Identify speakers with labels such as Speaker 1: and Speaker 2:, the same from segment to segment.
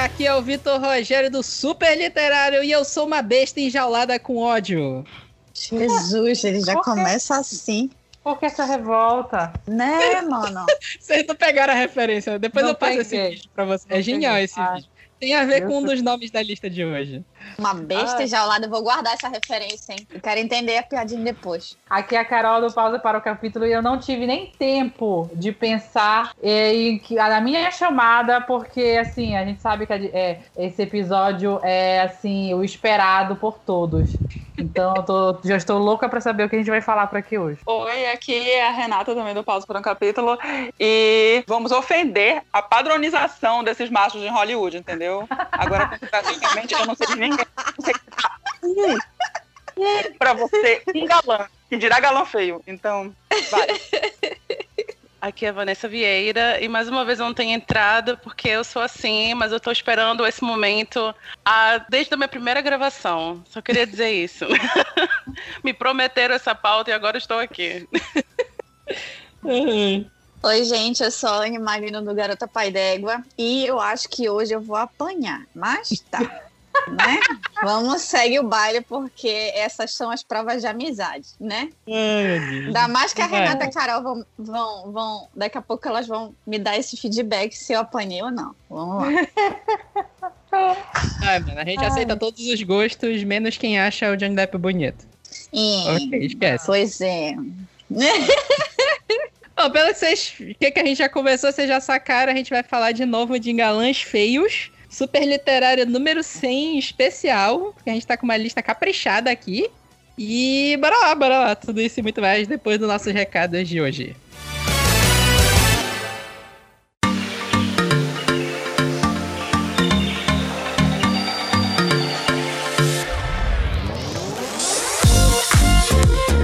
Speaker 1: aqui é o Vitor Rogério do Super Literário e eu sou uma besta enjaulada com ódio.
Speaker 2: Jesus, ele já
Speaker 3: Por quê?
Speaker 2: começa assim.
Speaker 3: Por que essa revolta?
Speaker 2: Né, mano?
Speaker 1: Vocês não pegaram a referência, né? depois
Speaker 3: Não
Speaker 1: eu passo esse
Speaker 3: peguei.
Speaker 1: vídeo pra vocês.
Speaker 3: Não
Speaker 1: É genial
Speaker 3: peguei.
Speaker 1: esse
Speaker 3: Ah,
Speaker 1: vídeo. Tem a ver
Speaker 3: eu
Speaker 1: com um
Speaker 3: tô-
Speaker 1: dos nomes da lista de hoje.
Speaker 2: Uma besta
Speaker 3: Ai.
Speaker 2: enjaulada. Eu vou guardar essa referência, hein? Eu quero entender a piadinha depois.
Speaker 3: Aqui é a Carol do Pausa para o Capítulo e eu não tive nem tempo de pensar em que a minha chamada, porque assim, a gente sabe que a de- é, esse episódio é assim, o esperado por todos. Então eu tô- já estou louca para saber o que a gente vai falar por aqui hoje.
Speaker 4: Oi, aqui é a Renata também do Pausa por um Capítulo e vamos ofender a padronização desses machos em Hollywood, entendeu? Agora, praticamente, eu não sei de ninguém. Não sei pra você, um galã, que dirá galã feio. Então, vai.
Speaker 5: Aqui é a Vanessa Vieira e mais uma vez eu não tenho entrada porque eu sou assim, mas eu tô esperando esse momento ah, desde a minha primeira gravação. Só queria dizer isso. Me prometeram essa pauta e agora estou aqui.
Speaker 2: Oi, gente. Eu sou a Anne Magno do Garota Pai d'Égua. E eu acho que hoje eu vou apanhar. Mas tá. né? Vamos segue o baile, porque essas são as provas de amizade, né? Ainda mais que a
Speaker 1: Vai.
Speaker 2: Renata e a Carol vão, vão, vão. Daqui a pouco elas vão me dar esse feedback se eu apanhei ou não. Vamos lá.
Speaker 1: Ai, Ah, mano, a gente
Speaker 3: Ai.
Speaker 1: aceita todos os gostos, menos quem acha o Johnny Depp bonito.
Speaker 2: E,
Speaker 1: Ok, esquece.
Speaker 2: pois é.
Speaker 1: Bom, pelo que vocês. O que, que a gente já conversou, vocês já sacaram, a gente vai falar de novo de galãs feios. Super literário número 100 especial, que a gente tá com uma lista caprichada aqui. E bora lá, bora lá. Tudo isso e muito mais depois dos nossos recados de hoje.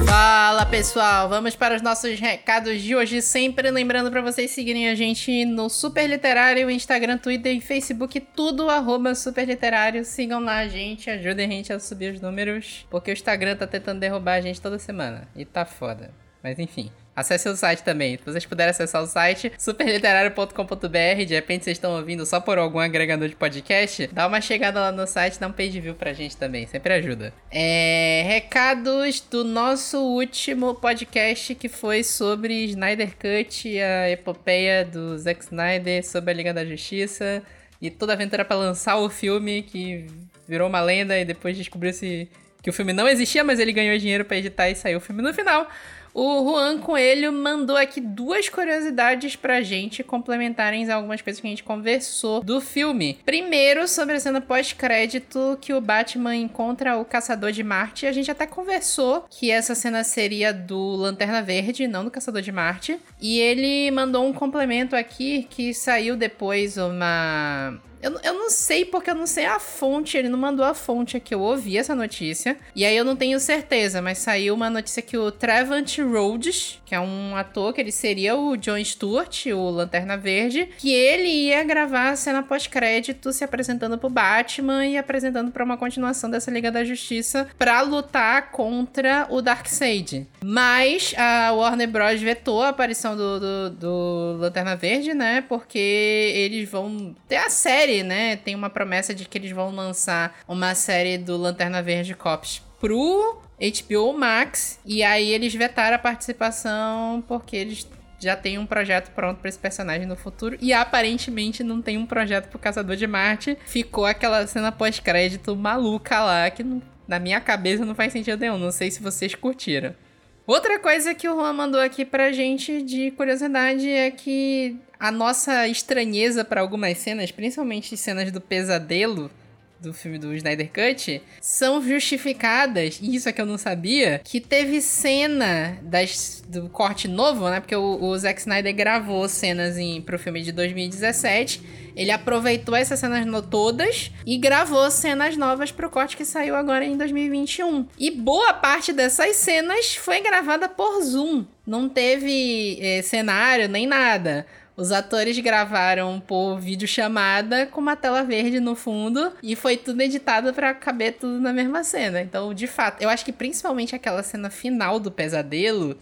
Speaker 1: Fala pessoal, vamos para os nossos recados de hoje, sempre lembrando para vocês seguirem a gente no Super Literário, Instagram, Twitter e Facebook, tudo arroba Super Literário. Sigam lá a gente, ajudem a gente a subir os números, porque o Instagram tá tentando derrubar a gente toda semana e tá foda. Mas enfim, acessem o site também. Se vocês puderem acessar o site superliterário.com.br, de repente vocês estão ouvindo só por algum agregador de podcast, dá uma chegada lá no site, dá um page view pra gente também, sempre ajuda. É, recados do nosso último podcast que foi sobre Snyder Cut, e a epopeia do Zack Snyder sobre a Liga da Justiça e toda a aventura pra lançar o filme que virou uma lenda e depois descobriu-se que o filme não existia, mas ele ganhou dinheiro pra editar e saiu o filme no final. O Juan Coelho mandou aqui duas curiosidades pra gente complementarem algumas coisas que a gente conversou do filme. Primeiro, sobre a cena pós-crédito que o Batman encontra o Caçador de Marte. A gente até conversou que essa cena seria do Lanterna Verde, não do Caçador de Marte. E ele mandou um complemento aqui que saiu depois uma. Eu, eu não sei, porque eu não sei a fonte. Ele não mandou a fonte aqui. Eu ouvi essa notícia. E aí eu não tenho certeza, mas saiu uma notícia que o Trevant Rhodes, que é um ator que ele seria o John Stewart, o Lanterna Verde, que ele ia gravar a cena pós-crédito se apresentando pro Batman e apresentando pra uma continuação dessa Liga da Justiça pra lutar contra o Darkseid. Mas a Warner Bros. vetou a aparição do, do, do Lanterna Verde, né? Porque eles vão ter a série, né? Tem uma promessa de que eles vão lançar uma série do Lanterna Verde Cops pro HBO Max. E aí eles vetaram a participação porque eles já têm um projeto pronto pra esse personagem no futuro. E aparentemente não tem um projeto pro Caçador de Marte. Ficou aquela cena pós-crédito maluca lá que não- na minha cabeça não faz sentido nenhum. Não sei se vocês curtiram. Outra coisa que o Juan mandou aqui pra gente de curiosidade é que a nossa estranheza pra algumas cenas, principalmente cenas do pesadelo do filme do Snyder Cut, são justificadas, e isso é que eu não sabia, que teve cena das, do corte novo, né? Porque o, o Zack Snyder gravou cenas em, pro filme de 2017. Ele aproveitou essas cenas no- todas e gravou cenas novas pro corte que saiu agora em 2021. E boa parte dessas cenas foi gravada por Zoom. Não teve eh, cenário nem nada. Os atores gravaram por videochamada com uma tela verde no fundo e foi tudo editado pra caber tudo na mesma cena. Então, de fato, eu acho que principalmente aquela cena final do pesadelo,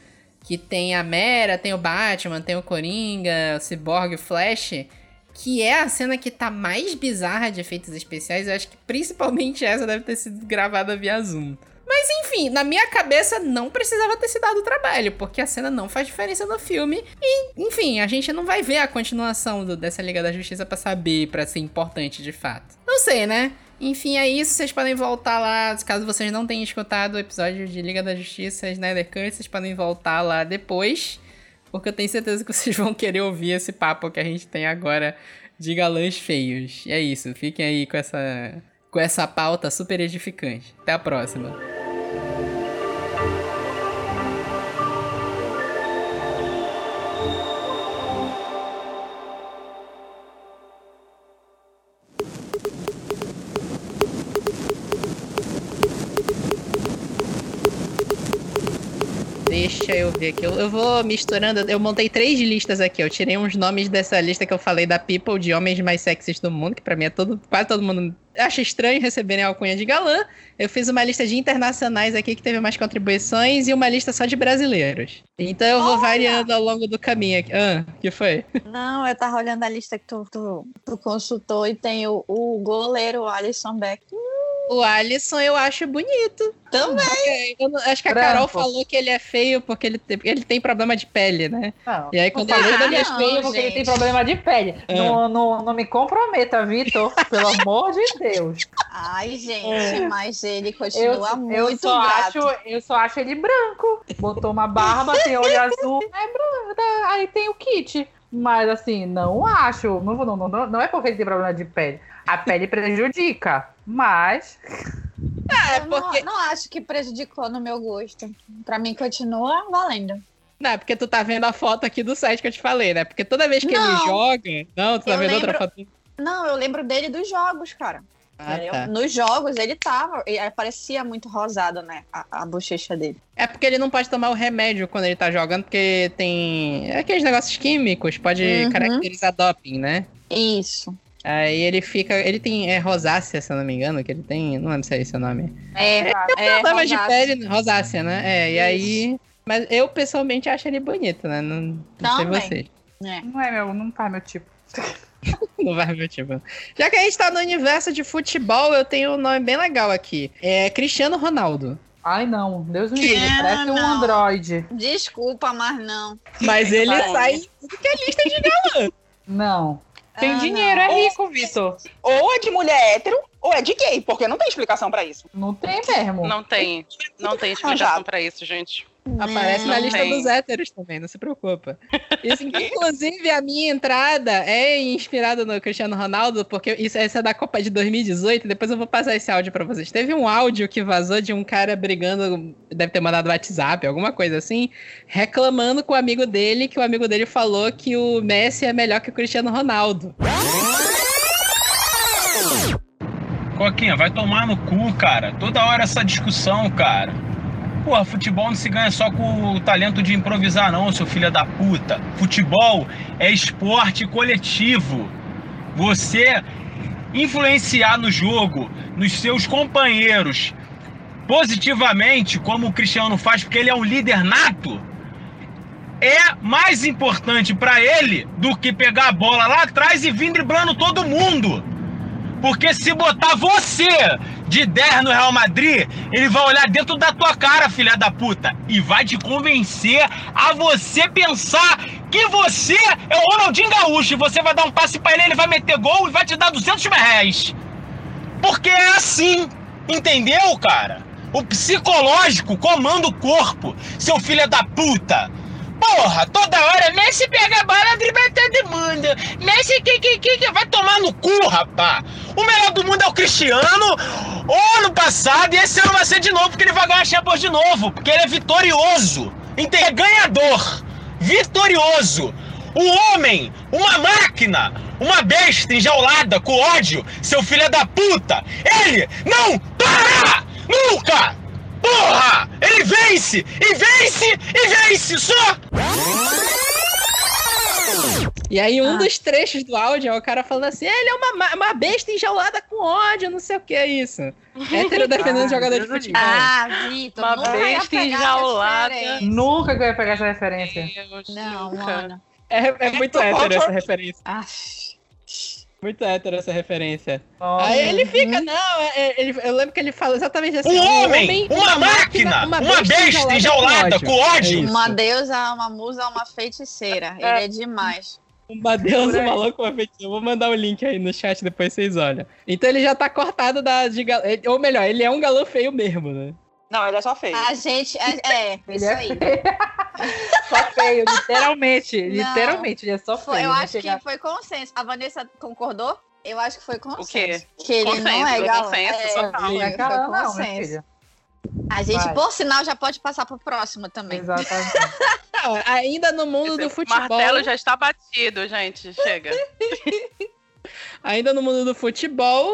Speaker 1: que tem a Mera, tem o Batman, tem o Coringa, o Cyborg, o Flash, que é a cena que tá mais bizarra de efeitos especiais. Eu acho que principalmente essa deve ter sido gravada via Zoom. Mas enfim, na minha cabeça não precisava ter se dado o trabalho, porque a cena não faz diferença no filme. E, enfim, a gente não vai ver a continuação do- dessa Liga da Justiça pra saber, pra ser importante de fato. Não sei, né? Enfim, é isso. Vocês podem voltar lá. Caso vocês não tenham escutado o episódio de Liga da Justiça Snyder Cut, vocês podem voltar lá depois. Porque eu tenho certeza que vocês vão querer ouvir esse papo que a gente tem agora de galãs feios. E é isso. Fiquem aí com essa, com essa pauta super edificante. Até a próxima. Deixa eu ver aqui. Eu, eu vou misturando. Eu montei três listas aqui. Eu tirei uns nomes dessa lista que eu falei da People, de homens mais sexys do mundo, que pra mim é todo, quase todo mundo acha estranho receberem a alcunha de galã. Eu fiz uma lista de internacionais aqui que teve mais contribuições e uma lista só de brasileiros. Então eu vou
Speaker 2: Olha!
Speaker 1: variando ao longo do caminho aqui. Ah, que foi?
Speaker 2: Não, eu tava olhando a lista que tu, tu, tu consultou e tem o, o goleiro Alisson Beck.
Speaker 1: O Alisson eu acho bonito.
Speaker 2: Também.
Speaker 1: Eu não- acho que a
Speaker 3: Branco.
Speaker 1: Carol falou que ele é feio porque ele, tem- ele tem problema de pele, né?
Speaker 3: Não.
Speaker 1: E aí quando
Speaker 2: Ah,
Speaker 1: eu vejo, eu
Speaker 3: Ele é
Speaker 2: não,
Speaker 3: feio porque ele
Speaker 2: gente.
Speaker 3: tem problema de pele.
Speaker 1: É.
Speaker 3: Não, não, não me comprometa, Vitor. Pelo amor de Deus.
Speaker 2: Ai, gente, mas ele
Speaker 3: Eu,
Speaker 2: continua muito
Speaker 3: eu, só acho,
Speaker 2: gato.
Speaker 3: eu só acho ele branco. Botou uma barba, tem olho azul. É branco, tá, aí tem o kit. Mas assim, não acho. Não, vou- não, não, não é porque ele tem problema de pele. A pele prejudica. Mas.
Speaker 1: Ah, é
Speaker 2: Eu
Speaker 1: porque.
Speaker 2: não, não acho que prejudicou no meu gosto. Pra mim, continua valendo.
Speaker 1: Não, é porque tu tá vendo a foto aqui do site que eu te falei, né? Porque toda vez que ele
Speaker 2: Não.
Speaker 1: joga. Não, tu tá
Speaker 2: Eu
Speaker 1: vendo outra
Speaker 2: lembro-
Speaker 1: foto.
Speaker 2: Não, eu lembro dele dos jogos, cara.
Speaker 1: Ah,
Speaker 2: Entendeu?
Speaker 1: tá.
Speaker 2: Nos jogos ele tava, ele parecia muito rosado, né? A, a bochecha dele.
Speaker 1: É porque ele não pode tomar o remédio quando ele tá jogando, porque tem. Aqueles negócios químicos, pode
Speaker 2: Uhum.
Speaker 1: caracterizar doping, né?
Speaker 2: Isso.
Speaker 1: Aí ele fica. Ele tem. É rosácea, se eu não me engano, que ele tem. Não lembro se é esse o nome.
Speaker 2: É,
Speaker 3: ah,
Speaker 2: é,
Speaker 1: Problemas de
Speaker 2: rosado.
Speaker 1: pele, rosácea, né? É, e aí. Mas eu pessoalmente acho ele bonito, né? Não, não sei
Speaker 2: Também.
Speaker 1: vocês.
Speaker 2: né.
Speaker 3: Não é meu, não faz meu tipo.
Speaker 1: Não vai meu tipo. Já que a gente tá no universo de futebol, eu tenho um nome bem legal aqui. É Cristiano Ronaldo.
Speaker 3: Ai, não. Deus me
Speaker 1: Que-
Speaker 3: livre. Parece um
Speaker 2: não.
Speaker 3: androide.
Speaker 2: Desculpa, mas não.
Speaker 1: Mas ele
Speaker 6: Caralho.
Speaker 1: sai em tudo que é lista de galã.
Speaker 3: Não. Tem
Speaker 2: Ah,
Speaker 3: dinheiro,
Speaker 6: não.
Speaker 3: é rico, Vitor.
Speaker 6: Ou é de mulher hétero, ou é de gay, porque não tem explicação pra isso.
Speaker 3: Não tem mesmo.
Speaker 5: Não tem. Não tem explicação pra isso, gente.
Speaker 2: não.
Speaker 1: Aparece na
Speaker 5: Não
Speaker 1: lista
Speaker 5: tem.
Speaker 1: dos héteros também, não se preocupa. Isso, inclusive, a minha entrada é inspirada no Cristiano Ronaldo, porque isso, essa é da Copa de 2018. Depois eu vou passar esse áudio pra vocês. Teve um áudio que vazou de um cara brigando, deve ter mandado WhatsApp, alguma coisa assim, reclamando com o amigo dele, que o amigo dele falou que o Messi é melhor que o Cristiano Ronaldo.
Speaker 7: Coquinha, vai tomar no cu, cara. Toda hora essa discussão, cara. Porra, futebol não se ganha só com o talento de improvisar, não, seu filho da puta. Futebol é esporte coletivo. Você influenciar no jogo, nos seus companheiros, positivamente, como o Cristiano faz, porque ele é um líder nato, é mais importante pra ele do que pegar a bola lá atrás e vir driblando todo mundo. Porque se botar você de 10 no Real Madrid, ele vai olhar dentro da tua cara, filha da puta, e vai te convencer a você pensar que você é o Ronaldinho Gaúcho e você vai dar um passe pra ele, ele vai meter gol e vai te dar 200 mil reais. Porque é assim, entendeu, cara? O psicológico comanda o corpo, seu filho da puta. Porra, toda hora Messi pega a bola, dribla todo mundo. Messi que que que que vai tomar no cu, rapá. O melhor do mundo é o Cristiano. Ou ano passado e esse ano vai ser de novo, porque ele vai ganhar a Champions de novo, porque ele é vitorioso. Inte- É ganhador, vitorioso. O homem, uma máquina, uma besta enjaulada com ódio, seu filho da puta. Ele não para nunca. Porra! Ele vence! E vence! E vence! Só!
Speaker 1: E aí um
Speaker 2: Ah.
Speaker 1: dos trechos do áudio é o cara falando assim, ele é uma, ma- uma besta enjaulada com ódio, não sei o que é isso. Hétero defendendo
Speaker 3: Ah,
Speaker 1: jogador de
Speaker 3: Deus do
Speaker 1: futebol.
Speaker 2: Ah, Vitor,
Speaker 5: Uma
Speaker 2: nunca ia
Speaker 5: besta
Speaker 2: pegar essa
Speaker 5: enjaulada.
Speaker 2: referência.
Speaker 3: Nunca que eu ia pegar essa referência.
Speaker 5: Deus,
Speaker 2: Não,
Speaker 5: nunca.
Speaker 2: mano.
Speaker 1: É, é muito
Speaker 6: Então,
Speaker 1: hétero
Speaker 6: qual-
Speaker 1: essa referência.
Speaker 2: Aff.
Speaker 1: Muito hétero essa referência.
Speaker 3: Nossa.
Speaker 1: Aí ele fica, não, é- é- ele- eu lembro que ele fala exatamente assim.
Speaker 7: Uhum. Um homem, uma máquina, uma besta enjaulada com
Speaker 1: É
Speaker 7: ódio.
Speaker 1: isso.
Speaker 2: Uma deusa, uma musa, uma feiticeira. Ele é demais.
Speaker 1: Uma deusa
Speaker 3: Por aí.
Speaker 1: maluca, uma feiticeira. Eu vou mandar o link aí no chat, depois vocês olham. Então ele já tá cortado da, de galã. Ou melhor, ele é um galã feio mesmo, né?
Speaker 4: Não, ele é só feio.
Speaker 2: A gente. É, é
Speaker 3: Ele
Speaker 2: isso
Speaker 3: é
Speaker 2: aí.
Speaker 3: feio. Só feio, literalmente.
Speaker 2: Não.
Speaker 3: Literalmente, ele é só feio.
Speaker 2: Foi- eu
Speaker 3: não
Speaker 2: acho
Speaker 3: chega-
Speaker 2: que foi consenso. A Vanessa concordou? Eu acho que foi consenso.
Speaker 5: quê?
Speaker 2: Que ele não é
Speaker 5: Consenso,
Speaker 2: galã.
Speaker 5: consenso,
Speaker 2: É,
Speaker 5: total.
Speaker 2: foi-
Speaker 3: Não é
Speaker 2: foi
Speaker 3: galã, não, minha
Speaker 2: consenso.
Speaker 3: filha.
Speaker 2: A gente,
Speaker 3: Vai.
Speaker 2: por sinal, já pode passar pro próximo também.
Speaker 3: Exatamente.
Speaker 1: Não, ainda no mundo do
Speaker 5: Esse
Speaker 1: futebol.
Speaker 5: martelo já está batido, gente. Chega.
Speaker 1: Ainda no mundo do futebol,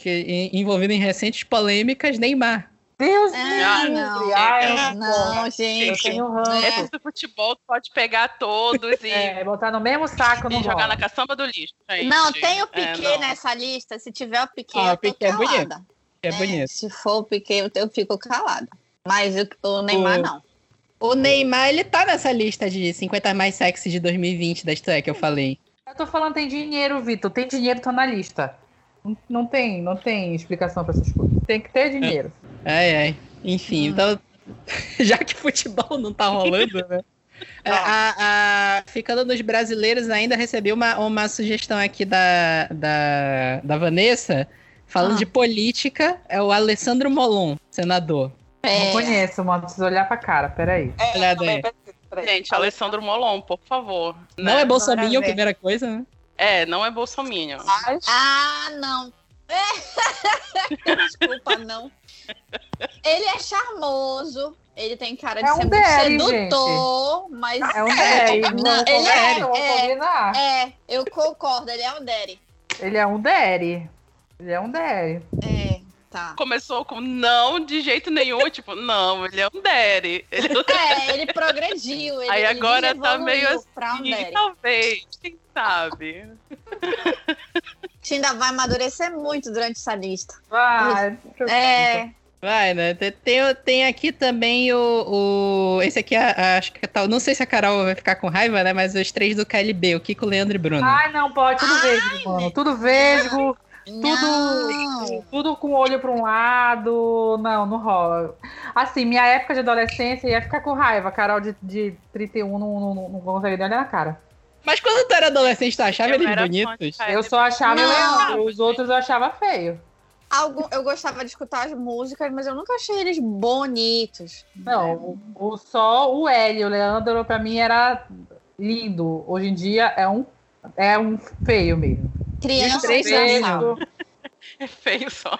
Speaker 1: que, em- envolvido em recentes polêmicas, Neymar.
Speaker 3: Deus
Speaker 2: Ah,
Speaker 3: me
Speaker 2: não.
Speaker 3: livre. Ai, eu
Speaker 2: Não,
Speaker 1: né,
Speaker 3: Eu
Speaker 2: gente.
Speaker 3: tenho ranço.
Speaker 5: Esse do futebol tu pode pegar todos e,
Speaker 3: É, botar no mesmo saco
Speaker 5: e
Speaker 3: no
Speaker 5: jogar na caçamba do lixo. gente.
Speaker 2: Não, tem o
Speaker 5: É,
Speaker 2: Piquet né?
Speaker 5: não.
Speaker 2: nessa lista. Se tiver o Piquet,
Speaker 1: Ah, o
Speaker 2: eu tô
Speaker 1: Piquet é bonito.
Speaker 2: calada.
Speaker 1: Que é, bonito.
Speaker 2: Se for o Piquet, eu, eu fico calada. Mas o, o Neymar,
Speaker 1: O-
Speaker 2: não.
Speaker 1: O Neymar, ele tá nessa lista de 50 mais sexy de 2020 da história que eu falei.
Speaker 3: Eu tô falando, tem dinheiro, Vitor. Tem dinheiro, tô na lista. Não- Não tem, não tem explicação pra essas coisas. Tem que ter dinheiro.
Speaker 1: Ai, ai. Enfim, então. Já que futebol não tá rolando, né? É, a- a- ficando nos brasileiros, ainda recebi uma, uma sugestão aqui da, da, da Vanessa, falando
Speaker 2: Ah.
Speaker 1: de política, é o Alessandro Molon, senador.
Speaker 3: Não
Speaker 2: É,
Speaker 3: conheço, mano. Preciso olhar pra cara, peraí.
Speaker 4: É,
Speaker 1: Olhada
Speaker 4: também,
Speaker 1: aí.
Speaker 4: peraí, peraí.
Speaker 5: Gente, Alessandro Molon, por favor.
Speaker 1: Não é Bolsonaro,
Speaker 2: nada a ver.
Speaker 1: primeira coisa, né?
Speaker 5: É, não é bolsominho.
Speaker 4: Mas-
Speaker 2: Ah, não. É. Desculpa, não. Ele é charmoso. Ele tem cara de
Speaker 3: É um
Speaker 2: ser
Speaker 3: DL,
Speaker 2: muito sedutor, mas.
Speaker 3: É um
Speaker 2: Não, ele
Speaker 3: Derry. Vamos
Speaker 2: é,
Speaker 3: combinar, vamos
Speaker 2: é.
Speaker 3: combinar.
Speaker 2: É, eu concordo, ele é um Derry.
Speaker 3: Ele é um Derry. Ele é um Derry.
Speaker 2: É, tá.
Speaker 5: Começou com não de jeito nenhum, tipo, não, ele é um Derry. Ele é um
Speaker 2: É, ele progrediu. Ele,
Speaker 5: Aí
Speaker 2: ele
Speaker 5: agora tá
Speaker 2: evoluiu
Speaker 5: meio assim,
Speaker 2: Pra um Derry.
Speaker 5: talvez, quem sabe?
Speaker 2: gente ainda vai amadurecer muito durante essa lista.
Speaker 3: Vai.
Speaker 2: É,
Speaker 1: Vai, né? Tem- Tem, tem aqui também o. o- esse aqui, a- a- acho que é tal. Não sei se a Carol vai ficar com raiva, né? Mas os três do KLB, o Kiko, Leandro e Bruno.
Speaker 3: Ai, não pode. Tudo vesgo, mano. Tudo vesgo.
Speaker 2: não.
Speaker 3: Tudo, tudo com o olho pra um lado. Não, não rola. Assim, minha época de adolescência ia ficar com raiva. Carol de, de 31 não, não, não, não consegue nem olhar na cara.
Speaker 1: Mas quando tu era adolescente, tu achava
Speaker 5: Eu
Speaker 1: eles
Speaker 5: era fã de
Speaker 1: bonitos?
Speaker 5: Kylie.
Speaker 3: Eu só achava
Speaker 2: Não.
Speaker 3: legal. Os outros eu achava feio.
Speaker 2: Algum, eu gostava de escutar as músicas, mas eu nunca achei eles bonitos.
Speaker 3: Não, o, o- só o Hélio, o Leandro, pra mim era lindo. Hoje em dia é um, é um feio mesmo.
Speaker 2: Criança
Speaker 1: três
Speaker 2: transava.
Speaker 3: Feio,
Speaker 5: É feio só.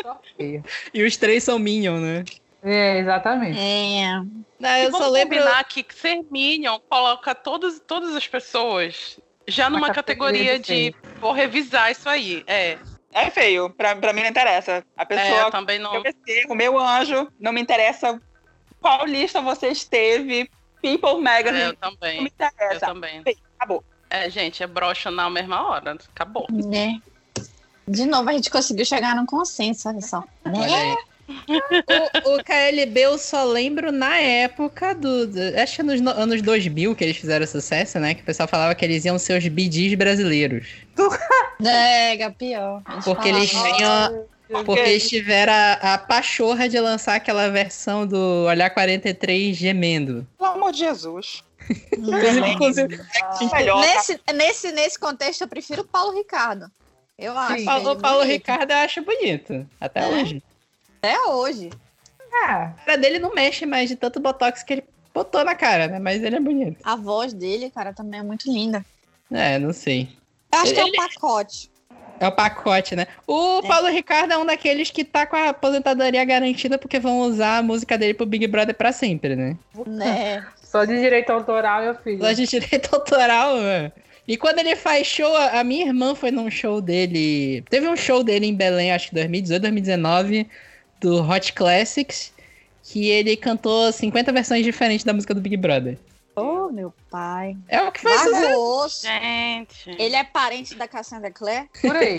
Speaker 3: só feio.
Speaker 1: E os três são Minion, né?
Speaker 3: É, exatamente.
Speaker 2: É.
Speaker 1: Não, eu
Speaker 5: E vamos
Speaker 1: só lembro.
Speaker 5: combinar que ser Minion coloca todos, todas as pessoas já
Speaker 3: Uma
Speaker 5: numa
Speaker 3: categoria de
Speaker 5: categoria, de vou revisar isso aí. É,
Speaker 4: É feio. Pra, pra mim não interessa. A
Speaker 5: é eu
Speaker 4: pessoa
Speaker 5: também não.
Speaker 4: que eu pensei, o meu anjo, não me interessa qual lista você esteve. People
Speaker 5: É,
Speaker 4: Magazine,
Speaker 5: eu também.
Speaker 4: não me
Speaker 5: Eu
Speaker 4: interessa.
Speaker 5: também.
Speaker 4: Acabou.
Speaker 5: É, gente, é brocha na mesma hora. Acabou.
Speaker 2: Né? De novo, a gente conseguiu chegar num consenso, olha só.
Speaker 1: Olha aí. O, o KLB eu só lembro na época do. do- Acho que é nos no- anos 2000 que eles fizeram sucesso, né? Que o pessoal falava que eles iam ser os BDs brasileiros.
Speaker 2: É, Gapião.
Speaker 1: Porque eles tinham. Porque eles tiveram a, a pachorra de lançar aquela versão do Olhar 43 gemendo.
Speaker 4: Pelo amor de Jesus.
Speaker 1: Inclusive,
Speaker 4: Melhor.
Speaker 2: Nesse, nesse, nesse contexto, eu prefiro o Paulo Ricardo. Eu acho.
Speaker 1: o
Speaker 2: ele
Speaker 1: Paulo, o Paulo
Speaker 2: bonito.
Speaker 1: Ricardo eu acho bonito. Até
Speaker 2: É.
Speaker 1: hoje.
Speaker 2: Até hoje.
Speaker 3: É,
Speaker 1: A cara dele não mexe mais de tanto botox que ele botou na cara, né? Mas ele é bonito.
Speaker 2: A voz dele, cara, também é muito linda.
Speaker 1: É, não sei.
Speaker 2: Eu acho que é um
Speaker 1: Ele-
Speaker 2: pacote.
Speaker 1: É o pacote, né? O
Speaker 2: É.
Speaker 1: Paulo Ricardo é um daqueles que tá com a aposentadoria garantida porque vão usar a música dele pro Big Brother pra sempre, né?
Speaker 2: Né?
Speaker 3: só de direito autoral, meu filho.
Speaker 1: Loja de direito autoral, mano. E quando ele faz show, a a minha irmã foi num show dele. Teve um show dele em Belém, acho que 2018, 2019, do Hot Classics, que ele cantou 50 versões diferentes da música do Big Brother.
Speaker 2: Ô, meu pai.
Speaker 1: É o que faz
Speaker 2: Larga
Speaker 1: sucesso
Speaker 2: o osso.
Speaker 5: Gente.
Speaker 2: Ele é parente da Cassandra Clare?
Speaker 3: Por aí.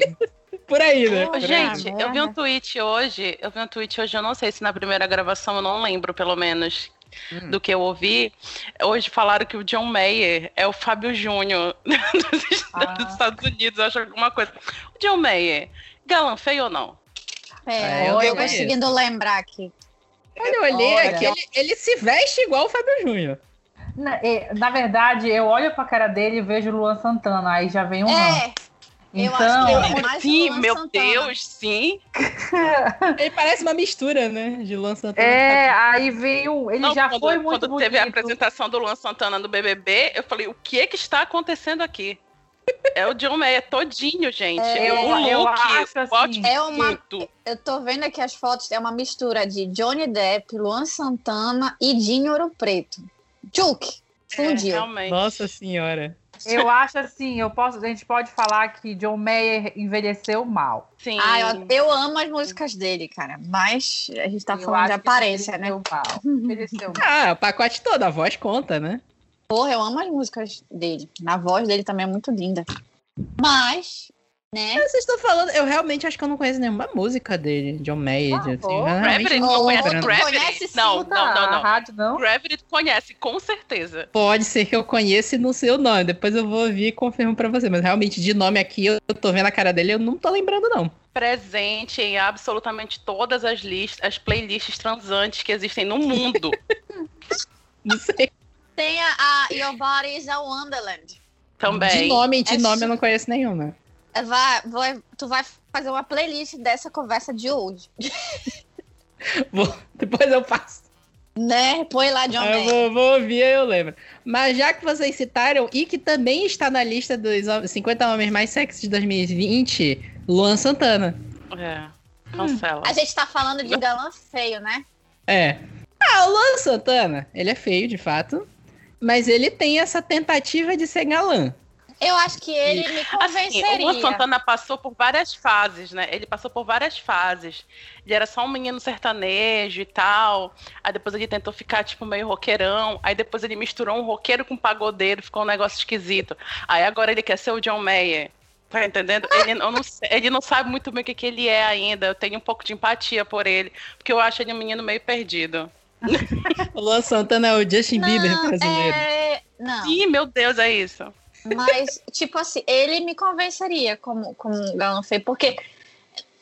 Speaker 1: por aí, né?
Speaker 5: Ô,
Speaker 1: Por aí.
Speaker 5: gente,
Speaker 2: merda.
Speaker 5: eu vi um tweet hoje, eu vi um tweet hoje, eu não sei se na primeira gravação, eu não lembro pelo menos,
Speaker 3: Hum.
Speaker 5: do que eu ouvi. Hoje falaram que o John Mayer é o Fábio Júnior dos,
Speaker 3: Ah.
Speaker 5: dos Estados Unidos, eu acho alguma coisa. O John Mayer, galã feio ou não?
Speaker 2: É,
Speaker 1: É,
Speaker 2: eu
Speaker 1: eu
Speaker 2: tô
Speaker 1: conheço.
Speaker 2: conseguindo lembrar aqui.
Speaker 1: Olha, eu olhei
Speaker 3: Olha.
Speaker 1: aqui, ele, ele se veste igual o Fábio Júnior.
Speaker 3: Na, é, na verdade, eu olho pra cara dele e vejo o Luan Santana, aí já vem um não.
Speaker 2: É, eu acho
Speaker 3: Então,
Speaker 2: que ele é mais
Speaker 5: sim,
Speaker 2: Luan
Speaker 5: meu
Speaker 2: Santana.
Speaker 5: Deus, sim.
Speaker 1: Ele parece uma mistura, né? De Luan Santana.
Speaker 3: é, aí veio. Ele
Speaker 5: Não,
Speaker 3: já
Speaker 5: quando,
Speaker 3: foi muito
Speaker 5: Quando
Speaker 3: bonito.
Speaker 5: teve a apresentação do Luan Santana no BBB, eu falei, o que é que está acontecendo aqui? É o John Mayer todinho, gente.
Speaker 2: É,
Speaker 5: o look,
Speaker 3: eu acho
Speaker 5: o
Speaker 3: assim,
Speaker 5: outfit,
Speaker 2: é uma-
Speaker 5: tudo.
Speaker 2: Eu tô vendo aqui as fotos, é uma mistura de Johnny Depp, Luan Santana e Dinho Ouro Preto. Tchuk,
Speaker 5: É,
Speaker 2: fundiu.
Speaker 5: realmente.
Speaker 1: Nossa senhora.
Speaker 3: Eu acho assim, eu posso, a gente pode falar que John Mayer envelheceu mal.
Speaker 5: Sim.
Speaker 2: Ah, eu, eu amo as músicas dele, cara, mas a gente tá
Speaker 3: Eu
Speaker 2: falando de
Speaker 3: acho que
Speaker 2: aparência, né?
Speaker 3: envelheceu Mal. Envelheceu mal.
Speaker 1: Ah, o pacote todo, a voz conta, né?
Speaker 2: Porra, eu amo as músicas dele. A voz dele também é muito linda. Mas, né?
Speaker 1: Vocês estão falando, eu realmente acho que eu não conheço nenhuma música dele, John Mayer,
Speaker 3: Por
Speaker 1: assim.
Speaker 3: favor.
Speaker 1: eu realmente
Speaker 5: Gravity,
Speaker 1: não
Speaker 5: não
Speaker 1: tô
Speaker 5: conhece
Speaker 1: lembrando.
Speaker 2: Gravity?
Speaker 5: Gravity?
Speaker 2: Conhece
Speaker 5: Não,
Speaker 3: Escuta
Speaker 5: não, não,
Speaker 3: A
Speaker 5: não.
Speaker 3: Tá, rádio não.
Speaker 5: Gravity conhece, com certeza.
Speaker 1: Pode ser que eu conheça e não sei o nome, depois eu vou ouvir e confirmo pra você, mas realmente de nome aqui, eu tô vendo a cara dele, eu não tô lembrando não.
Speaker 5: Presente em absolutamente todas as listas, as playlists transantes que existem no mundo.
Speaker 1: Não sei.
Speaker 2: Tem a, a Your Body is a Wonderland.
Speaker 1: De
Speaker 5: também.
Speaker 1: nome, de
Speaker 2: É
Speaker 1: nome
Speaker 2: su-
Speaker 1: eu não conheço nenhuma.
Speaker 2: Vai, vai- tu vai fazer uma playlist dessa conversa de hoje.
Speaker 1: Vou- depois eu faço.
Speaker 2: Né? Põe lá John
Speaker 1: Eu
Speaker 2: Mayer.
Speaker 1: vou, vou ouvir aí eu lembro. Mas já que vocês citaram, e que também está na lista dos hom- 50 homens mais sexy de 2020, Luan Santana.
Speaker 5: É, cancela.
Speaker 2: A gente tá falando de galã feio, né?
Speaker 1: É. Ah, o Luan Santana, ele é feio, de fato. Mas ele tem essa tentativa de ser galã.
Speaker 2: Eu acho que ele me
Speaker 5: Assim, o
Speaker 2: convenceria.
Speaker 5: Luan Santana passou por várias fases, né? Ele passou por várias fases. Ele era só um menino sertanejo e tal. Aí depois ele tentou ficar, tipo, meio roqueirão. Aí depois ele misturou um roqueiro com um pagodeiro, ficou um negócio esquisito. Aí agora ele quer ser o John Mayer. Tá entendendo? Ele, eu não, sei- ele não sabe muito bem o que, que ele é ainda. Eu tenho um pouco de empatia por ele, porque eu acho ele um menino meio perdido.
Speaker 1: O Luan Santana é o Justin Bieber
Speaker 2: Não,
Speaker 1: brasileiro.
Speaker 2: é... Não,
Speaker 5: Ih, meu Deus, é isso.
Speaker 2: Mas, tipo assim, ele me convenceria como, como um galã feio, porque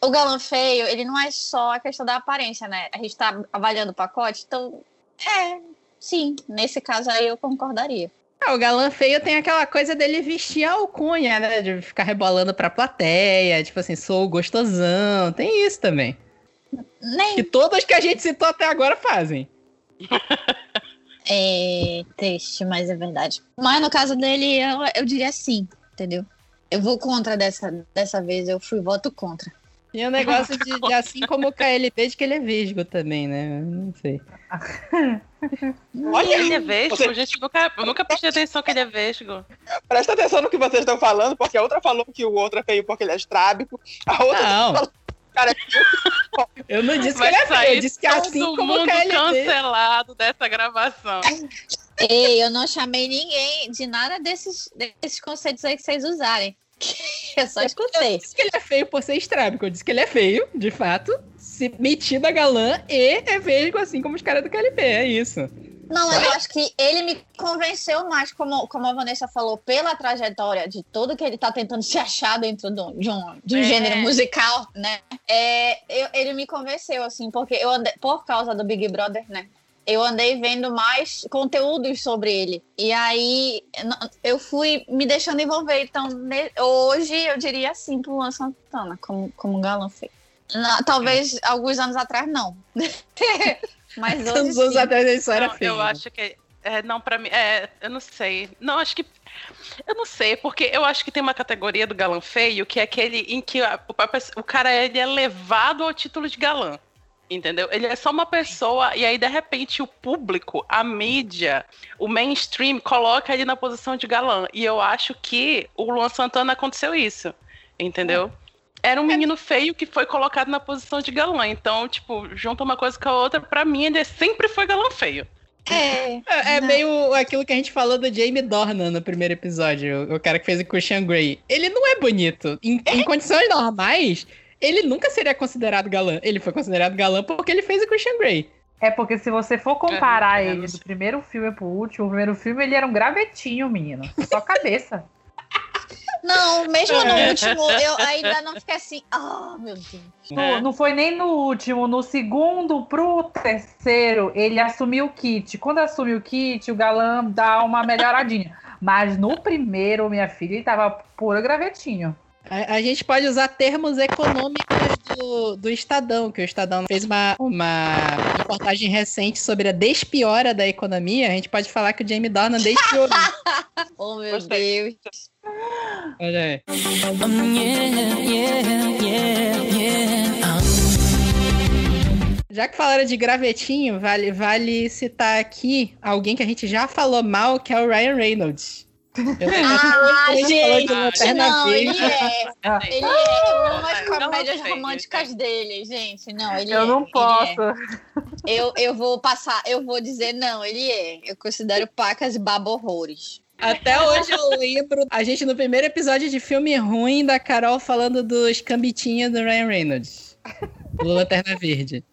Speaker 2: o galã feio, ele não é só a questão da aparência, né? A gente tá avaliando o pacote, então, é, sim, nesse caso aí eu concordaria.
Speaker 1: Ah, o galã feio tem aquela coisa dele vestir a alcunha, né? De ficar rebolando pra plateia, tipo assim, sou gostosão. Tem isso também.
Speaker 2: Nem
Speaker 1: Que todas que a gente citou até agora fazem.
Speaker 2: é triste, mas é verdade. Mas no caso dele, eu, eu diria sim, entendeu? Eu vou contra dessa, dessa vez, eu fui voto contra.
Speaker 1: E o negócio de, de assim como o KLB, de que ele é vesgo também, né? Não sei.
Speaker 4: Olha,
Speaker 5: Ele é vesgo,
Speaker 4: Você-
Speaker 5: gente. Eu nunca, eu nunca prestei atenção que ele é vesgo.
Speaker 4: presta atenção no que vocês estão falando, porque a outra falou que o outro é feio porque ele é estrábico. A outra
Speaker 1: Não.
Speaker 4: Cara,
Speaker 1: Eu não disse que
Speaker 5: é Vai
Speaker 1: ele é feio,
Speaker 5: sair
Speaker 1: eu disse que assim
Speaker 5: todo
Speaker 1: como o
Speaker 5: mundo
Speaker 1: KLB.
Speaker 5: cancelado dessa gravação.
Speaker 2: Ei, eu não chamei ninguém de nada desses, desses conceitos aí que vocês usarem. Eu só escutei.
Speaker 1: disse que ele é feio por ser estrábico, eu disse que ele é feio, de fato, se metido a galã e é vesgo assim como os caras do KLB, é isso.
Speaker 2: Não, mas eu acho que ele me convenceu mais, como, como a Vanessa falou, pela trajetória de tudo que ele tá tentando se achar dentro do- de um, de um
Speaker 5: É.
Speaker 2: gênero musical, né? É, eu- ele me convenceu, assim, porque eu andei, por causa do Big Brother, né? Eu andei vendo mais conteúdos sobre ele. E aí n- eu fui me deixando envolver. Então, ne- hoje eu diria sim pro Luan Santana, como, como um galã feio. Na- talvez alguns anos atrás, não. Mas hoje.
Speaker 1: Tantos anos
Speaker 2: sim.
Speaker 1: atrás ele só era
Speaker 5: Não,
Speaker 1: feio.
Speaker 5: Então, Eu acho que. É, não, pra mim. É, eu não sei. Não, acho que. Eu não sei, porque eu acho que tem uma categoria do galã feio que é aquele em que a- o, pa- o cara ele é levado ao título de galã. Entendeu? Ele é só uma pessoa, e aí, de repente, o público, a mídia, o mainstream, coloca ele na posição de galã. E eu acho que o Luan Santana aconteceu isso. Entendeu? Era um menino feio que foi colocado na posição de galã. Então, tipo, junta uma coisa com a outra. Pra mim, ele sempre foi galã feio.
Speaker 2: É.
Speaker 1: É, é
Speaker 2: Não.
Speaker 1: meio aquilo que a gente falou do Jamie Dornan no primeiro episódio, o, o cara que fez o Christian Grey. Ele não é bonito. Em, em condições normais, ele nunca seria considerado galã. Ele foi considerado galã porque ele fez o Christian Grey.
Speaker 3: É porque se você for comparar
Speaker 5: É, eu não
Speaker 3: ele do
Speaker 5: sei.
Speaker 3: primeiro filme pro último, o primeiro filme ele era um gravetinho, menino. Só cabeça.
Speaker 2: Não, mesmo
Speaker 5: É.
Speaker 2: no último, eu ainda não fiquei assim. Ah, meu Deus.
Speaker 3: No- não foi nem no último, no segundo pro terceiro, ele assumiu o kit. Quando assumiu o kit, o galã dá uma melhoradinha. Mas no primeiro, minha filha, ele tava puro gravetinho.
Speaker 1: A, a gente pode usar termos econômicos do, do Estadão, que o Estadão fez uma, uma reportagem recente sobre a despiora da economia. A gente pode falar que o Jamie Dornan despiorou.
Speaker 2: Oh, meu
Speaker 4: Gostei.
Speaker 2: Deus.
Speaker 1: Olha aí. Já que falaram de gravetinho, vale, vale citar aqui alguém que a gente já falou mal, que é o Ryan Reynolds. Eu lembro que
Speaker 2: Ah,
Speaker 1: a gente falou de uma
Speaker 5: gente,
Speaker 1: perna
Speaker 2: Não,
Speaker 1: verde.
Speaker 2: ele é.
Speaker 3: Ah.
Speaker 2: Ele é. Eu amo as
Speaker 5: Eu não
Speaker 2: comédias
Speaker 5: gostei,
Speaker 2: românticas dele, gente. Não, ele é,
Speaker 3: Eu não
Speaker 2: ele é.
Speaker 3: posso.
Speaker 2: Eu, eu vou passar, eu vou dizer, não, ele é. Eu considero pacas e baborrores.
Speaker 1: Até hoje eu lembro a gente no primeiro episódio de filme ruim da Carol falando dos cambitinhos do Ryan Reynolds. Do Lanterna Verde.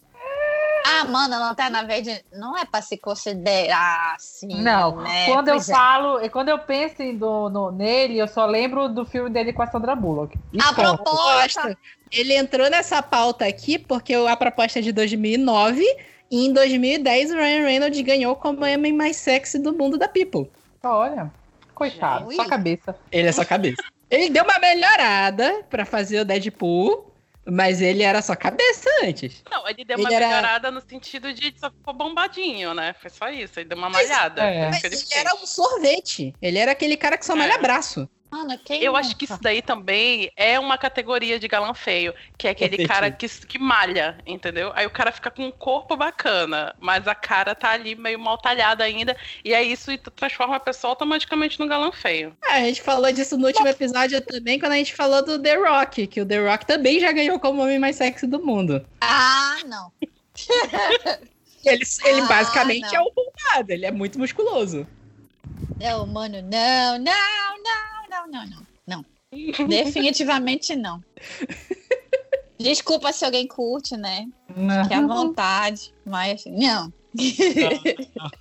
Speaker 2: Ah, mano, a Lanterna Verde não é pra se considerar assim.
Speaker 3: Não,
Speaker 2: né?
Speaker 3: quando eu
Speaker 2: Pois é.
Speaker 3: falo, e quando eu penso em do- no- nele, eu só lembro do filme dele com a Sandra Bullock. E
Speaker 2: A
Speaker 3: ponto.
Speaker 2: proposta.
Speaker 1: Ele entrou nessa pauta aqui porque o- a proposta é de 2009 e em 2010 o Ryan Reynolds ganhou como homem mais sexy do mundo da People.
Speaker 3: Olha, coitado,
Speaker 2: Ui.
Speaker 3: só cabeça.
Speaker 1: Ele é só cabeça. ele deu uma melhorada pra fazer o Deadpool, mas ele era só cabeça antes.
Speaker 5: Não, ele deu
Speaker 1: Ele
Speaker 5: uma
Speaker 1: era-
Speaker 5: melhorada no sentido de só ficou bombadinho, né? Foi só isso, ele deu uma malhada.
Speaker 3: É.
Speaker 5: Foi isso
Speaker 1: Mas
Speaker 5: que ele
Speaker 1: ele
Speaker 5: fez.
Speaker 1: era um sorvete. Ele era aquele cara que só
Speaker 5: É.
Speaker 1: malha braço.
Speaker 2: Mano, quem
Speaker 5: Eu
Speaker 2: não?
Speaker 5: acho que isso daí também é uma categoria de galã feio, que é aquele
Speaker 1: Entendi.
Speaker 5: cara que, que malha, entendeu? Aí o cara fica com um corpo bacana, mas a cara tá ali meio mal talhada ainda, e aí isso transforma a pessoa automaticamente num galã feio.
Speaker 1: É, A gente falou disso no último episódio também, quando a gente falou do The Rock, que o The Rock também já ganhou como homem mais sexy do mundo.
Speaker 2: Ah, não.
Speaker 1: Ele, ele
Speaker 2: Ah,
Speaker 1: basicamente
Speaker 2: não.
Speaker 1: é o bombado, ele é muito musculoso.
Speaker 2: Não, mano, É não, não, não, não, não, não. Não. Definitivamente não. Desculpa se alguém curte, né? Que é à vontade, mas não.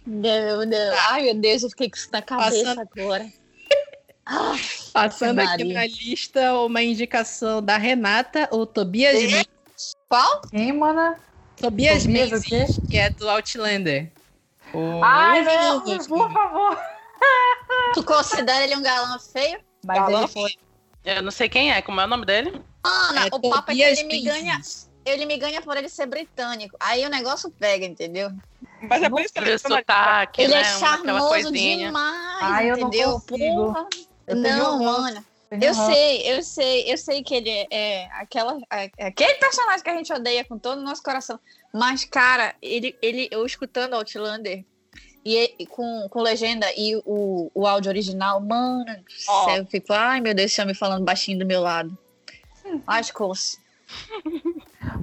Speaker 2: Não, não. Ai, meu Deus, eu fiquei com isso na cabeça
Speaker 1: Passando-
Speaker 2: agora. Ah,
Speaker 1: Passando
Speaker 2: Maria.
Speaker 1: aqui na lista uma indicação da Renata, o Tobias Menzies,
Speaker 2: qual?
Speaker 3: Quem, mana?
Speaker 1: Tobias
Speaker 3: Tobias o quê?
Speaker 1: Menzies, que é do Outlander.
Speaker 3: Ai, não,
Speaker 1: Deus, gente.
Speaker 3: por favor.
Speaker 2: Tu considera ele um galã feio?
Speaker 3: Mas
Speaker 2: Galã
Speaker 3: ele foi.
Speaker 5: Eu não sei quem é, como é o nome dele?
Speaker 2: Ana,
Speaker 1: É
Speaker 2: o papo é que
Speaker 1: Tobias
Speaker 2: ele me ganha.
Speaker 1: Menzies.
Speaker 2: Ele me ganha por ele ser britânico. Aí o negócio pega, entendeu?
Speaker 4: Mas é por isso que
Speaker 5: Ele
Speaker 4: ele
Speaker 5: é
Speaker 4: chama
Speaker 5: sotaque,
Speaker 2: ele
Speaker 5: né?
Speaker 2: é
Speaker 5: Uma- aquela
Speaker 2: charmoso
Speaker 5: coisinha.
Speaker 2: demais,
Speaker 3: Ai, eu não
Speaker 2: entendeu?
Speaker 3: consigo.
Speaker 2: Porra.
Speaker 3: Eu perdi o
Speaker 2: Não,
Speaker 3: gosto.
Speaker 2: Ana. Eu sei, eu sei, eu sei que ele é, é aquela, é- é aquele personagem que a gente odeia com todo o nosso coração. Mas, cara, ele, ele eu escutando Outlander e, e- e com, com legenda e o, o áudio original, mano, do
Speaker 4: Ó.
Speaker 2: céu, eu fico, ai meu Deus, esse homem falando baixinho do meu lado. As coisas.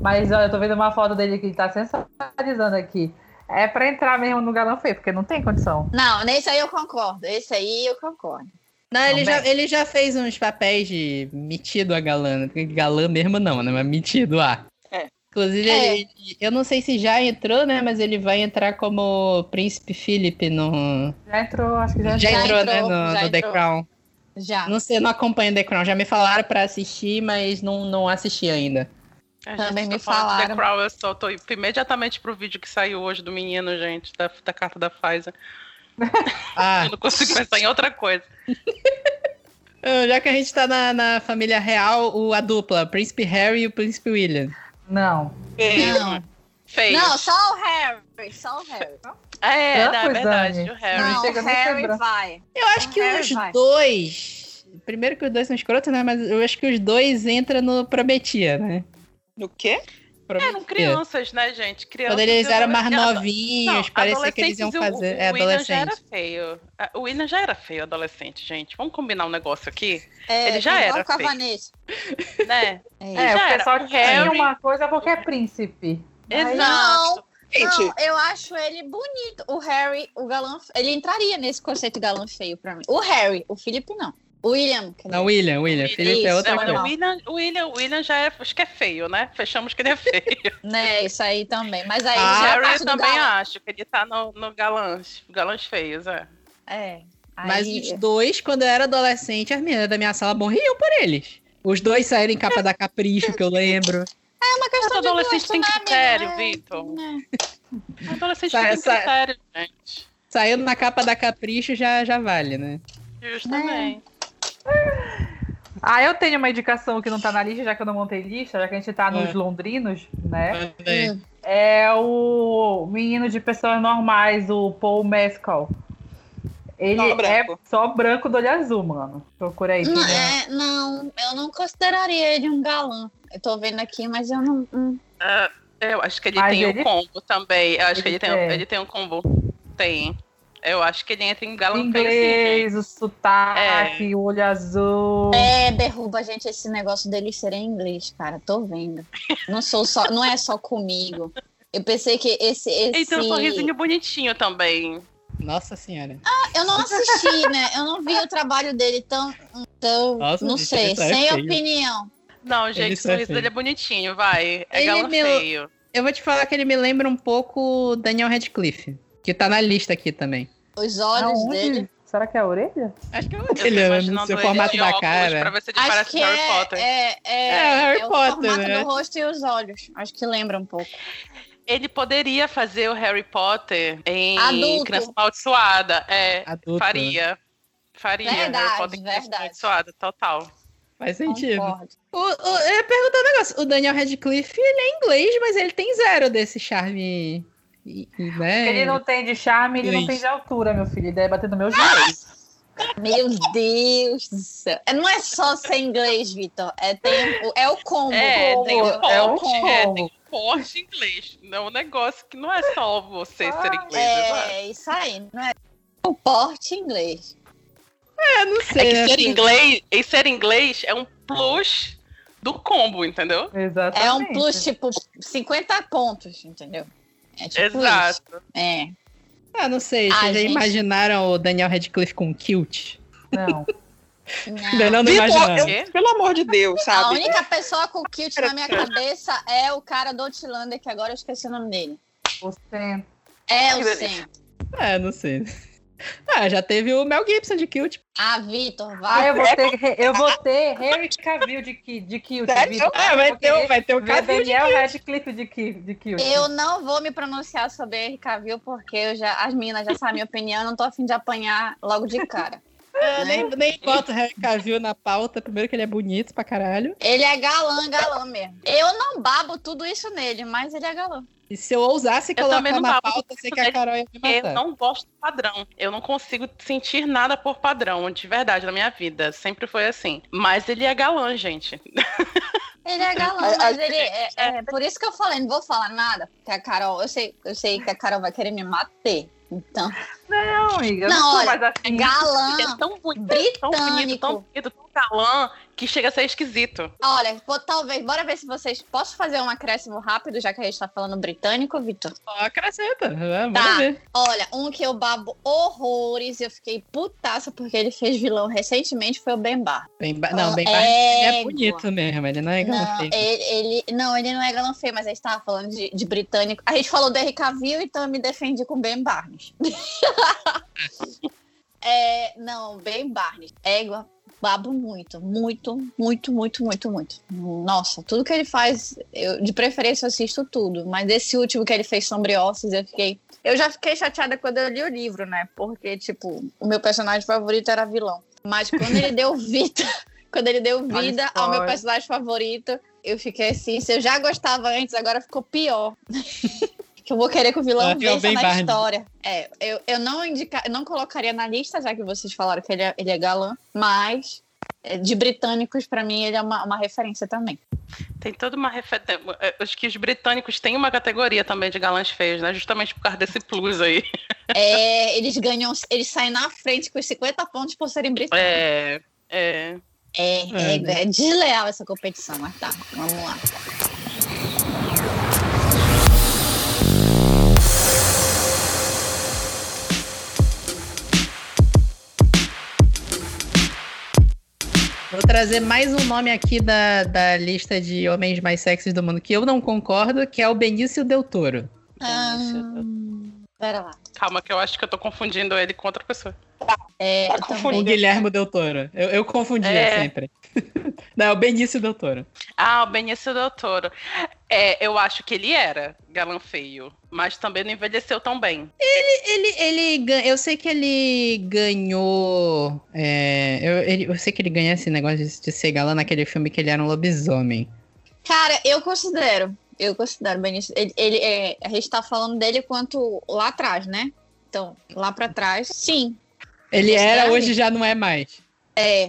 Speaker 3: Mas olha, eu tô vendo uma foto dele que ele tá sensacionalizando aqui. É pra entrar mesmo no galão feio, porque não tem condição.
Speaker 2: Não, nesse aí eu concordo. Esse aí eu concordo.
Speaker 1: Não, ele
Speaker 3: Não,
Speaker 1: já, ele já fez uns papéis de metido a galã. Galã mesmo não, né? Mas metido a.
Speaker 4: É.
Speaker 1: Inclusive,
Speaker 2: É.
Speaker 1: ele- eu não sei se já entrou, né? Mas ele vai entrar como Príncipe Philip no.
Speaker 3: Já entrou, acho que já
Speaker 1: Já, entrou,
Speaker 3: entrou.
Speaker 2: entrou,
Speaker 1: né? No,
Speaker 2: já
Speaker 1: no The
Speaker 2: entrou.
Speaker 1: Crown.
Speaker 2: Já.
Speaker 1: Não sei, eu não acompanho The Crown. Já me falaram pra assistir, mas não, não assisti ainda.
Speaker 5: A
Speaker 2: Também
Speaker 5: tá
Speaker 2: me
Speaker 5: falando de
Speaker 2: falaram.
Speaker 5: The Crown, eu só tô imediatamente pro vídeo que saiu hoje do menino, gente, da, da carta da Pfizer.
Speaker 1: Ah,
Speaker 5: Eu não consigo pensar em outra coisa.
Speaker 1: já que a gente tá na, na família real, o, a dupla, Príncipe Harry e o Príncipe William.
Speaker 3: Não.
Speaker 4: feio.
Speaker 2: Não.
Speaker 5: Feio.
Speaker 2: Não, só o Harry, só o Harry.
Speaker 5: É,
Speaker 3: Não,
Speaker 5: na
Speaker 3: pois,
Speaker 5: verdade,
Speaker 3: Dani.
Speaker 5: o Harry.
Speaker 2: Não,
Speaker 3: chega
Speaker 2: o
Speaker 3: a me
Speaker 2: Harry
Speaker 3: quebrar.
Speaker 2: vai.
Speaker 1: Eu acho que
Speaker 2: Harry
Speaker 1: os
Speaker 2: vai.
Speaker 1: dois. Primeiro que os dois são escrotos, né? Mas eu acho que os dois entram no Prometia, né?
Speaker 4: No quê?
Speaker 5: Eram crianças, né, gente? Crianças.
Speaker 1: Quando eles eram mais
Speaker 5: e ado-
Speaker 1: novinhos,
Speaker 5: Não,
Speaker 1: parecia que eles iam
Speaker 5: adolescentes, o-
Speaker 1: fazer. é
Speaker 5: O William já era
Speaker 1: adolescente.
Speaker 5: feio. Ah, O William já era feio adolescente, gente. Vamos combinar um negócio aqui,
Speaker 2: É,
Speaker 5: Ele já
Speaker 2: igual
Speaker 5: era
Speaker 2: com a
Speaker 5: feio.
Speaker 2: Vanessa.
Speaker 5: né?
Speaker 2: É.
Speaker 3: É,
Speaker 5: Já
Speaker 3: o
Speaker 5: era.
Speaker 3: pessoal
Speaker 5: O
Speaker 3: tinha
Speaker 5: Harry-
Speaker 3: uma coisa porque é príncipe.
Speaker 5: Exato.
Speaker 4: Gente,
Speaker 2: Não, eu acho ele bonito. O Harry, o galã, ele entraria nesse conceito galã feio pra mim. O Harry, o Felipe não. William. quer
Speaker 1: Não, William, William. Felipe é
Speaker 2: Isso,
Speaker 1: outra
Speaker 5: Não, mas
Speaker 1: coisa.
Speaker 5: o William, o William, o William já é. Acho que é feio, né? Fechamos que ele é feio.
Speaker 2: dizer, Né, isso aí também. Mas aí
Speaker 5: o
Speaker 2: É, já a
Speaker 5: Jerry
Speaker 2: parte
Speaker 5: eu
Speaker 2: do
Speaker 5: Ah, também
Speaker 2: galã.
Speaker 5: acho que ele tá no, no galãs. Galãs feios, é.
Speaker 2: É. Aí,
Speaker 1: Mas os dois, quando eu era adolescente, as meninas da minha sala morriam por eles. Os dois saíram em capa da Capricho, que eu lembro.
Speaker 2: é uma questão
Speaker 5: Todo
Speaker 2: de
Speaker 5: adolescente
Speaker 2: gosto,
Speaker 5: tem
Speaker 2: né,
Speaker 5: critério,
Speaker 2: amiga?
Speaker 5: Vitor.
Speaker 2: É.
Speaker 5: Adolescente
Speaker 1: Sai-
Speaker 5: tem
Speaker 1: sai-
Speaker 5: critério, gente.
Speaker 1: Saindo na capa da Capricho já, já vale, né?
Speaker 2: É.
Speaker 5: Justamente.
Speaker 3: Ah, eu tenho uma indicação que não tá na lista, já que eu não montei lista, já que a gente tá nos
Speaker 1: É.
Speaker 3: londrinos, né?
Speaker 1: Mandei.
Speaker 3: É o menino de pessoas normais, o Paul Mescal. Ele
Speaker 4: Só
Speaker 3: é
Speaker 4: branco.
Speaker 3: só branco do olho azul, mano. Procura aí.
Speaker 2: Não,
Speaker 3: tá vendo?
Speaker 2: é, não, eu não consideraria ele um galã. Eu tô vendo aqui, mas eu não. hum.
Speaker 5: Ah, eu acho que ele
Speaker 3: Mas
Speaker 5: tem o
Speaker 3: ele-
Speaker 5: combo também. Eu acho que
Speaker 3: ele
Speaker 5: ele tem, um-
Speaker 3: tem.
Speaker 5: ele tem um combo. Tem. Eu acho que ele entra em galã feio, sim, gente.
Speaker 3: Inglês, o sotaque, o olho azul.
Speaker 2: É, derruba a gente esse negócio deles serem inglês, cara. Tô vendo. Não sou só, não é só comigo. Eu pensei que esse. esse...
Speaker 5: Ele tem um sorrisinho bonitinho também.
Speaker 1: Nossa senhora.
Speaker 2: Eu não assisti, né? Eu não vi o trabalho dele tão. tão
Speaker 1: Nossa,
Speaker 2: não
Speaker 1: gente,
Speaker 2: sei,
Speaker 1: ele tá
Speaker 2: sem
Speaker 1: feio.
Speaker 2: opinião.
Speaker 5: Não, gente, o
Speaker 1: só é
Speaker 5: sorriso
Speaker 1: feio.
Speaker 5: dele é bonitinho, vai. É
Speaker 1: Ele é
Speaker 5: galã
Speaker 1: meio-
Speaker 5: feio.
Speaker 1: Eu vou te falar que ele me lembra um pouco Daniel Radcliffe, que tá na lista aqui também.
Speaker 2: Os olhos
Speaker 3: Aonde?
Speaker 2: dele.
Speaker 3: Será que é a orelha?
Speaker 1: Acho que é
Speaker 5: Eu tô
Speaker 1: ele, no
Speaker 5: imaginando
Speaker 1: seu
Speaker 5: ele
Speaker 1: formato
Speaker 5: de
Speaker 1: da
Speaker 5: óculos Pra
Speaker 1: cara.
Speaker 5: ver se ele
Speaker 2: Acho
Speaker 5: parece
Speaker 2: que
Speaker 5: Harry
Speaker 2: é,
Speaker 5: Potter.
Speaker 2: É, é,
Speaker 1: É, Harry
Speaker 2: o
Speaker 1: Potter,
Speaker 2: formato
Speaker 1: né?
Speaker 2: do rosto e os olhos. Acho que lembra um pouco.
Speaker 5: Ele poderia fazer o Harry Potter em
Speaker 2: Adulto.
Speaker 5: Criança Amaldiçoada. É,
Speaker 1: Adulto. né?
Speaker 5: faria. Faria.
Speaker 2: Verdade,
Speaker 5: Harry Potter em Criança
Speaker 2: verdade.
Speaker 5: Amaldiçoada, total.
Speaker 1: Faz sentido.
Speaker 2: Concordo.
Speaker 1: O, o, eu ia perguntar um negócio. O Daniel Radcliffe, ele é inglês, mas ele tem zero desse charme. e- e, né?
Speaker 3: Ele não tem de charme, ele não
Speaker 1: Inglês.
Speaker 3: tem de altura, meu filho. Ele deve bater no meu joelho.
Speaker 2: Meu Deus do céu. É, Não é só ser inglês, Vitor. É, tem, o- é o combo.
Speaker 5: É, tem um
Speaker 2: Ah,
Speaker 3: É um
Speaker 5: forte, é,
Speaker 3: combo.
Speaker 5: tem um forte inglês. Não é um negócio que não é só você
Speaker 3: Ah,
Speaker 5: ser inglês. né? exato.
Speaker 2: É, isso aí. Não é o porte inglês.
Speaker 1: Eu Ah, não
Speaker 5: É
Speaker 1: sei.
Speaker 5: que
Speaker 1: acho
Speaker 5: ser inglês, e ser inglês é um plus do combo, entendeu?
Speaker 3: Exatamente.
Speaker 2: É um plus, tipo, 50 pontos, entendeu? É tipo
Speaker 5: Exato.
Speaker 2: isso. É.
Speaker 1: Ah, não sei.
Speaker 2: Ah,
Speaker 1: Vocês já
Speaker 2: gente.
Speaker 1: imaginaram o Daniel Radcliffe com kilt?
Speaker 3: Não.
Speaker 5: Ah,
Speaker 2: Não.
Speaker 1: Daniel não
Speaker 4: Vitor,
Speaker 1: imaginava.
Speaker 5: Quê?
Speaker 4: eu- pelo amor de Deus,
Speaker 2: A
Speaker 4: sabe?
Speaker 2: única pessoa com kilt na minha cabeça é o cara do Outlander, que agora eu esqueci o nome dele.
Speaker 3: Você...
Speaker 2: É o
Speaker 4: Que
Speaker 2: Sim.
Speaker 1: Ah, não sei. Ah, já teve o Mel Gibson de kilt.
Speaker 2: Ah, Vitor,
Speaker 3: Ah,
Speaker 2: vai.
Speaker 3: eu vou ter, eu vou ter Harry Cavill de, ki- de Kilt.
Speaker 4: Sério?
Speaker 3: Vitor.
Speaker 1: Ah, vai
Speaker 3: Eu
Speaker 1: ter, o-
Speaker 3: vou
Speaker 1: vai ter o
Speaker 3: querer ver
Speaker 1: Cavill de
Speaker 3: Daniel Radcliffe de, ki, de Kilt.
Speaker 2: Eu não vou me pronunciar sobre Henry Cavill, porque eu já, as meninas já sabem a minha opinião, eu não tô afim de apanhar logo de cara.
Speaker 1: Eu nem,
Speaker 5: né?
Speaker 1: nem boto o Harry Cavill na pauta. Primeiro que ele é bonito pra caralho.
Speaker 2: Ele é galã, galã mesmo. Eu não babo tudo isso nele, mas ele é galã.
Speaker 1: E se eu ousasse
Speaker 5: Eu
Speaker 1: colocar
Speaker 5: também não
Speaker 1: na
Speaker 5: tava
Speaker 1: pauta, sei que a
Speaker 5: dele,
Speaker 1: Carol ia me
Speaker 5: Porque eu
Speaker 1: matar.
Speaker 5: não gosto do padrão. Eu não consigo sentir nada por padrão, de verdade, na minha vida. Sempre foi assim. Mas ele é galã, gente.
Speaker 2: Ele é galã,
Speaker 4: A- a-
Speaker 2: mas ele é, é- Por isso que eu falei, não vou falar nada, porque a Carol, eu sei, eu sei que a Carol vai querer me matar.
Speaker 3: É
Speaker 2: Então,
Speaker 3: Não, amiga. eu
Speaker 2: Não,
Speaker 3: sou
Speaker 2: olha,
Speaker 3: mais
Speaker 2: é
Speaker 3: assim.
Speaker 5: Ele é
Speaker 2: galã.
Speaker 5: tão bonito, tão bonito, tão bonito, tão galã, que chega a ser esquisito.
Speaker 2: Olha, vou, talvez, bora ver se vocês. Posso fazer um acréscimo rápido, já que a gente tá falando britânico, Vitor?
Speaker 1: Só acrescenta.
Speaker 5: Ah,
Speaker 1: é, Bora
Speaker 2: Tá.
Speaker 1: ver.
Speaker 2: Olha, um que eu babo horrores, eu fiquei putaça porque ele fez vilão recentemente, foi o Ben Bar.
Speaker 1: Bem ba- Não, bem
Speaker 2: Ah,
Speaker 1: baixo. Ele é
Speaker 2: égua.
Speaker 1: bonito mesmo. Ele não é
Speaker 2: Não,
Speaker 1: galante.
Speaker 2: ele, ele- não, ele não é galã feio, mas a gente tava falando de, de britânico. A gente falou do Henry Cavill, então eu me defendi com Ben Barnes. É, não, Ben Barnes. Égua, babo muito, muito, muito, muito, muito, muito. Nossa, tudo que ele faz, eu de preferência eu assisto tudo, mas esse último que ele fez sobre ossos, eu fiquei. Eu já fiquei chateada quando eu li o livro, né? Porque, tipo, o meu personagem favorito era vilão. Mas quando ele deu vida, quando ele deu
Speaker 3: Olha
Speaker 2: vida ao meu
Speaker 3: só.
Speaker 2: personagem favorito, eu fiquei assim, se eu já gostava antes, agora ficou pior. que eu vou querer que o vilão
Speaker 1: Ah, viu,
Speaker 2: vença
Speaker 1: bem
Speaker 2: na
Speaker 1: Barney.
Speaker 2: história. É, eu, eu não indica, eu não colocaria na lista, já que vocês falaram que ele é, ele é galã, mas é, de britânicos, pra mim, ele é uma, uma referência também.
Speaker 5: Tem toda uma referência. Acho que os britânicos têm uma categoria também de galãs feios, né? Justamente por causa desse plus aí.
Speaker 2: É, eles ganham, eles saem na frente com os 50 pontos por serem britânicos.
Speaker 5: É. É.
Speaker 2: É, é,
Speaker 1: né?
Speaker 2: é desleal essa competição, mas tá, vamos lá.
Speaker 1: trazer mais um nome aqui da, da lista de homens mais sexys do mundo que eu não concordo, que é o Benício Del Toro.
Speaker 2: Ah, pera lá.
Speaker 5: Calma, que eu acho que eu tô confundindo ele com outra pessoa.
Speaker 2: É,
Speaker 4: Tá
Speaker 2: eu também-
Speaker 4: confundindo.
Speaker 1: O Guilherme Del Toro. Eu, eu confundia
Speaker 5: É.
Speaker 1: sempre. não, é o Benício Del Toro.
Speaker 5: Ah, o Benício Del Toro. É, eu acho que ele era galã feio, mas também não envelheceu tão bem.
Speaker 1: Ele, ele, gan- eu sei que ele ganhou. é, eu, ele- eu sei que ele ganhou esse negócio de, de ser galã naquele filme que ele era um lobisomem.
Speaker 2: Cara, eu considero. Eu considero o Benício. Ele, ele, é, a gente tá falando dele quanto lá atrás, né? Então, lá pra trás, sim.
Speaker 1: Ele era,
Speaker 2: Lobisomem?
Speaker 1: hoje já não é mais.
Speaker 2: É.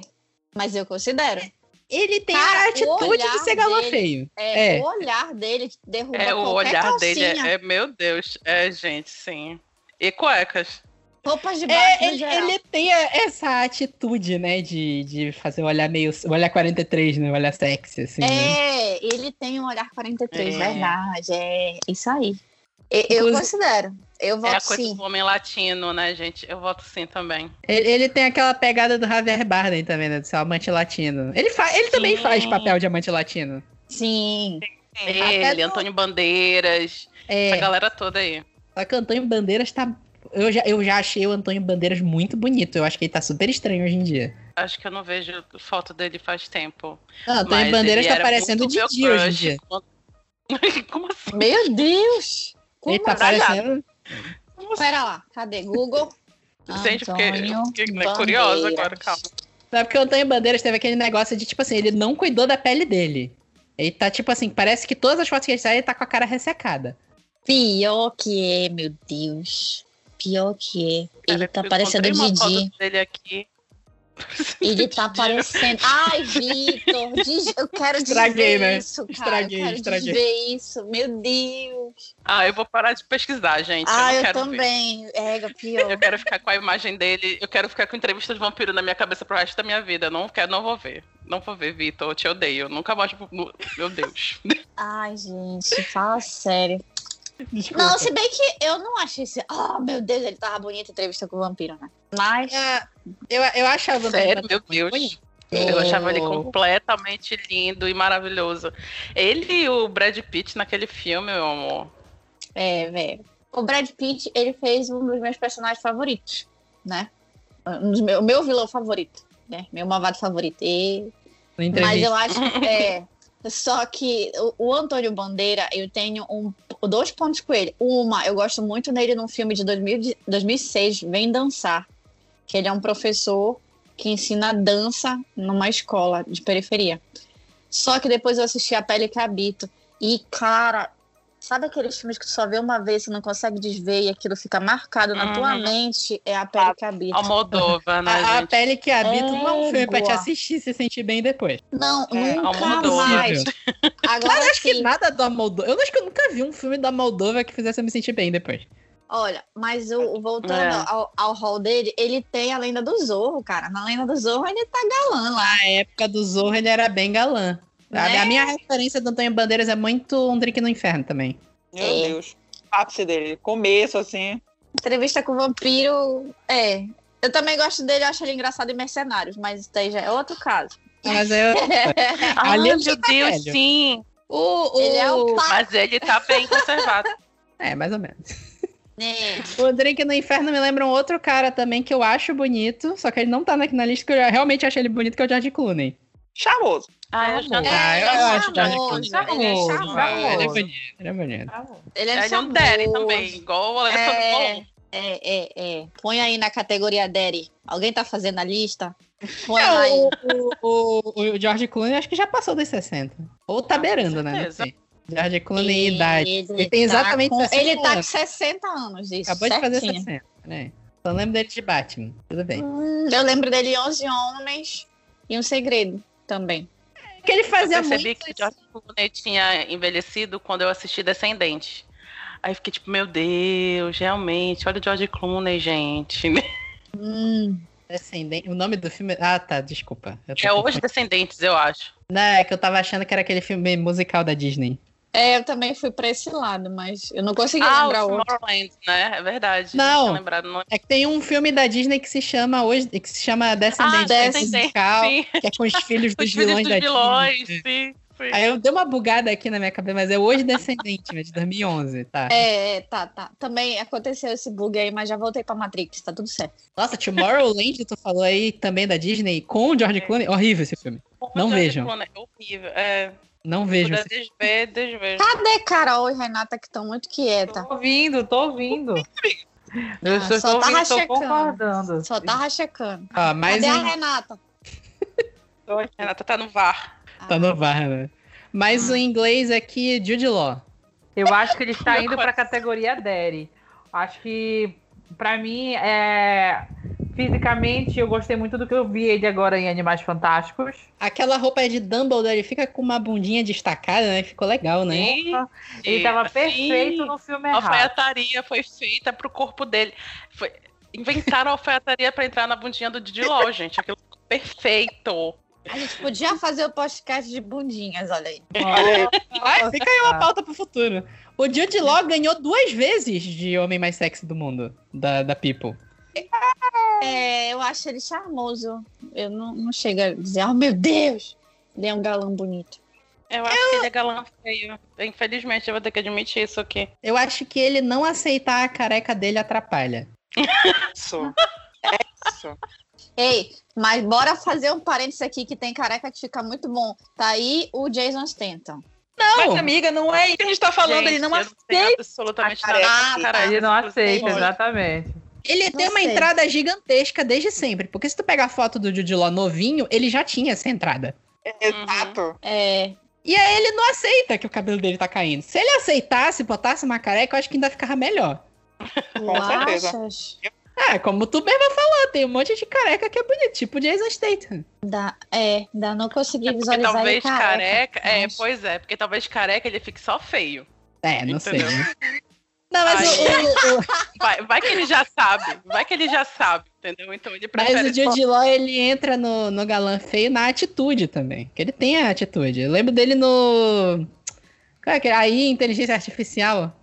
Speaker 2: Mas eu considero.
Speaker 1: Ele tem
Speaker 2: Cara,
Speaker 1: a
Speaker 2: o
Speaker 1: atitude de
Speaker 2: olhar
Speaker 1: ser galã
Speaker 2: dele-
Speaker 1: feio.
Speaker 2: É,
Speaker 1: É.
Speaker 2: O olhar dele que derruba
Speaker 5: É, o
Speaker 2: qualquer
Speaker 5: olhar
Speaker 2: calcinha.
Speaker 5: dele é, é- meu Deus. É, gente, sim. E cuecas.
Speaker 2: Roupas de baixo,
Speaker 1: É,
Speaker 2: no
Speaker 1: ele,
Speaker 2: geral.
Speaker 1: ele tem a- essa atitude, né, de, de fazer o olhar meio. O olhar 43, né? O olhar sexy, assim. né?
Speaker 2: É, ele tem um olhar 43,
Speaker 5: É.
Speaker 2: verdade. É isso aí. E- Eu,
Speaker 1: Inclusive-
Speaker 2: considero. Eu
Speaker 5: É
Speaker 2: voto
Speaker 5: a coisa
Speaker 2: sim.
Speaker 5: do homem latino, né, gente? Eu voto sim também.
Speaker 1: Ele, ele tem aquela pegada do Javier Bardem também, né? Do seu amante latino. Ele, fa ele também
Speaker 5: Sim.
Speaker 1: faz papel de amante latino.
Speaker 2: Sim.
Speaker 5: Ele,
Speaker 2: no-
Speaker 5: Antônio Bandeiras, essa
Speaker 1: É.
Speaker 5: galera toda aí.
Speaker 1: Só que o Antônio Bandeiras tá. Eu já, eu já achei o Antônio Bandeiras muito bonito. Eu acho que ele tá super estranho hoje em dia.
Speaker 5: Acho que eu não vejo foto dele faz tempo.
Speaker 1: Não, o Antônio
Speaker 5: Mas
Speaker 1: Bandeiras
Speaker 5: ele
Speaker 1: tá
Speaker 5: era
Speaker 1: parecendo o
Speaker 5: muito meu
Speaker 1: Didi hoje em
Speaker 5: crush
Speaker 1: dia.
Speaker 5: quando- Como assim?
Speaker 2: Meu Deus! Como
Speaker 1: ele tá
Speaker 2: assim?
Speaker 1: parecendo.
Speaker 2: Pera lá, cadê? Google?
Speaker 5: assim? Gente, eu fiquei, eu
Speaker 2: Antônio
Speaker 5: fiquei curiosa
Speaker 2: Bandeiras.
Speaker 5: agora, calma.
Speaker 1: Sabe porque o Antônio Bandeiras teve aquele negócio de, tipo assim, ele não cuidou da pele dele. Ele tá, tipo assim, parece que todas as fotos que ele sai, ele tá com a cara ressecada.
Speaker 2: Pior que é, meu Deus. Pior que é. Ele
Speaker 5: Cara,
Speaker 2: tá
Speaker 5: eu
Speaker 2: parecendo
Speaker 5: encontrei uma
Speaker 2: Didi.
Speaker 5: foto dele aqui.
Speaker 2: Ele tá parecendo. Ai, Vitor, diz- eu quero
Speaker 1: Estraguei,
Speaker 2: dizer
Speaker 1: né?
Speaker 2: isso, cara.
Speaker 1: Estraguei,
Speaker 2: eu quero
Speaker 1: estraguei.
Speaker 2: dizer isso, meu Deus.
Speaker 5: Ah, eu vou parar de pesquisar, gente.
Speaker 2: ah,
Speaker 5: eu, não
Speaker 2: eu
Speaker 5: quero ver.
Speaker 2: também. É,
Speaker 5: Eu
Speaker 2: pior.
Speaker 5: quero ficar com a imagem dele. Eu quero ficar com entrevista de vampiro na minha cabeça pro resto da minha vida. Não quero, não vou ver. Não vou ver, Vitor. Eu te odeio. Nunca mais. vou- nu- Meu Deus.
Speaker 2: Ai, gente, fala sério.
Speaker 1: Desculpa.
Speaker 2: Não, se bem que eu não achei esse. Oh, meu Deus, ele tava bonito entrevista com o vampiro, né? Mas.
Speaker 1: É, eu, eu achava o Antônio
Speaker 5: Sério,
Speaker 1: Bandeiras
Speaker 5: meu
Speaker 1: muito
Speaker 5: Deus.
Speaker 1: bonito. Oh.
Speaker 5: Eu achava ele
Speaker 1: Eu-
Speaker 5: completamente lindo e maravilhoso. Ele e o Brad Pitt naquele filme, meu amor.
Speaker 2: É, velho. O Brad Pitt, ele fez um dos meus personagens favoritos, né? Um dos meus, o meu vilão favorito, né? Meu malvado favorito. E
Speaker 1: Na
Speaker 2: Mas
Speaker 1: entrevista.
Speaker 2: eu acho que é. Só que o, o Antônio Bandeira, eu tenho um, dois pontos com ele. Uma, eu gosto muito nele num filme de 2000 de- 2006, Vem Dançar, que ele é um professor que ensina dança numa escola de periferia. Só que depois eu assisti A Pele que Habito. E, cara, sabe aqueles filmes que tu só vê uma vez e não consegue desver e aquilo fica marcado na tua
Speaker 5: Uhum.
Speaker 2: mente? É A Pele que Habito.
Speaker 5: Almodova, né,
Speaker 1: A, a
Speaker 5: gente?
Speaker 1: pele que habita não é um filme pra te
Speaker 2: Égua.
Speaker 1: assistir e se sentir bem depois.
Speaker 2: Não,
Speaker 1: É,
Speaker 2: nunca
Speaker 5: Almodóvar.
Speaker 2: mais. Agora
Speaker 1: Cara, acho que
Speaker 2: sim.
Speaker 1: nada da Moldova. Eu acho que eu nunca vi um filme da Moldova que fizesse eu me sentir bem depois.
Speaker 2: Olha, mas o, o- voltando
Speaker 5: É.
Speaker 2: ao, ao hall dele, ele tem a lenda do Zorro, cara. Na lenda do Zorro ele tá galã lá.
Speaker 1: Na época do Zorro, ele era bem galã. A-
Speaker 2: Né?
Speaker 1: A minha referência do Antônio Bandeiras é muito Um Drink no Inferno também.
Speaker 4: Meu
Speaker 2: É.
Speaker 4: Deus. Ápice dele. Começo, assim.
Speaker 2: Entrevista com o vampiro, é. Eu também gosto dele, eu acho ele engraçado em Mercenários, mas isso daí já é outro caso.
Speaker 1: Mas eu...
Speaker 5: Ai,
Speaker 1: Ali
Speaker 5: é meu
Speaker 1: ele
Speaker 5: Deus,
Speaker 1: tá velho.
Speaker 5: sim.
Speaker 1: o, o...
Speaker 2: Ele é o pai,
Speaker 5: Mas ele tá bem conservado.
Speaker 1: É, mais ou menos.
Speaker 2: né?
Speaker 1: O Drink no Inferno me lembra um outro cara também que eu acho bonito, só que ele não tá na- na lista que eu já- realmente acho ele bonito, que é o George Clooney.
Speaker 4: Charmoso.
Speaker 5: Ah,
Speaker 3: eu já-
Speaker 2: É,
Speaker 1: Ah, eu acho o George
Speaker 2: charmoso,
Speaker 1: Clooney.
Speaker 2: ele é
Speaker 4: Charmoso,
Speaker 1: Ele é
Speaker 2: charmoso.
Speaker 1: bonito, ele é bonito.
Speaker 2: Ele é,
Speaker 5: Ele é um
Speaker 2: charmoso.
Speaker 5: Derry também, igual o Alessandro
Speaker 2: É.
Speaker 5: Colombo.
Speaker 2: É, é, é. Põe aí na categoria Derry. Alguém tá fazendo a lista? Põe
Speaker 1: É,
Speaker 2: aí.
Speaker 1: o, o, o George Clooney acho que já passou dos 60. Ou tá
Speaker 5: Ah, com
Speaker 1: beirando, né? Não
Speaker 5: certeza.
Speaker 1: sei. George Clooney e idade.
Speaker 2: Ele
Speaker 1: tem exatamente
Speaker 2: tá com,
Speaker 1: 60
Speaker 2: Ele tá com
Speaker 1: anos.
Speaker 2: 60 anos, isso.
Speaker 1: Acabou de fazer
Speaker 2: certinho.
Speaker 1: 60, né? Só lembro dele de Batman. Tudo bem.
Speaker 5: Ah,
Speaker 2: Hum, Eu lembro dele em 11 Homens e Um Segredo também.
Speaker 1: É que ele
Speaker 5: Eu
Speaker 1: fazia
Speaker 5: percebi
Speaker 1: muito.
Speaker 5: que o George Clooney tinha envelhecido quando eu assisti Descendente. Aí eu fiquei tipo, meu Deus, realmente, olha o George Clooney, gente. Hum.
Speaker 1: Descendente- assim, O nome do filme. Ah, tá, desculpa. Eu tô
Speaker 5: É hoje
Speaker 1: confundindo.
Speaker 5: Descendentes, eu acho.
Speaker 1: Não, é que eu tava achando que era aquele filme musical da Disney.
Speaker 2: É, eu também fui pra esse lado, mas eu não consegui
Speaker 5: Ah, o
Speaker 2: lembrar outro.
Speaker 5: Tomorrowland, né? É verdade.
Speaker 1: Não.
Speaker 5: tinha lembrado o nome.
Speaker 1: É que tem um filme da Disney que se chama hoje, que se chama
Speaker 5: Ah,
Speaker 1: Descendente
Speaker 5: tem, tem,
Speaker 1: Musical,
Speaker 5: sim.
Speaker 1: que é com os filhos dos
Speaker 5: Os filhos
Speaker 1: vilões
Speaker 5: dos
Speaker 1: da
Speaker 5: vilões,
Speaker 1: Disney.
Speaker 5: sim. sim.
Speaker 1: Aí eu dei uma bugada aqui na minha cabeça, mas é hoje Descendente, né, de 2011, tá?
Speaker 2: É, é, tá, tá. Também aconteceu esse bug aí, mas já voltei pra Matrix, tá tudo certo.
Speaker 1: Nossa, Tomorrowland, tu falou aí também da Disney com o
Speaker 5: É.
Speaker 1: George Clooney. Horrível esse filme.
Speaker 5: O
Speaker 1: Não
Speaker 5: George
Speaker 1: vejam.
Speaker 5: Clooney É horrível. É, se
Speaker 1: Não vejo.
Speaker 5: puder
Speaker 1: esse-
Speaker 5: desver, desvejo.
Speaker 2: Cadê É, Carol e Renata que estão muito quieta?
Speaker 3: Tô ouvindo, tô ouvindo. Eu
Speaker 2: Ah,
Speaker 3: estou
Speaker 2: só tá
Speaker 3: ouvindo, tô
Speaker 2: rachecando.
Speaker 3: concordando.
Speaker 2: Só tá rachecando.
Speaker 1: Ó, mais
Speaker 2: Cadê
Speaker 5: é
Speaker 2: a
Speaker 1: um
Speaker 2: Renata?
Speaker 5: Renata tá no VAR.
Speaker 1: Tá
Speaker 2: Ah,
Speaker 1: no VAR, né? Mas
Speaker 5: Hum.
Speaker 1: o inglês aqui, Jude Law.
Speaker 3: Eu acho que ele está indo para a categoria Derry. Acho que, para mim, é... fisicamente, eu gostei muito do que eu vi ele agora em Animais Fantásticos.
Speaker 1: Aquela roupa de Dumbledore ele fica com uma bundinha destacada, né? Ficou legal, né?
Speaker 5: Sim.
Speaker 3: Ele
Speaker 5: E,
Speaker 3: estava
Speaker 5: assim,
Speaker 3: perfeito no filme
Speaker 5: A
Speaker 3: errado.
Speaker 5: alfaiataria foi feita pro corpo dele. Foi- Inventaram a alfaiataria pra entrar na bundinha do Didi Law, gente. Aquilo ficou perfeito.
Speaker 2: A gente podia fazer o podcast de bundinhas, olha aí.
Speaker 1: Vai, fica aí uma pauta pro futuro. O Jude Law ganhou duas vezes de Homem Mais Sexy do Mundo, da, da People.
Speaker 2: É, eu acho ele charmoso. Eu não, não chego a dizer, oh meu Deus, ele é um galão bonito.
Speaker 5: Eu acho que ele é galã feio. Infelizmente, eu vou ter que admitir isso aqui.
Speaker 1: Eu acho que ele não aceitar a careca dele atrapalha.
Speaker 4: Isso. Isso.
Speaker 2: Ei, mas bora fazer um parênteses aqui que tem careca que fica muito bom. Tá aí o Jason Stanton.
Speaker 1: Não!
Speaker 8: Mas, amiga, não é isso que a gente tá falando,
Speaker 5: Gente,
Speaker 8: ele não
Speaker 5: eu tenho
Speaker 8: aceita.
Speaker 5: absolutamente
Speaker 8: a
Speaker 5: nada.
Speaker 1: Ah,
Speaker 2: careca.
Speaker 5: com careca.
Speaker 3: Ele não aceita,
Speaker 2: Olha.
Speaker 3: exatamente.
Speaker 1: Ele tem uma
Speaker 2: sei.
Speaker 1: entrada gigantesca desde sempre. Porque se tu pegar a foto do Jude Law novinho, ele já tinha essa entrada.
Speaker 5: Uhum.
Speaker 4: Exato.
Speaker 2: É,
Speaker 1: E aí ele não aceita que o cabelo dele tá caindo. Se ele aceitasse, botasse uma careca, eu acho que ainda ficava melhor.
Speaker 2: tu
Speaker 4: Com certeza.
Speaker 2: achas?
Speaker 1: É, como tu mesma falou, tem um monte de careca que é bonito, tipo Jason Statham.
Speaker 2: Dá, é, dá, não consegui
Speaker 5: Porque
Speaker 2: visualizar ele
Speaker 5: talvez
Speaker 2: careca.
Speaker 5: careca. É,
Speaker 2: mas-
Speaker 5: pois é, porque talvez careca ele fique só feio.
Speaker 1: É, não
Speaker 5: Entendeu?
Speaker 1: sei. né? Não, mas o, o- o-
Speaker 5: Vai, vai que ele já sabe. Vai que ele já sabe, entendeu? Então ele
Speaker 1: mas
Speaker 5: prefere.
Speaker 1: o Jude Law, ele entra no, no galã feio na atitude também. Que ele tem a atitude. Eu lembro dele no... Qual é que é? Aí, Inteligência Artificial.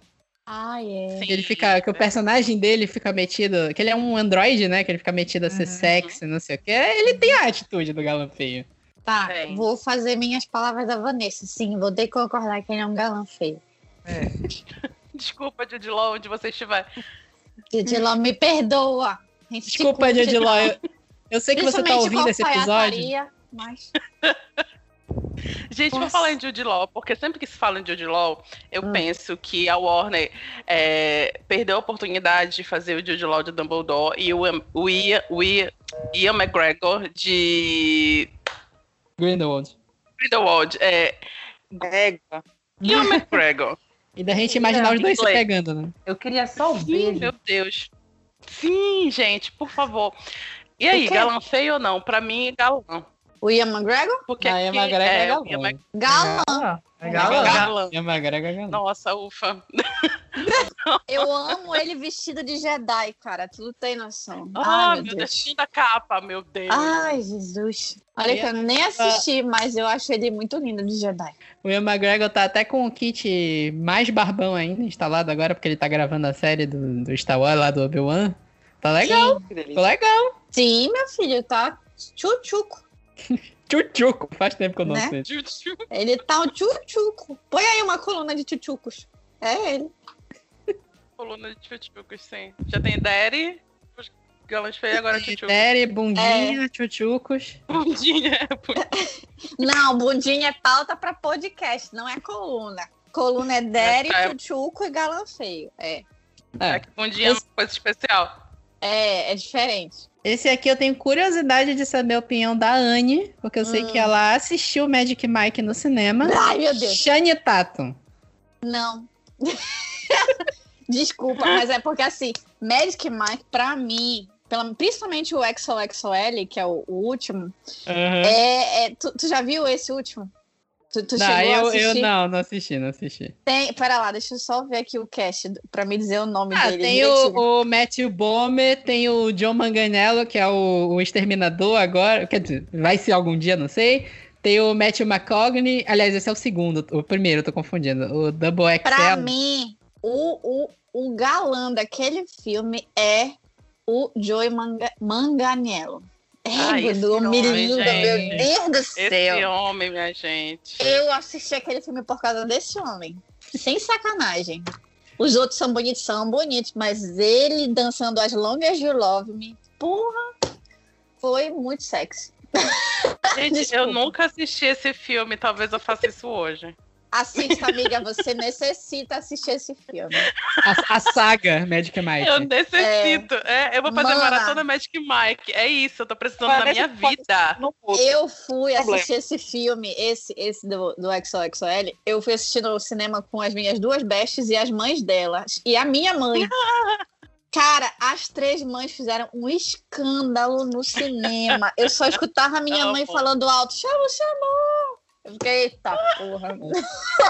Speaker 2: Ah, é.
Speaker 5: Sim,
Speaker 1: Que ele fica, que o personagem dele fica metido, que ele é um androide, né? Que ele fica metido a ser
Speaker 3: Uhum.
Speaker 1: sexy, não sei o quê. Ele tem a atitude do galã feio.
Speaker 2: Tá,
Speaker 5: Bem.
Speaker 2: vou fazer minhas palavras da Vanessa. Sim, vou ter que concordar que ele é um galã feio.
Speaker 5: Desculpa, Jude Law, onde você estiver.
Speaker 2: Didi Ló, me perdoa. A gente
Speaker 1: Desculpa,
Speaker 2: te
Speaker 1: Jude
Speaker 2: curte,
Speaker 1: Law. Eu, eu sei que você tá
Speaker 2: principalmente
Speaker 1: ouvindo
Speaker 2: com
Speaker 1: esse episódio.
Speaker 2: alfaiataria, Mas...
Speaker 5: Gente, vou
Speaker 2: Nossa.
Speaker 5: falar em Jude Law, porque sempre que se fala em Jude Law, eu
Speaker 2: Hum.
Speaker 5: penso que a Warner é, perdeu a oportunidade de fazer o Jude Law de Dumbledore e o, Ian- o, Ian, o Ian- Ian McGregor de
Speaker 1: Grindelwald.
Speaker 5: Grindelwald. É,
Speaker 4: Égua.
Speaker 5: Ian McGregor.
Speaker 1: E da gente imaginar os dois se
Speaker 5: Inglês.
Speaker 1: pegando, né?
Speaker 3: Eu queria só o
Speaker 5: Sim,
Speaker 3: beijo.
Speaker 5: meu Deus. Sim, gente, por favor. E
Speaker 2: O
Speaker 5: aí,
Speaker 2: quê?
Speaker 5: galã feio ou não? Pra mim, galã.
Speaker 2: O Ian McGregor?
Speaker 5: Porque
Speaker 1: Ah, Ian
Speaker 5: aqui-
Speaker 1: McGregor é
Speaker 5: o Ian
Speaker 1: galã.
Speaker 2: Galã.
Speaker 3: Ah, legal.
Speaker 5: McGregor é
Speaker 1: Galã.
Speaker 5: galã.
Speaker 1: Ian McGregor é galã.
Speaker 5: Nossa, ufa.
Speaker 1: É.
Speaker 2: Eu amo ele vestido de Jedi, cara. Tu não tem noção.
Speaker 5: Ah,
Speaker 2: Ai,
Speaker 5: meu Deus, da capa, meu Deus.
Speaker 2: Ai, Jesus. Olha que eu nem assisti, mas eu acho ele muito lindo de Jedi.
Speaker 1: O Ian McGregor tá até com o kit mais barbão ainda instalado agora, porque ele tá gravando a série do, do Star Wars lá do Obi-Wan. Tá legal,
Speaker 4: Que delícia.
Speaker 1: ficou legal.
Speaker 2: Sim, meu filho, tá tchutchuco.
Speaker 1: Tchutchuco, faz tempo que eu não
Speaker 2: Né?
Speaker 1: sei.
Speaker 5: Juju.
Speaker 2: Ele tá um tchutchuco. Põe aí uma coluna de tchutchucos. É ele.
Speaker 5: Coluna de tchutchucos, sim. Já tem Daddy, os galãs feios, agora tchutchucos.
Speaker 1: Série,
Speaker 2: É.
Speaker 1: bundinha, tchutchucos.
Speaker 5: Bundinha.
Speaker 2: Não, bundinha é pauta pra podcast, não é coluna. Coluna é Derry,
Speaker 5: É, tá.
Speaker 2: tchutchuco e galã feio. É.
Speaker 1: É.
Speaker 5: É. que Bundinha é uma coisa especial.
Speaker 2: É, é diferente.
Speaker 1: Esse aqui eu tenho curiosidade de saber a opinião da Anne, porque eu sei
Speaker 2: Hum.
Speaker 1: que ela assistiu Magic Mike no cinema.
Speaker 2: Ai, meu Deus.
Speaker 1: Shane Tatum.
Speaker 2: Não. Desculpa, mas é porque assim, Magic Mike, pra mim, pela- principalmente o XOXOL, que é o, o último, é. é- tu, tu já viu esse último? Tu, tu
Speaker 1: Não,
Speaker 2: chegou a
Speaker 1: eu, eu
Speaker 2: assistir?
Speaker 1: não, não assisti, não assisti.
Speaker 2: Tem, pera lá, deixa eu só ver aqui o cast do- pra me dizer o nome
Speaker 1: Ah,
Speaker 2: dele.
Speaker 1: tem
Speaker 2: direitinho.
Speaker 1: o, o Matthew Bomer, tem o John Manganello, que é o, o Exterminador agora, quer dizer, vai ser algum dia, não sei. Tem o Matthew McCogney. Aliás, esse é o segundo. O primeiro, eu tô confundindo. O Double é XL.
Speaker 2: Pra mim, o, o, o galã daquele filme é o Joey Manga, Manganiello.
Speaker 5: Ah,
Speaker 2: Égua
Speaker 5: esse
Speaker 2: do
Speaker 5: nome,
Speaker 2: menino, meu
Speaker 1: gente.
Speaker 2: Deus do
Speaker 5: Esse
Speaker 2: céu.
Speaker 5: homem, minha gente.
Speaker 2: Eu assisti aquele filme por causa desse homem. Sem sacanagem. Os outros são bonitos, são bonitos, mas ele dançando as longas de Love Me, porra, foi muito sexy.
Speaker 5: Gente,
Speaker 2: Desculpa.
Speaker 5: eu nunca assisti esse filme, talvez eu faça isso hoje.
Speaker 2: Assista, amiga, você necessita assistir esse filme.
Speaker 1: A, a saga Magic Mike.
Speaker 5: Eu necessito. É, eu vou fazer
Speaker 2: Mana.
Speaker 5: maratona Magic Mike. É isso, eu tô precisando da
Speaker 4: Parece
Speaker 5: minha
Speaker 4: que pode-
Speaker 5: vida.
Speaker 4: No puto.
Speaker 2: Eu fui
Speaker 4: Problema.
Speaker 2: assistir esse filme, esse, esse do, do XOXOL, eu fui assistir no cinema com as minhas duas bestes e as mães delas. E a minha mãe. Cara, as três mães fizeram um escândalo no cinema. Eu só escutava a minha
Speaker 5: Ela
Speaker 2: mãe
Speaker 5: falou.
Speaker 2: falando alto, chama, chamou. Eu fiquei, eita porra.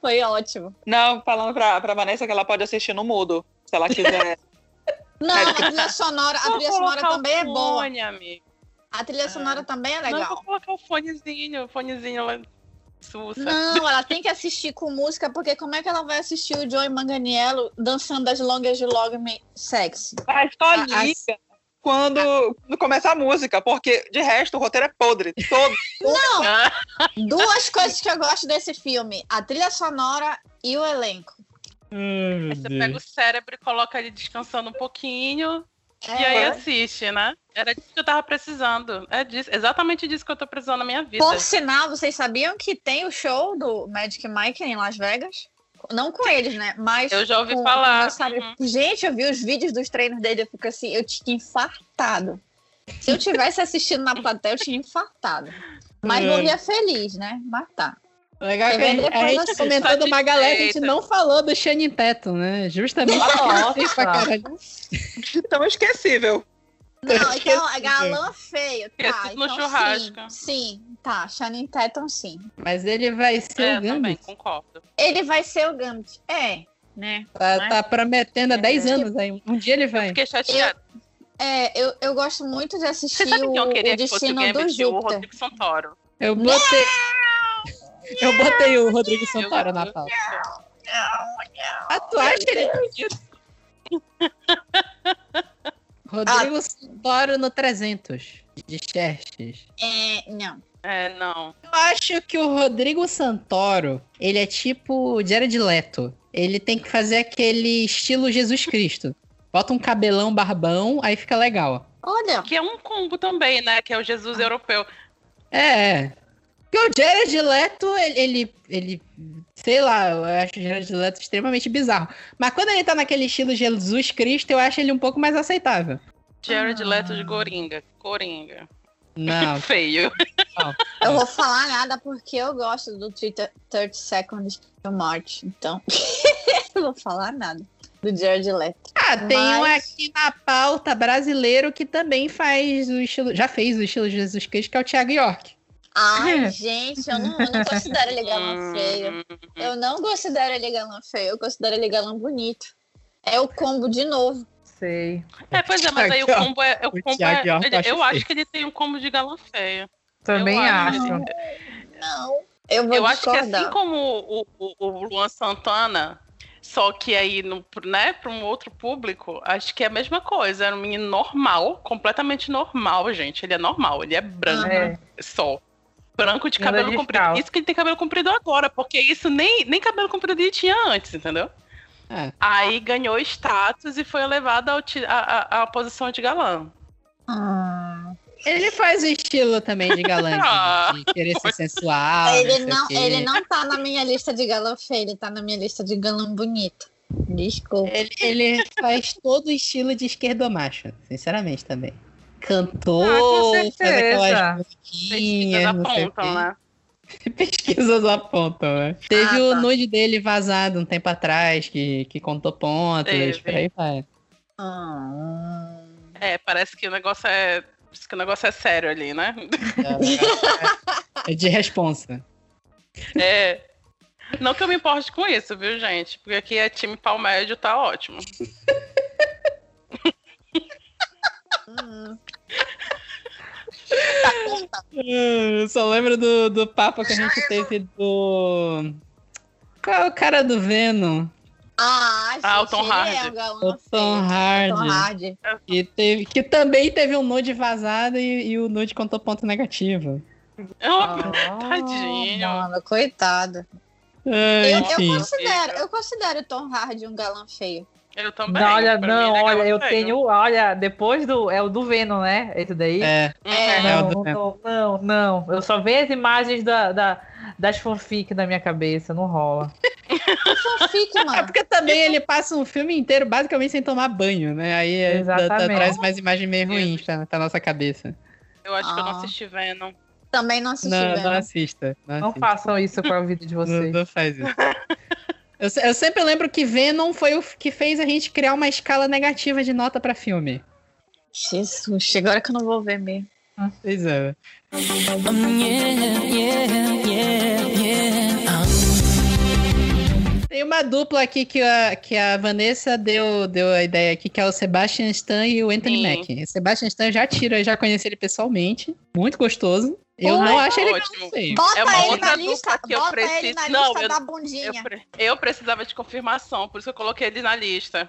Speaker 2: Foi ótimo.
Speaker 4: Não, falando pra, pra Vanessa que ela pode assistir no mudo, se ela quiser.
Speaker 2: Não, a trilha sonora, a
Speaker 5: Vou
Speaker 2: trilha sonora
Speaker 5: colocar o
Speaker 2: também é boa.
Speaker 5: fone, amiga.
Speaker 2: A trilha sonora também é
Speaker 5: Não, eu
Speaker 2: legal.
Speaker 5: vou colocar o fonezinho, o fonezinho lá. Sussa.
Speaker 2: Não, ela tem que assistir com música, porque como é que ela vai assistir o Joey Manganiello dançando as longas de Log Me Sexy?
Speaker 4: Mas só
Speaker 2: A-
Speaker 1: é
Speaker 4: liga quando, quando começar a música, porque de resto o roteiro é podre. Todo.
Speaker 2: Não!
Speaker 5: Ah,
Speaker 2: Duas coisas que eu gosto desse filme: a trilha sonora e o elenco.
Speaker 1: Ai, meu
Speaker 5: Você
Speaker 1: Deus.
Speaker 5: pega o cérebro e coloca ele descansando um pouquinho
Speaker 2: É,
Speaker 5: e aí assiste, né? Era disso que eu tava precisando. É disso, exatamente disso que eu tô precisando na minha vida.
Speaker 2: Por sinal, vocês sabiam que tem o show do Magic Mike em Las Vegas? Não com eles, né? Mas.
Speaker 5: Eu já ouvi
Speaker 2: com-
Speaker 5: falar.
Speaker 2: com- sabe?
Speaker 5: Uhum.
Speaker 2: Gente, eu vi os vídeos dos treinos dele, eu fico assim, eu tinha infartado. Se eu tivesse assistindo na plateia, eu tinha infartado. Mas morria feliz, né? Mas tá.
Speaker 1: É. Legal que a gente, a gente comentou de uma galera que a gente não falou do Shannon Teton, né? Justamente porque eu sei pra caralho.
Speaker 4: Então esquecível.
Speaker 2: Não, então é
Speaker 1: Esqueci,
Speaker 2: galã feio, tá.
Speaker 5: Esqueci É no
Speaker 2: então,
Speaker 5: churrasco.
Speaker 2: Sim, sim, tá. Shannon Tatum, sim.
Speaker 1: Mas ele vai ser
Speaker 5: É,
Speaker 1: o
Speaker 5: também,
Speaker 1: Gambit.
Speaker 5: concordo.
Speaker 2: Ele vai ser o Gambit. É, né?
Speaker 1: Tá, tá prometendo há 10
Speaker 2: É.
Speaker 1: anos aí. Um dia ele vai.
Speaker 5: Fiquei chateada.
Speaker 2: É, eu, eu gosto muito de assistir
Speaker 5: Você sabe
Speaker 2: o,
Speaker 5: quem eu queria
Speaker 2: o
Speaker 5: que fosse o
Speaker 2: Destino do
Speaker 5: Gambit? O
Speaker 2: Júpiter.
Speaker 5: Rodrigo Santoro.
Speaker 1: Eu botei. Eu botei o Rodrigo Santoro
Speaker 5: Eu-
Speaker 1: na pauta. Ah, tu acha ele Rodrigo Santoro no 300 de Xerxes.
Speaker 2: É, não.
Speaker 5: É, não.
Speaker 1: Eu acho que o Rodrigo Santoro, ele é tipo o Jared Leto. Ele tem que fazer aquele estilo Jesus Cristo. Bota um cabelão barbão, aí fica legal.
Speaker 2: Olha,
Speaker 5: Que é um combo também, né? Que é o Jesus
Speaker 2: Ah.
Speaker 5: europeu.
Speaker 1: É, é. Porque o Jared Leto, ele, ele, ele- Sei lá, eu acho o Jared Leto extremamente bizarro. Mas quando ele tá naquele estilo Jesus Cristo, eu acho ele um pouco mais aceitável.
Speaker 2: Ah.
Speaker 5: Jared Leto de Coringa. Coringa.
Speaker 1: Não,
Speaker 5: Feio.
Speaker 2: eu vou falar nada porque eu gosto do Twitter 30 Seconds to March. Então, eu vou falar nada do Jared Leto.
Speaker 1: Ah, tem um
Speaker 2: Mas-
Speaker 1: aqui na pauta brasileiro que também faz o estilo. Já fez o estilo Jesus Cristo, que é o Thiago York.
Speaker 2: Ai, gente, eu não, eu não considero ele é galã feio.
Speaker 5: Hum,
Speaker 2: Eu não considero ele galã feio, eu considero ele galã bonito. É o combo de novo.
Speaker 3: Sei.
Speaker 5: É, pois é, mas aí o
Speaker 1: Thiago,
Speaker 5: combo é. O
Speaker 1: o
Speaker 5: combo é
Speaker 1: Thiago York
Speaker 5: ele-
Speaker 1: eu acho
Speaker 5: eu acho
Speaker 1: feio.
Speaker 5: que ele tem um combo de galã feio.
Speaker 3: Também
Speaker 5: Eu acho.
Speaker 3: acho. É.
Speaker 2: Não. Eu vou
Speaker 5: Eu acho que
Speaker 2: discordar.
Speaker 5: assim como o, o, o Luan Santana, só que aí, no, né, para um outro público, acho que é a mesma coisa. Era um menino normal, completamente normal, gente. Ele é normal, ele é branco,
Speaker 3: É.
Speaker 1: Ah.
Speaker 5: só. Branco de
Speaker 3: Nada
Speaker 5: cabelo
Speaker 3: de
Speaker 5: comprido.
Speaker 3: escala.
Speaker 5: Isso que ele tem cabelo comprido agora, porque isso nem, nem cabelo comprido ele tinha antes, entendeu?
Speaker 2: Ah.
Speaker 1: É.
Speaker 5: Aí ganhou status e foi elevado ao ti- à à- à posição de galã.
Speaker 2: Ah.
Speaker 1: Ele faz o estilo também de galã,
Speaker 5: Ah,
Speaker 1: de, de querer ser sensual.
Speaker 2: ele,
Speaker 1: sei o
Speaker 2: não,
Speaker 1: quê.
Speaker 2: ele não tá na minha lista de galã feio, ele tá na minha lista de galã bonito. Desculpa.
Speaker 1: Ele, ele faz todo o estilo de esquerdomacho, sinceramente também. Cantor,
Speaker 3: Ah, com
Speaker 1: faz
Speaker 3: certeza.
Speaker 1: aquelas
Speaker 5: Pesquisas
Speaker 1: musiquinhas, não sei o
Speaker 5: apontam,
Speaker 1: quê.
Speaker 5: né?
Speaker 1: Pesquisas apontam, né? Teve
Speaker 2: Ah,
Speaker 1: o
Speaker 2: tá.
Speaker 1: nude dele vazado um tempo atrás, que, que contou pontos,
Speaker 5: Teve.
Speaker 1: por aí vai.
Speaker 2: Ah.
Speaker 5: É, parece que o negócio é. parece que o negócio é sério ali, né?
Speaker 1: É de responsa.
Speaker 5: É. Não que eu me importe com isso, viu, gente? Porque aqui é time pau médio, tá ótimo.
Speaker 2: Hum.
Speaker 1: Eu Hum, só lembro do, do papo que a gente teve do. Qual é o cara do Venom?
Speaker 2: Ah, gente,
Speaker 5: Ah, o Tom
Speaker 2: ele
Speaker 5: Hardy.
Speaker 2: É o galã
Speaker 1: O
Speaker 2: feio.
Speaker 1: Tom Hardy.
Speaker 2: Tom Hardy.
Speaker 1: Que, teve- que também teve um nude vazado e, e o nude contou ponto negativo.
Speaker 3: Ah.
Speaker 5: Oh,
Speaker 2: Tadinho.
Speaker 5: Tadinho.
Speaker 2: Mano, coitado.
Speaker 5: Então,
Speaker 1: Ah,
Speaker 2: Eu, eu
Speaker 1: enfim.
Speaker 2: considero, eu considero o Tom Hardy um galã feio.
Speaker 5: Eu também.
Speaker 3: Não, olha,
Speaker 5: pra
Speaker 3: não,
Speaker 5: mim, ele é
Speaker 3: olha,
Speaker 5: galã
Speaker 3: eu
Speaker 5: feio.
Speaker 3: tenho, olha, depois do. É o do Venom, né? Esse daí.
Speaker 1: É,
Speaker 5: Uhum.
Speaker 2: É.
Speaker 1: É, o
Speaker 3: Não,
Speaker 1: do
Speaker 3: não, tô- não, não. Eu só vejo as imagens da, da- das fanfic na minha cabeça, não rola.
Speaker 2: Fanfic,
Speaker 1: É
Speaker 2: mano.
Speaker 1: porque também ele passa um filme inteiro basicamente sem tomar banho, né? Aí é, tá- tá-
Speaker 3: Exatamente.
Speaker 1: traz mais imagem meio ruim pra, pra nossa cabeça.
Speaker 5: Eu acho que eu
Speaker 2: Ah.
Speaker 5: não assisti Venom.
Speaker 2: Também não assisti
Speaker 1: Não, não
Speaker 2: Venom.
Speaker 1: assista. Não,
Speaker 3: Não assim.
Speaker 1: assista.
Speaker 3: façam isso com a vida de
Speaker 1: Não-
Speaker 3: vocês.
Speaker 1: não faz isso. Eu, se- eu sempre lembro que Venom foi o f- que fez a gente criar uma escala negativa de nota pra filme.
Speaker 2: Jesus, agora que eu não vou ver mesmo.
Speaker 1: Pois é. Tem uma dupla aqui que a, que a Vanessa deu, deu a ideia aqui, que é o Sebastian Stan e o Anthony
Speaker 5: Sim.
Speaker 1: Mackie. O Sebastian Stan eu já tiro, eu já conheci ele pessoalmente. Muito gostoso. Eu
Speaker 5: Ai,
Speaker 1: não acho ele
Speaker 5: ótimo.
Speaker 1: tão feio.
Speaker 2: Bota
Speaker 5: É uma
Speaker 2: ele
Speaker 5: outra
Speaker 2: na
Speaker 5: dupla
Speaker 2: lista,
Speaker 5: que eu
Speaker 2: bota ele na
Speaker 5: preciso-
Speaker 2: lista
Speaker 5: Não, eu-
Speaker 2: da
Speaker 5: Eu,
Speaker 2: bundinha.
Speaker 5: pre- eu precisava de confirmação, por isso que eu coloquei ele na lista.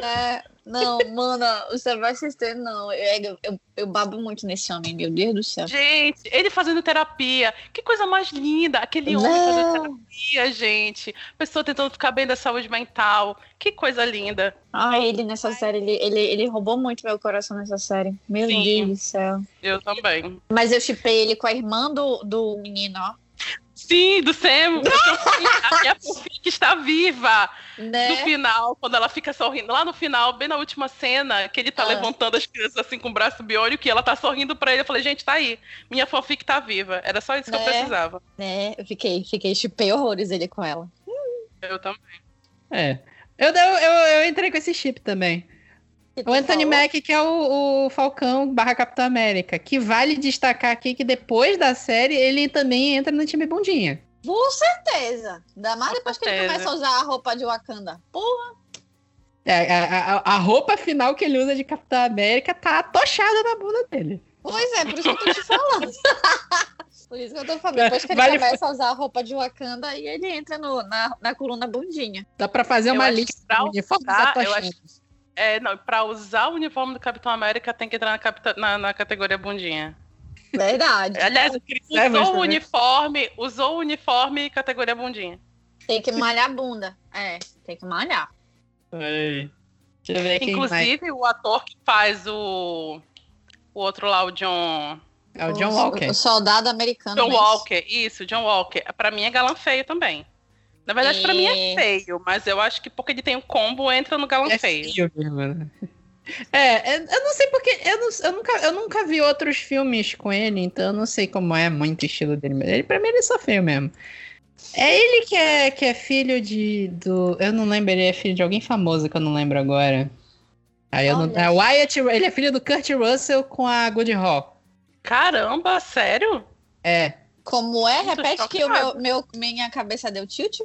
Speaker 2: né? Não, mano, o Sebastian Stan, não. Eu, eu, eu babo muito nesse homem, meu Deus do céu.
Speaker 5: Gente, ele fazendo terapia. Que coisa mais linda. Aquele homem fazendo
Speaker 2: Não.
Speaker 5: terapia, gente. Pessoa tentando ficar bem da saúde mental. Que coisa linda.
Speaker 2: Ah, ele nessa série, ele, ele, ele roubou muito meu coração nessa série. Meu
Speaker 5: Sim.
Speaker 2: Deus do céu.
Speaker 5: Eu também.
Speaker 2: Mas eu chipei ele com a irmã do, do menino, ó.
Speaker 5: Sim, do Sam. Eu tô feliz. A minha fanfic está viva.
Speaker 1: É.
Speaker 5: No
Speaker 2: Né?
Speaker 5: final, quando ela fica sorrindo, lá no final, bem na última cena, que ele tá
Speaker 2: Ah.
Speaker 5: levantando as crianças assim com o braço biônico e ela tá sorrindo pra ele. Eu falei, gente, tá aí. Minha fanfic tá viva. Era só isso que eu
Speaker 1: É.
Speaker 2: Né?
Speaker 5: precisava.
Speaker 2: Né? Eu fiquei, fiquei, chipei horrores ele com ela.
Speaker 5: Eu também.
Speaker 1: É. Eu, eu, eu, eu entrei com esse chip também.
Speaker 2: Que tu
Speaker 1: O Anthony
Speaker 2: falou?
Speaker 1: Mack, que é o, o Falcão barra Capitão América, que vale destacar aqui que depois da série ele também entra no time bundinha.
Speaker 2: Com certeza. Ainda mais
Speaker 5: Com
Speaker 2: depois que ele
Speaker 5: certeza.
Speaker 2: começa a usar a roupa de Wakanda. Porra,
Speaker 1: É, a, a- a roupa final que ele usa de Capitão América tá atochada na bunda dele.
Speaker 2: pois é, por isso que eu tô te falando. por isso que eu tô falando. Depois que ele
Speaker 1: Vale-
Speaker 2: começa a usar a roupa de Wakanda, e ele entra no, na, na coluna bundinha.
Speaker 1: Dá pra fazer
Speaker 5: Eu
Speaker 1: uma
Speaker 5: acho que
Speaker 1: lista
Speaker 5: pra
Speaker 1: de uniformes
Speaker 5: usar, eu
Speaker 1: atochados.
Speaker 5: É, não, pra usar o uniforme do Capitão América tem que entrar na, capita- na- na categoria bundinha.
Speaker 2: Verdade.
Speaker 5: Aliás,
Speaker 1: É, mas
Speaker 5: usou o
Speaker 1: também-
Speaker 5: uniforme, usou o uniforme categoria bundinha.
Speaker 2: Tem que malhar a bunda. É, tem que malhar.
Speaker 1: Peraí. Deixa eu ver quem mais.
Speaker 5: Inclusive, o ator que faz o. O outro lá, o John.
Speaker 1: É o John
Speaker 2: so-
Speaker 1: Walker.
Speaker 2: O soldado americano.
Speaker 5: John
Speaker 2: não é isso?
Speaker 5: Walker, isso, John Walker. Pra mim é galã feio também. Na verdade, pra mim é
Speaker 2: É.
Speaker 5: feio, mas eu acho que porque ele tem um combo, entra no galã
Speaker 1: É
Speaker 5: um feio.
Speaker 1: feio mesmo, né? É, é, eu não sei porque. Eu, não- eu nunca, eu nunca vi outros filmes com ele, então eu não sei como é muito o estilo dele. Mas ele, pra mim, ele é só feio mesmo. É ele que é, que é filho de. Do, eu não lembro, ele é filho de alguém famoso que eu não lembro agora. Aí eu não,
Speaker 2: Olha.
Speaker 1: é Wyatt, ele é filho do Kurt Russell com a Good Hall.
Speaker 5: Caramba, sério?
Speaker 1: É.
Speaker 2: Como é?
Speaker 5: Muito
Speaker 2: Repete que o meu,
Speaker 5: chocado.
Speaker 2: meu- minha cabeça deu tilt.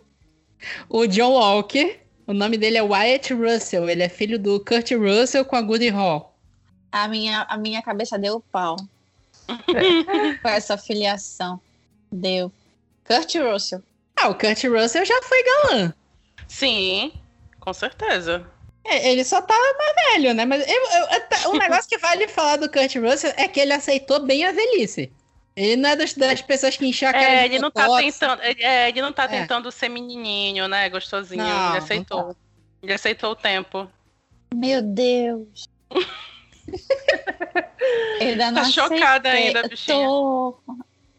Speaker 1: O John Walker, o nome dele é Wyatt Russell, ele é filho do Kurt Russell com a Good Hall.
Speaker 2: A minha, a minha cabeça deu pau. Com essa filiação. Deu. Kurt Russell.
Speaker 1: Ah, o Kurt Russell já foi galã.
Speaker 5: Sim, com certeza.
Speaker 1: É, ele só tá mais velho, né? Mas eu- eu- eu tá- um negócio que vale falar do Kurt Russell é que ele aceitou bem a velhice. Ele não é das, das pessoas que enchem a cara
Speaker 5: É,
Speaker 1: de
Speaker 5: ele não tá
Speaker 1: botox.
Speaker 5: tentando, ele- é, ele não tá
Speaker 1: É.
Speaker 5: tentando ser menininho, né, gostosinho.
Speaker 1: Não, tá.
Speaker 5: ele aceitou.
Speaker 1: não
Speaker 5: Ele aceitou o tempo.
Speaker 2: Meu Deus. ainda não
Speaker 5: Tá chocada
Speaker 2: aceitei.
Speaker 5: ainda,
Speaker 2: Eu
Speaker 5: bichinha.
Speaker 2: Tô...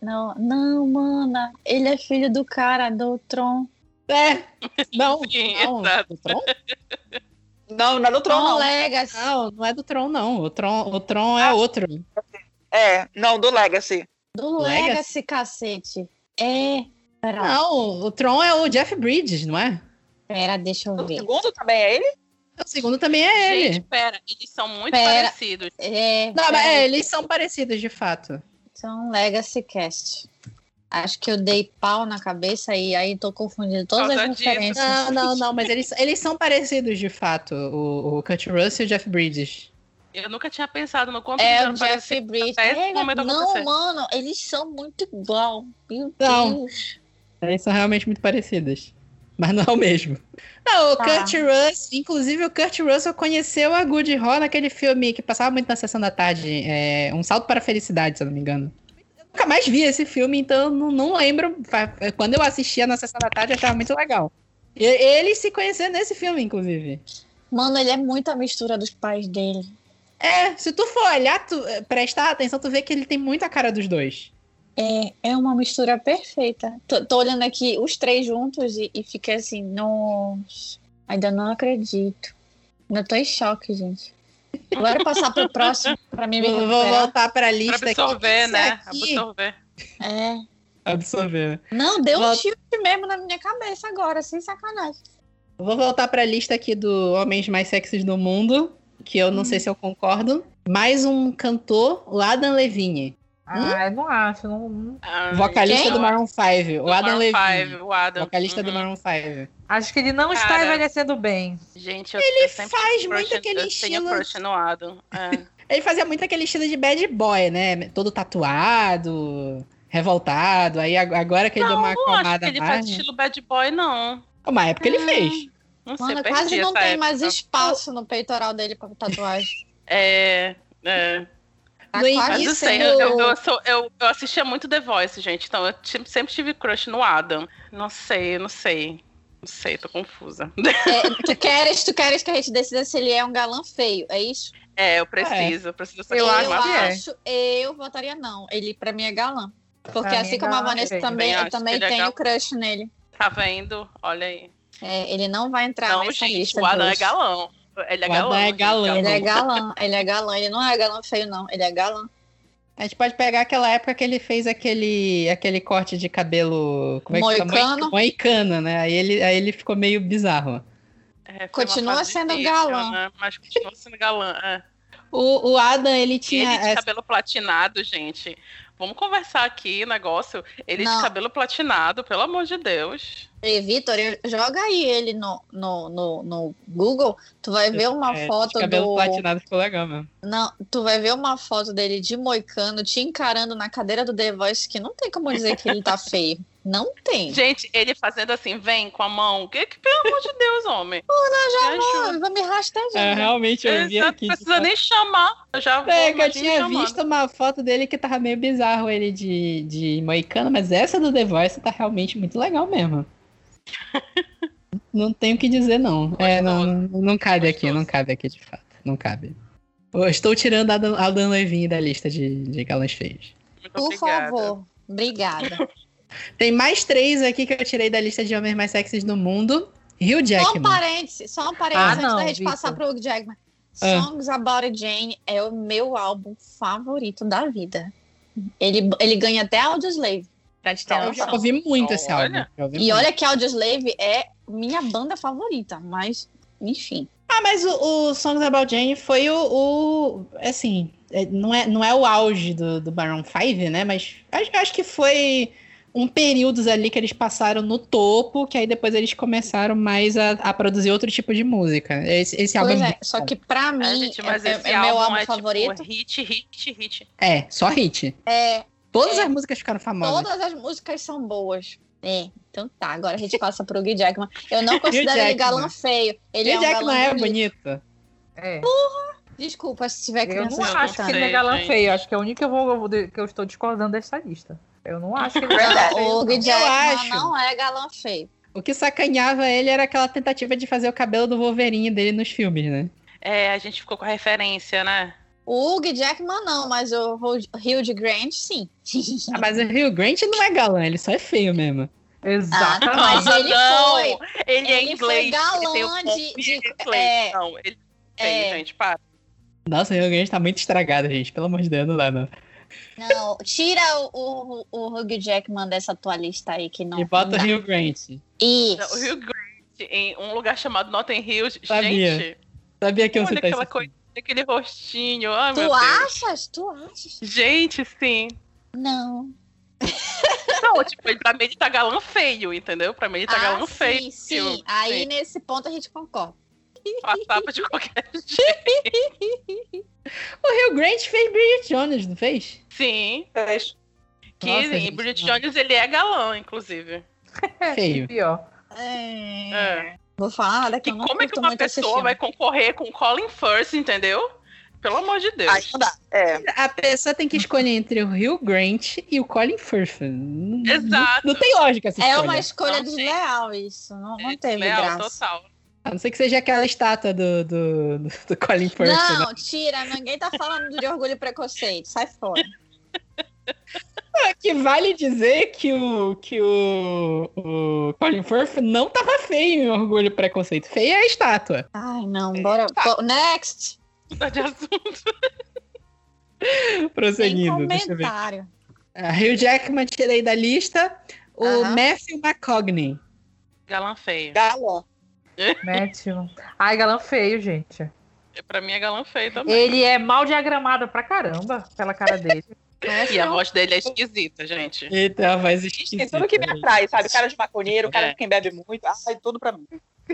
Speaker 2: Não, não, mana. Ele é filho do cara do Tron.
Speaker 1: É. Não,
Speaker 5: Sim,
Speaker 1: não.
Speaker 5: exato.
Speaker 1: Do Tron?
Speaker 8: Não, não é do Tron,
Speaker 2: Tron
Speaker 8: não.
Speaker 2: Legacy.
Speaker 1: Não, não é do Tron, não. O Tron, o Tron é
Speaker 5: Ah.
Speaker 1: outro.
Speaker 8: É, não, do Legacy.
Speaker 2: Do
Speaker 1: Legacy?
Speaker 2: Legacy, cacete. É. Pera,
Speaker 1: Não, o Tron é o Jeff Bridges, não é?
Speaker 2: pera, deixa eu
Speaker 8: O
Speaker 2: ver.
Speaker 8: segundo também é ele?
Speaker 1: O segundo também é
Speaker 5: Gente,
Speaker 1: ele.
Speaker 5: pera, eles são muito
Speaker 2: Pera.
Speaker 5: parecidos.
Speaker 2: É,
Speaker 1: Não, mas
Speaker 2: pera,
Speaker 1: é, eles são parecidos, de fato.
Speaker 2: Então, Legacy Cast. Acho que eu dei pau na cabeça e aí tô confundindo todas
Speaker 5: Causa
Speaker 2: as
Speaker 5: disso.
Speaker 2: referências.
Speaker 5: Ah,
Speaker 1: Não, não, não, mas eles, eles são parecidos, de fato, o, o Kurt Russell e o Jeff Bridges.
Speaker 5: Eu nunca tinha pensado no quanto
Speaker 2: É
Speaker 5: que
Speaker 2: o
Speaker 5: já parecia
Speaker 2: Jeff Bridges.
Speaker 5: até esse
Speaker 2: Ele-
Speaker 5: momento
Speaker 2: Não,
Speaker 5: acontecer.
Speaker 2: mano, eles são muito igual. Meu
Speaker 1: Não.
Speaker 2: Deus.
Speaker 1: Elas são realmente muito parecidas. Mas não é o mesmo. Não, o
Speaker 3: Tá.
Speaker 1: Kurt Russell, inclusive o Kurt Russell conheceu a Good Ho naquele filme que passava muito na sessão da tarde, é, Um Salto para a Felicidade, se eu não me engano. Eu nunca mais vi esse filme, então eu não, não lembro. Fa- Quando eu assistia na sessão da tarde, eu achava muito legal. E- Eles se conheceram nesse filme, inclusive.
Speaker 2: Mano, ele é muito a mistura dos pais dele.
Speaker 1: É, se tu for olhar, tu, eh, prestar atenção, tu vê que ele tem muita cara dos dois.
Speaker 2: É, é uma mistura perfeita. Tô, tô olhando aqui os três juntos e, e fiquei assim, nossa, ainda não acredito. Ainda tô em choque, gente. Bora passar pro próximo pra mim me
Speaker 1: Vou, vou
Speaker 2: recuperar.
Speaker 1: voltar pra lista
Speaker 5: Pra
Speaker 1: aqui.
Speaker 5: absorver,
Speaker 1: Isso
Speaker 5: né?
Speaker 1: aqui-
Speaker 5: Absorver.
Speaker 2: É.
Speaker 1: Absorver.
Speaker 2: Não, deu um
Speaker 1: Volta.
Speaker 2: tilt mesmo na minha cabeça agora, sem sacanagem.
Speaker 1: Vou voltar pra lista aqui do Homens Mais Sexys do Mundo, que
Speaker 5: Hum.
Speaker 1: eu não sei se eu concordo. Mais um cantor, o Adam Levine.
Speaker 3: Ah, eu não acho. Não, não-
Speaker 5: Ah,
Speaker 1: Vocalista
Speaker 5: gente,
Speaker 1: do Maroon 5. O
Speaker 5: do
Speaker 1: Adam
Speaker 5: Maroon
Speaker 1: Levine.
Speaker 5: five, o Adam.
Speaker 1: Vocalista do
Speaker 5: Uhum.
Speaker 1: Maroon 5.
Speaker 3: Acho que ele não está
Speaker 5: Cara.
Speaker 3: envelhecendo bem.
Speaker 5: Gente, eu, ele
Speaker 1: faz muito aquele estilo-
Speaker 5: Tenho crush no Adam. É.
Speaker 1: Ele fazia muito aquele estilo de bad boy, né? Todo tatuado, revoltado. Aí ag- agora que ele deu
Speaker 5: Não,
Speaker 1: uma
Speaker 5: não acho que
Speaker 1: acalmada
Speaker 5: ele
Speaker 1: mais...
Speaker 5: faz
Speaker 1: Estilo...
Speaker 5: estilo Ah. bad boy, não.
Speaker 1: Uma época ele fez.
Speaker 5: Não sei,
Speaker 2: Mano,
Speaker 5: perdi
Speaker 2: quase não
Speaker 5: essa
Speaker 2: tem
Speaker 5: época.
Speaker 2: mais espaço no peitoral dele pra tatuagem.
Speaker 5: É. É,
Speaker 2: Tá
Speaker 1: No
Speaker 5: mas
Speaker 2: quase
Speaker 5: não sei,
Speaker 2: sendo-
Speaker 5: eu, eu, eu sou- eu- eu assistia muito The Voice, gente, então eu ti- sempre tive crush no Adam. Não sei, não sei, não sei, tô confusa.
Speaker 2: É, tu, queres, tu queres que a gente decida se ele é um galã feio, é isso?
Speaker 5: É, eu preciso, eu preciso dessa
Speaker 3: Eu
Speaker 2: Eu
Speaker 3: acho
Speaker 5: confirmação.
Speaker 3: que é.
Speaker 2: acho, eu votaria não. Ele pra mim é galã. Porque
Speaker 3: Pra mim
Speaker 2: assim
Speaker 3: é
Speaker 2: como a
Speaker 3: galã
Speaker 2: Vanessa também,
Speaker 3: também.
Speaker 5: Também
Speaker 2: eu
Speaker 5: acho
Speaker 2: também
Speaker 5: que ele é
Speaker 2: tenho
Speaker 5: galã.
Speaker 2: crush nele.
Speaker 5: Tá vendo? Olha aí.
Speaker 2: É, ele não vai entrar
Speaker 5: não,
Speaker 2: nessa
Speaker 5: gente,
Speaker 2: lista.
Speaker 5: o Adam
Speaker 2: de
Speaker 5: é
Speaker 2: hoje.
Speaker 5: galão. Ele é
Speaker 1: O Adam
Speaker 5: galão.
Speaker 1: é
Speaker 5: gente,
Speaker 1: galão.
Speaker 2: Ele é galã, ele é galã, ele não é galã feio, não. Ele é galã.
Speaker 1: A gente pode pegar aquela época que ele fez aquele, aquele corte de cabelo... Como é que
Speaker 2: Moicano.
Speaker 1: chama? Moicano, né? Aí ele, aí ele ficou meio bizarro.
Speaker 5: É, foi uma
Speaker 2: Continua
Speaker 5: fase
Speaker 2: sendo
Speaker 5: difícil,
Speaker 2: galã.
Speaker 5: né? Mas continua sendo galã. É.
Speaker 1: O, o Adam, ele tinha.
Speaker 2: é
Speaker 5: Ele de
Speaker 1: essa-
Speaker 5: cabelo platinado, gente. Vamos conversar aqui o negócio. Ele
Speaker 2: Não.
Speaker 5: de cabelo platinado, pelo amor de Deus.
Speaker 2: E Vitor, eu- joga aí ele no, no, no, no Google, tu vai ver uma
Speaker 1: é,
Speaker 2: foto
Speaker 1: de cabelo
Speaker 2: do.
Speaker 1: platinado ficou legal mesmo.
Speaker 2: Não, tu vai ver uma foto dele de moicano te encarando na cadeira do The Voice, que não tem como dizer que ele tá feio. Não tem.
Speaker 5: Gente, ele fazendo assim, vem com a mão. Que, que, pelo amor de Deus, homem. Me ajuda.
Speaker 2: Mano, vai me rastejando.
Speaker 1: É, realmente eu vi
Speaker 5: Ele não
Speaker 1: aqui. de
Speaker 5: precisa nem chamar. Eu já
Speaker 1: foto.
Speaker 5: vou
Speaker 1: É, que eu
Speaker 5: imagina
Speaker 1: tinha
Speaker 5: chamando.
Speaker 1: visto uma foto dele que tava meio bizarro, ele de, de moicano, mas essa do The Voice tá realmente muito legal mesmo. não tenho o que dizer, não. É, não, não, não cabe aqui,
Speaker 5: Gostoso.
Speaker 1: não cabe aqui de fato. Não cabe. Eu estou tirando Adam, Adam Levine da lista de, de galãs feios.
Speaker 5: Muito
Speaker 2: Por
Speaker 5: obrigada.
Speaker 2: favor. Obrigada.
Speaker 1: Tem mais três aqui que eu tirei da lista de homens mais sexys do mundo. Hugh
Speaker 2: Só um
Speaker 1: Jackman.
Speaker 2: parêntese, só um parêntese
Speaker 3: Ah,
Speaker 2: antes
Speaker 3: não,
Speaker 2: da gente
Speaker 3: Vitor.
Speaker 2: passar pro Jackman.
Speaker 1: Ah.
Speaker 2: Songs About a Jane é o meu álbum favorito da vida. Ele, ele ganha até Audioslave, pra te ter
Speaker 5: Então,
Speaker 1: Eu já
Speaker 2: noção.
Speaker 1: ouvi muito esse
Speaker 5: Olha.
Speaker 1: álbum. já ouvi
Speaker 2: E
Speaker 1: muito.
Speaker 2: olha que Audioslave é minha banda favorita, mas enfim.
Speaker 1: Ah, mas o, o Songs About Jane foi o. o- assim, é, não, é, não é o auge do, do Maroon 5, né? Mas acho, acho que foi um período ali que eles passaram no topo, que aí depois eles começaram mais a, a produzir outro tipo de música. Esse, esse álbum.
Speaker 2: Pois
Speaker 1: é,
Speaker 2: é,
Speaker 1: muito
Speaker 2: só
Speaker 1: bom.
Speaker 2: que pra mim
Speaker 5: É, gente, mas
Speaker 2: é,
Speaker 5: esse
Speaker 2: é meu álbum
Speaker 5: é tipo,
Speaker 2: favorito.
Speaker 5: hit, hit, hit.
Speaker 1: É, só hit.
Speaker 2: É,
Speaker 1: Todas
Speaker 2: É.
Speaker 1: as músicas ficaram famosas.
Speaker 2: todas as músicas são boas. É, então tá, agora a gente passa pro Gui Jackman. Eu não considero ele
Speaker 1: Jackman.
Speaker 2: galã feio. Ele
Speaker 1: E
Speaker 2: é um
Speaker 1: Jack não
Speaker 2: galã
Speaker 1: é
Speaker 2: bonito.
Speaker 1: bonito.
Speaker 3: É.
Speaker 2: Desculpa se tiver
Speaker 3: Eu
Speaker 2: criança
Speaker 3: não
Speaker 5: não
Speaker 3: acho que ele é
Speaker 5: sei,
Speaker 3: galã
Speaker 5: gente.
Speaker 3: feio. Acho que é o único que eu, vou, que eu estou discordando dessa lista. Eu não acho que ele é galã feio.
Speaker 2: Não, o Hugh
Speaker 3: não.
Speaker 2: Jackman
Speaker 1: acho.
Speaker 2: não é galã feio.
Speaker 1: O que sacaneava ele era aquela tentativa de fazer o cabelo do Wolverine dele nos filmes, né?
Speaker 5: É, a gente ficou com a referência, né?
Speaker 2: O Hugh Jackman não, mas o Hugh Grant sim.
Speaker 1: Ah, mas o Rio Grant não é galã, ele só é feio mesmo.
Speaker 3: Exatamente.
Speaker 2: Mas
Speaker 5: Ah,
Speaker 2: ele
Speaker 5: não! Ele, é
Speaker 2: Ele foi
Speaker 5: inglês. ele tem o
Speaker 2: galã
Speaker 5: nome
Speaker 2: de- de-
Speaker 5: inglês.
Speaker 2: é.
Speaker 5: Não, ele é
Speaker 2: É.
Speaker 5: feio, gente, para.
Speaker 1: Nossa, o Rio Grande tá muito estragado, gente. Pelo amor de Deus, não dá, não.
Speaker 2: Não, tira o, o, o Hugh Jackman dessa tua lista aí que não.
Speaker 1: e bota o
Speaker 2: não
Speaker 1: Rio Grande.
Speaker 5: Não, O
Speaker 2: Isso.
Speaker 5: Rio Grande, em um lugar chamado Notting Hill,
Speaker 1: Sabia.
Speaker 5: gente,
Speaker 1: Sabia que tá eu
Speaker 5: olha
Speaker 1: citar
Speaker 5: aquela
Speaker 1: isso.
Speaker 5: coisa, aquele rostinho. Ai, meu
Speaker 2: Tu
Speaker 5: Deus.
Speaker 2: achas? Tu achas?
Speaker 5: Gente, sim.
Speaker 2: Não.
Speaker 5: Não, tipo, ele- pra mim ele tá galã feio, entendeu? Pra mim ele tá galã
Speaker 2: ah,
Speaker 5: feio.
Speaker 2: sim, sim. Aí nesse ponto a gente concorda.
Speaker 5: Passava de qualquer jeito.
Speaker 1: O Rio Grant fez Bridget Jones, não fez?
Speaker 5: Sim.
Speaker 8: Fez.
Speaker 5: Que
Speaker 1: Nossa,
Speaker 5: e
Speaker 1: gente,
Speaker 5: Bridget
Speaker 1: não.
Speaker 5: Jones, ele é galã, inclusive.
Speaker 1: Feio.
Speaker 3: Pior.
Speaker 2: É.
Speaker 5: É.
Speaker 2: Vou falar nada que
Speaker 5: Que
Speaker 2: eu não
Speaker 5: como é que
Speaker 2: curto
Speaker 5: uma
Speaker 2: muito esse
Speaker 5: pessoa vai
Speaker 2: filme.
Speaker 5: concorrer com Colin Firth, entendeu? Pelo amor de Deus.
Speaker 2: Ah,
Speaker 8: Aí não dá. É.
Speaker 1: A pessoa tem que escolher entre o Rio Grant e o Colin Firth. Não-
Speaker 2: Uhum.
Speaker 1: não-
Speaker 5: Exato.
Speaker 1: Não, tem lógica essa
Speaker 2: É
Speaker 1: escolha.
Speaker 2: uma escolha
Speaker 5: Não,
Speaker 2: desleal isso, não, não teve
Speaker 5: É, Leal,
Speaker 2: graça.
Speaker 5: total.
Speaker 1: A não ser que seja aquela estátua do, do, do, do Colin Firth. né?
Speaker 2: Não, tira, ninguém tá falando de orgulho e preconceito, sai fora.
Speaker 1: Que vale dizer que o, que o, o Colin Firth não tava feio em Orgulho e Preconceito. Feio é a estátua.
Speaker 2: Ai, não,
Speaker 5: É,
Speaker 2: bora. pô, Next!
Speaker 5: Tá de assunto.
Speaker 2: Sem
Speaker 1: Prosseguindo, deixa eu ver.
Speaker 2: comentário.
Speaker 1: Ah, Hugh Jackman tirei da lista. O
Speaker 2: Aham.
Speaker 1: Matthew McCogney.
Speaker 5: Galã feio.
Speaker 8: Galã.
Speaker 3: Mete um. Ai, galã feio, gente.
Speaker 5: Pra mim é galã feio também.
Speaker 3: Ele é mal diagramado pra caramba pela cara dele.
Speaker 5: E a voz dele é esquisita, gente.
Speaker 1: Ele tem uma voz
Speaker 8: Tem
Speaker 1: esquisita.
Speaker 8: tudo que me atrai, sabe? Cara de maconheiro, cara
Speaker 5: É.
Speaker 8: de quem bebe muito. Ai, tudo pra mim.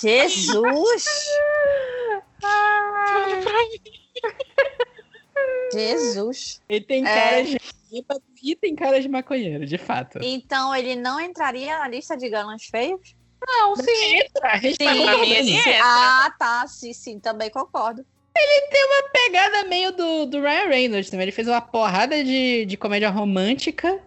Speaker 2: Jesus! Jesus.
Speaker 1: Ele tem
Speaker 2: É.
Speaker 1: cara de bêbado e tem cara de maconheiro, de fato.
Speaker 2: Então ele não entraria na lista de galãs feios?
Speaker 3: Não, sim.
Speaker 1: Entra, a gente tá
Speaker 2: Sim.
Speaker 5: Pra mim
Speaker 1: concordando.
Speaker 5: ele é.
Speaker 2: Ah, tá, sim, sim, também concordo.
Speaker 1: pegada meio do, do Ryan Reynolds também. Ele fez uma porrada de, de comédia romântica.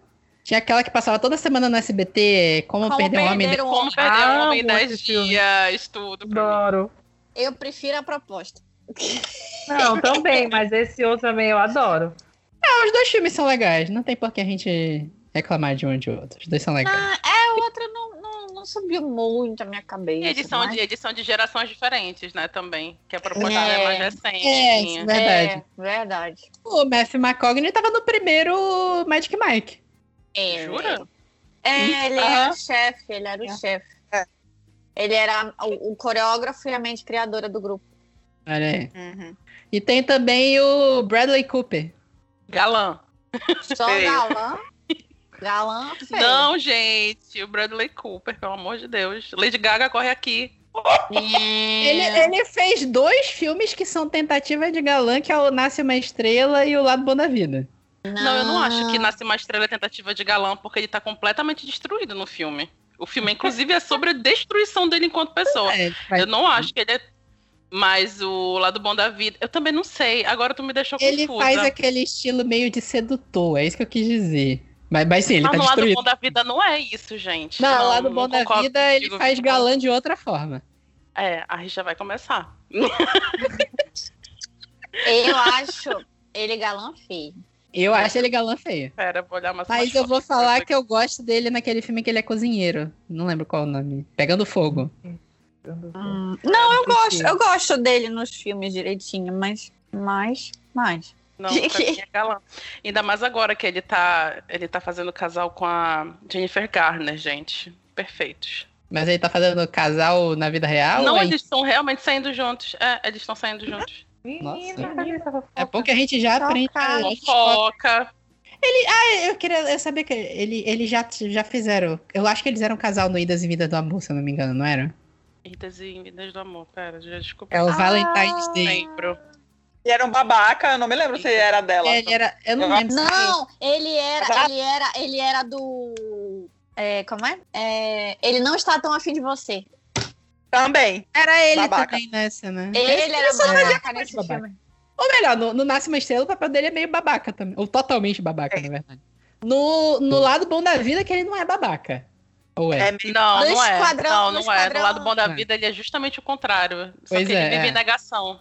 Speaker 1: Tinha aquela que passava toda semana no SBT, é, Como,
Speaker 2: Como
Speaker 1: Perder um Homem.
Speaker 2: perder um
Speaker 5: Como
Speaker 2: homem.
Speaker 5: perder um homem em
Speaker 3: amo
Speaker 5: 10
Speaker 3: esse filme.
Speaker 5: dias, tudo. pra mim.
Speaker 3: Adoro.
Speaker 2: Eu prefiro a proposta.
Speaker 3: Não, também, mas esse outro também eu adoro.
Speaker 1: Ah, os dois filmes são legais. Não tem por que a gente reclamar de um e de outro. Os dois são legais.
Speaker 2: Ah, é, a outra não, não, não subiu muito a minha
Speaker 5: E
Speaker 2: cabeça.
Speaker 5: edição,
Speaker 2: mas-
Speaker 5: de, edição de gerações diferentes, né? Também. Que a proposta
Speaker 2: É.
Speaker 5: é mais recente.
Speaker 1: é,
Speaker 5: assim.
Speaker 1: isso é verdade.
Speaker 2: É, verdade.
Speaker 1: O Matthew McCogney tava no primeiro Magic Mike.
Speaker 2: É,
Speaker 5: Jura?
Speaker 2: É, ele era o chefe, ele era o
Speaker 8: É.
Speaker 2: chefe. Ele era o, o coreógrafo e a mente criadora do grupo.
Speaker 1: Olha aí.
Speaker 5: Uhum.
Speaker 1: E tem também o Bradley Cooper.
Speaker 5: Galã.
Speaker 2: Só
Speaker 8: Feio.
Speaker 2: galã. Galã feio.
Speaker 5: Não, gente. O Bradley Cooper, pelo amor de Deus. Lady Gaga corre aqui.
Speaker 2: É.
Speaker 1: Ele, ele fez dois filmes que são tentativa de galã, que é o Nasce Uma Estrela e o Lado Bom da Vida.
Speaker 5: Não, eu não acho que Nasce uma Estrela é tentativa de galã, porque ele tá completamente destruído no filme. O filme, inclusive, é sobre a destruição dele enquanto pessoa.
Speaker 1: É,
Speaker 5: Eu não acho que ele é. Mas o lado bom da vida. Eu também não sei. Agora tu me deixou
Speaker 1: Ele
Speaker 5: confusa.
Speaker 1: faz aquele estilo meio de sedutor, é isso que eu quis dizer. Mas, mas sim, ele
Speaker 5: Mas
Speaker 1: tá
Speaker 5: Ah, no lado
Speaker 1: destruído.
Speaker 5: bom da vida não é isso, gente.
Speaker 1: Não, lá do
Speaker 5: não
Speaker 1: bom da
Speaker 5: concordo
Speaker 1: vida ele
Speaker 5: contigo,
Speaker 1: faz
Speaker 5: Vitor.
Speaker 1: galã de outra forma.
Speaker 5: É, aí já vai começar.
Speaker 2: É, Eu acho ele galã feio.
Speaker 1: Eu acho ele galã feio.
Speaker 5: Pera, vou olhar mais
Speaker 1: Mas
Speaker 5: umas
Speaker 1: eu vou
Speaker 5: fotos pra
Speaker 1: falar
Speaker 5: ver.
Speaker 1: que eu gosto dele naquele filme que ele é cozinheiro. Não lembro qual o nome. Pegando fogo.
Speaker 2: Não, eu
Speaker 3: Por
Speaker 2: gosto,
Speaker 3: quê?
Speaker 2: eu gosto dele nos filmes direitinho, mas. Mas. Mas.
Speaker 5: Não, pra mim é galã. Ainda mais agora que ele tá, ele tá fazendo casal com a Jennifer Garner, gente. Perfeitos.
Speaker 1: Mas ele tá fazendo casal na vida real? é
Speaker 5: não,
Speaker 1: hein?
Speaker 5: eles estão realmente saindo juntos. É, eles estão saindo juntos.
Speaker 3: Menina,
Speaker 1: Nossa.
Speaker 3: cadê essa fofoca?
Speaker 1: É bom que a gente já aprende.
Speaker 2: Chocada.
Speaker 1: Ah, a-
Speaker 5: Fofoca.
Speaker 1: É, Eu queria eu sabia que ele, ele já, já fizeram. Eu acho que eles eram um casal no Idas e Vidas do Amor, se eu não me engano, não era?
Speaker 5: Idas e Vindas do Amor. Pera, já desculpa.
Speaker 1: É o
Speaker 2: Ah,
Speaker 1: Valentine's Day.
Speaker 5: Lembro.
Speaker 8: Ele era um babaca, eu não me lembro se era dela.
Speaker 1: É, ele era, eu não
Speaker 8: Eu-
Speaker 1: lembro. se ele-
Speaker 2: Não, ele era. Ele era. Ele era do. É, como é? é? Ele não está tão afim de você.
Speaker 8: Também.
Speaker 1: Era ele
Speaker 8: Babaca.
Speaker 1: também nessa, né?
Speaker 2: Ele era
Speaker 1: só fazia
Speaker 2: babaca
Speaker 1: papel de
Speaker 2: nesse
Speaker 1: babaca.
Speaker 2: filme.
Speaker 1: Ou melhor, no, no Nasce uma Estrela, o papel dele é meio babaca também. Ou totalmente babaca, na verdade. No, no lado bom da vida, é que ele não é babaca. Ou é?
Speaker 8: É, meio-
Speaker 5: Não,
Speaker 2: No
Speaker 5: não é.
Speaker 2: Esquadrão,
Speaker 5: não,
Speaker 2: no
Speaker 5: não é. Do
Speaker 2: Esquadrão.
Speaker 5: lado bom da
Speaker 1: É.
Speaker 5: vida, ele é justamente o contrário. Só
Speaker 1: Pois
Speaker 5: que ele
Speaker 1: é, é.
Speaker 5: vive em negação.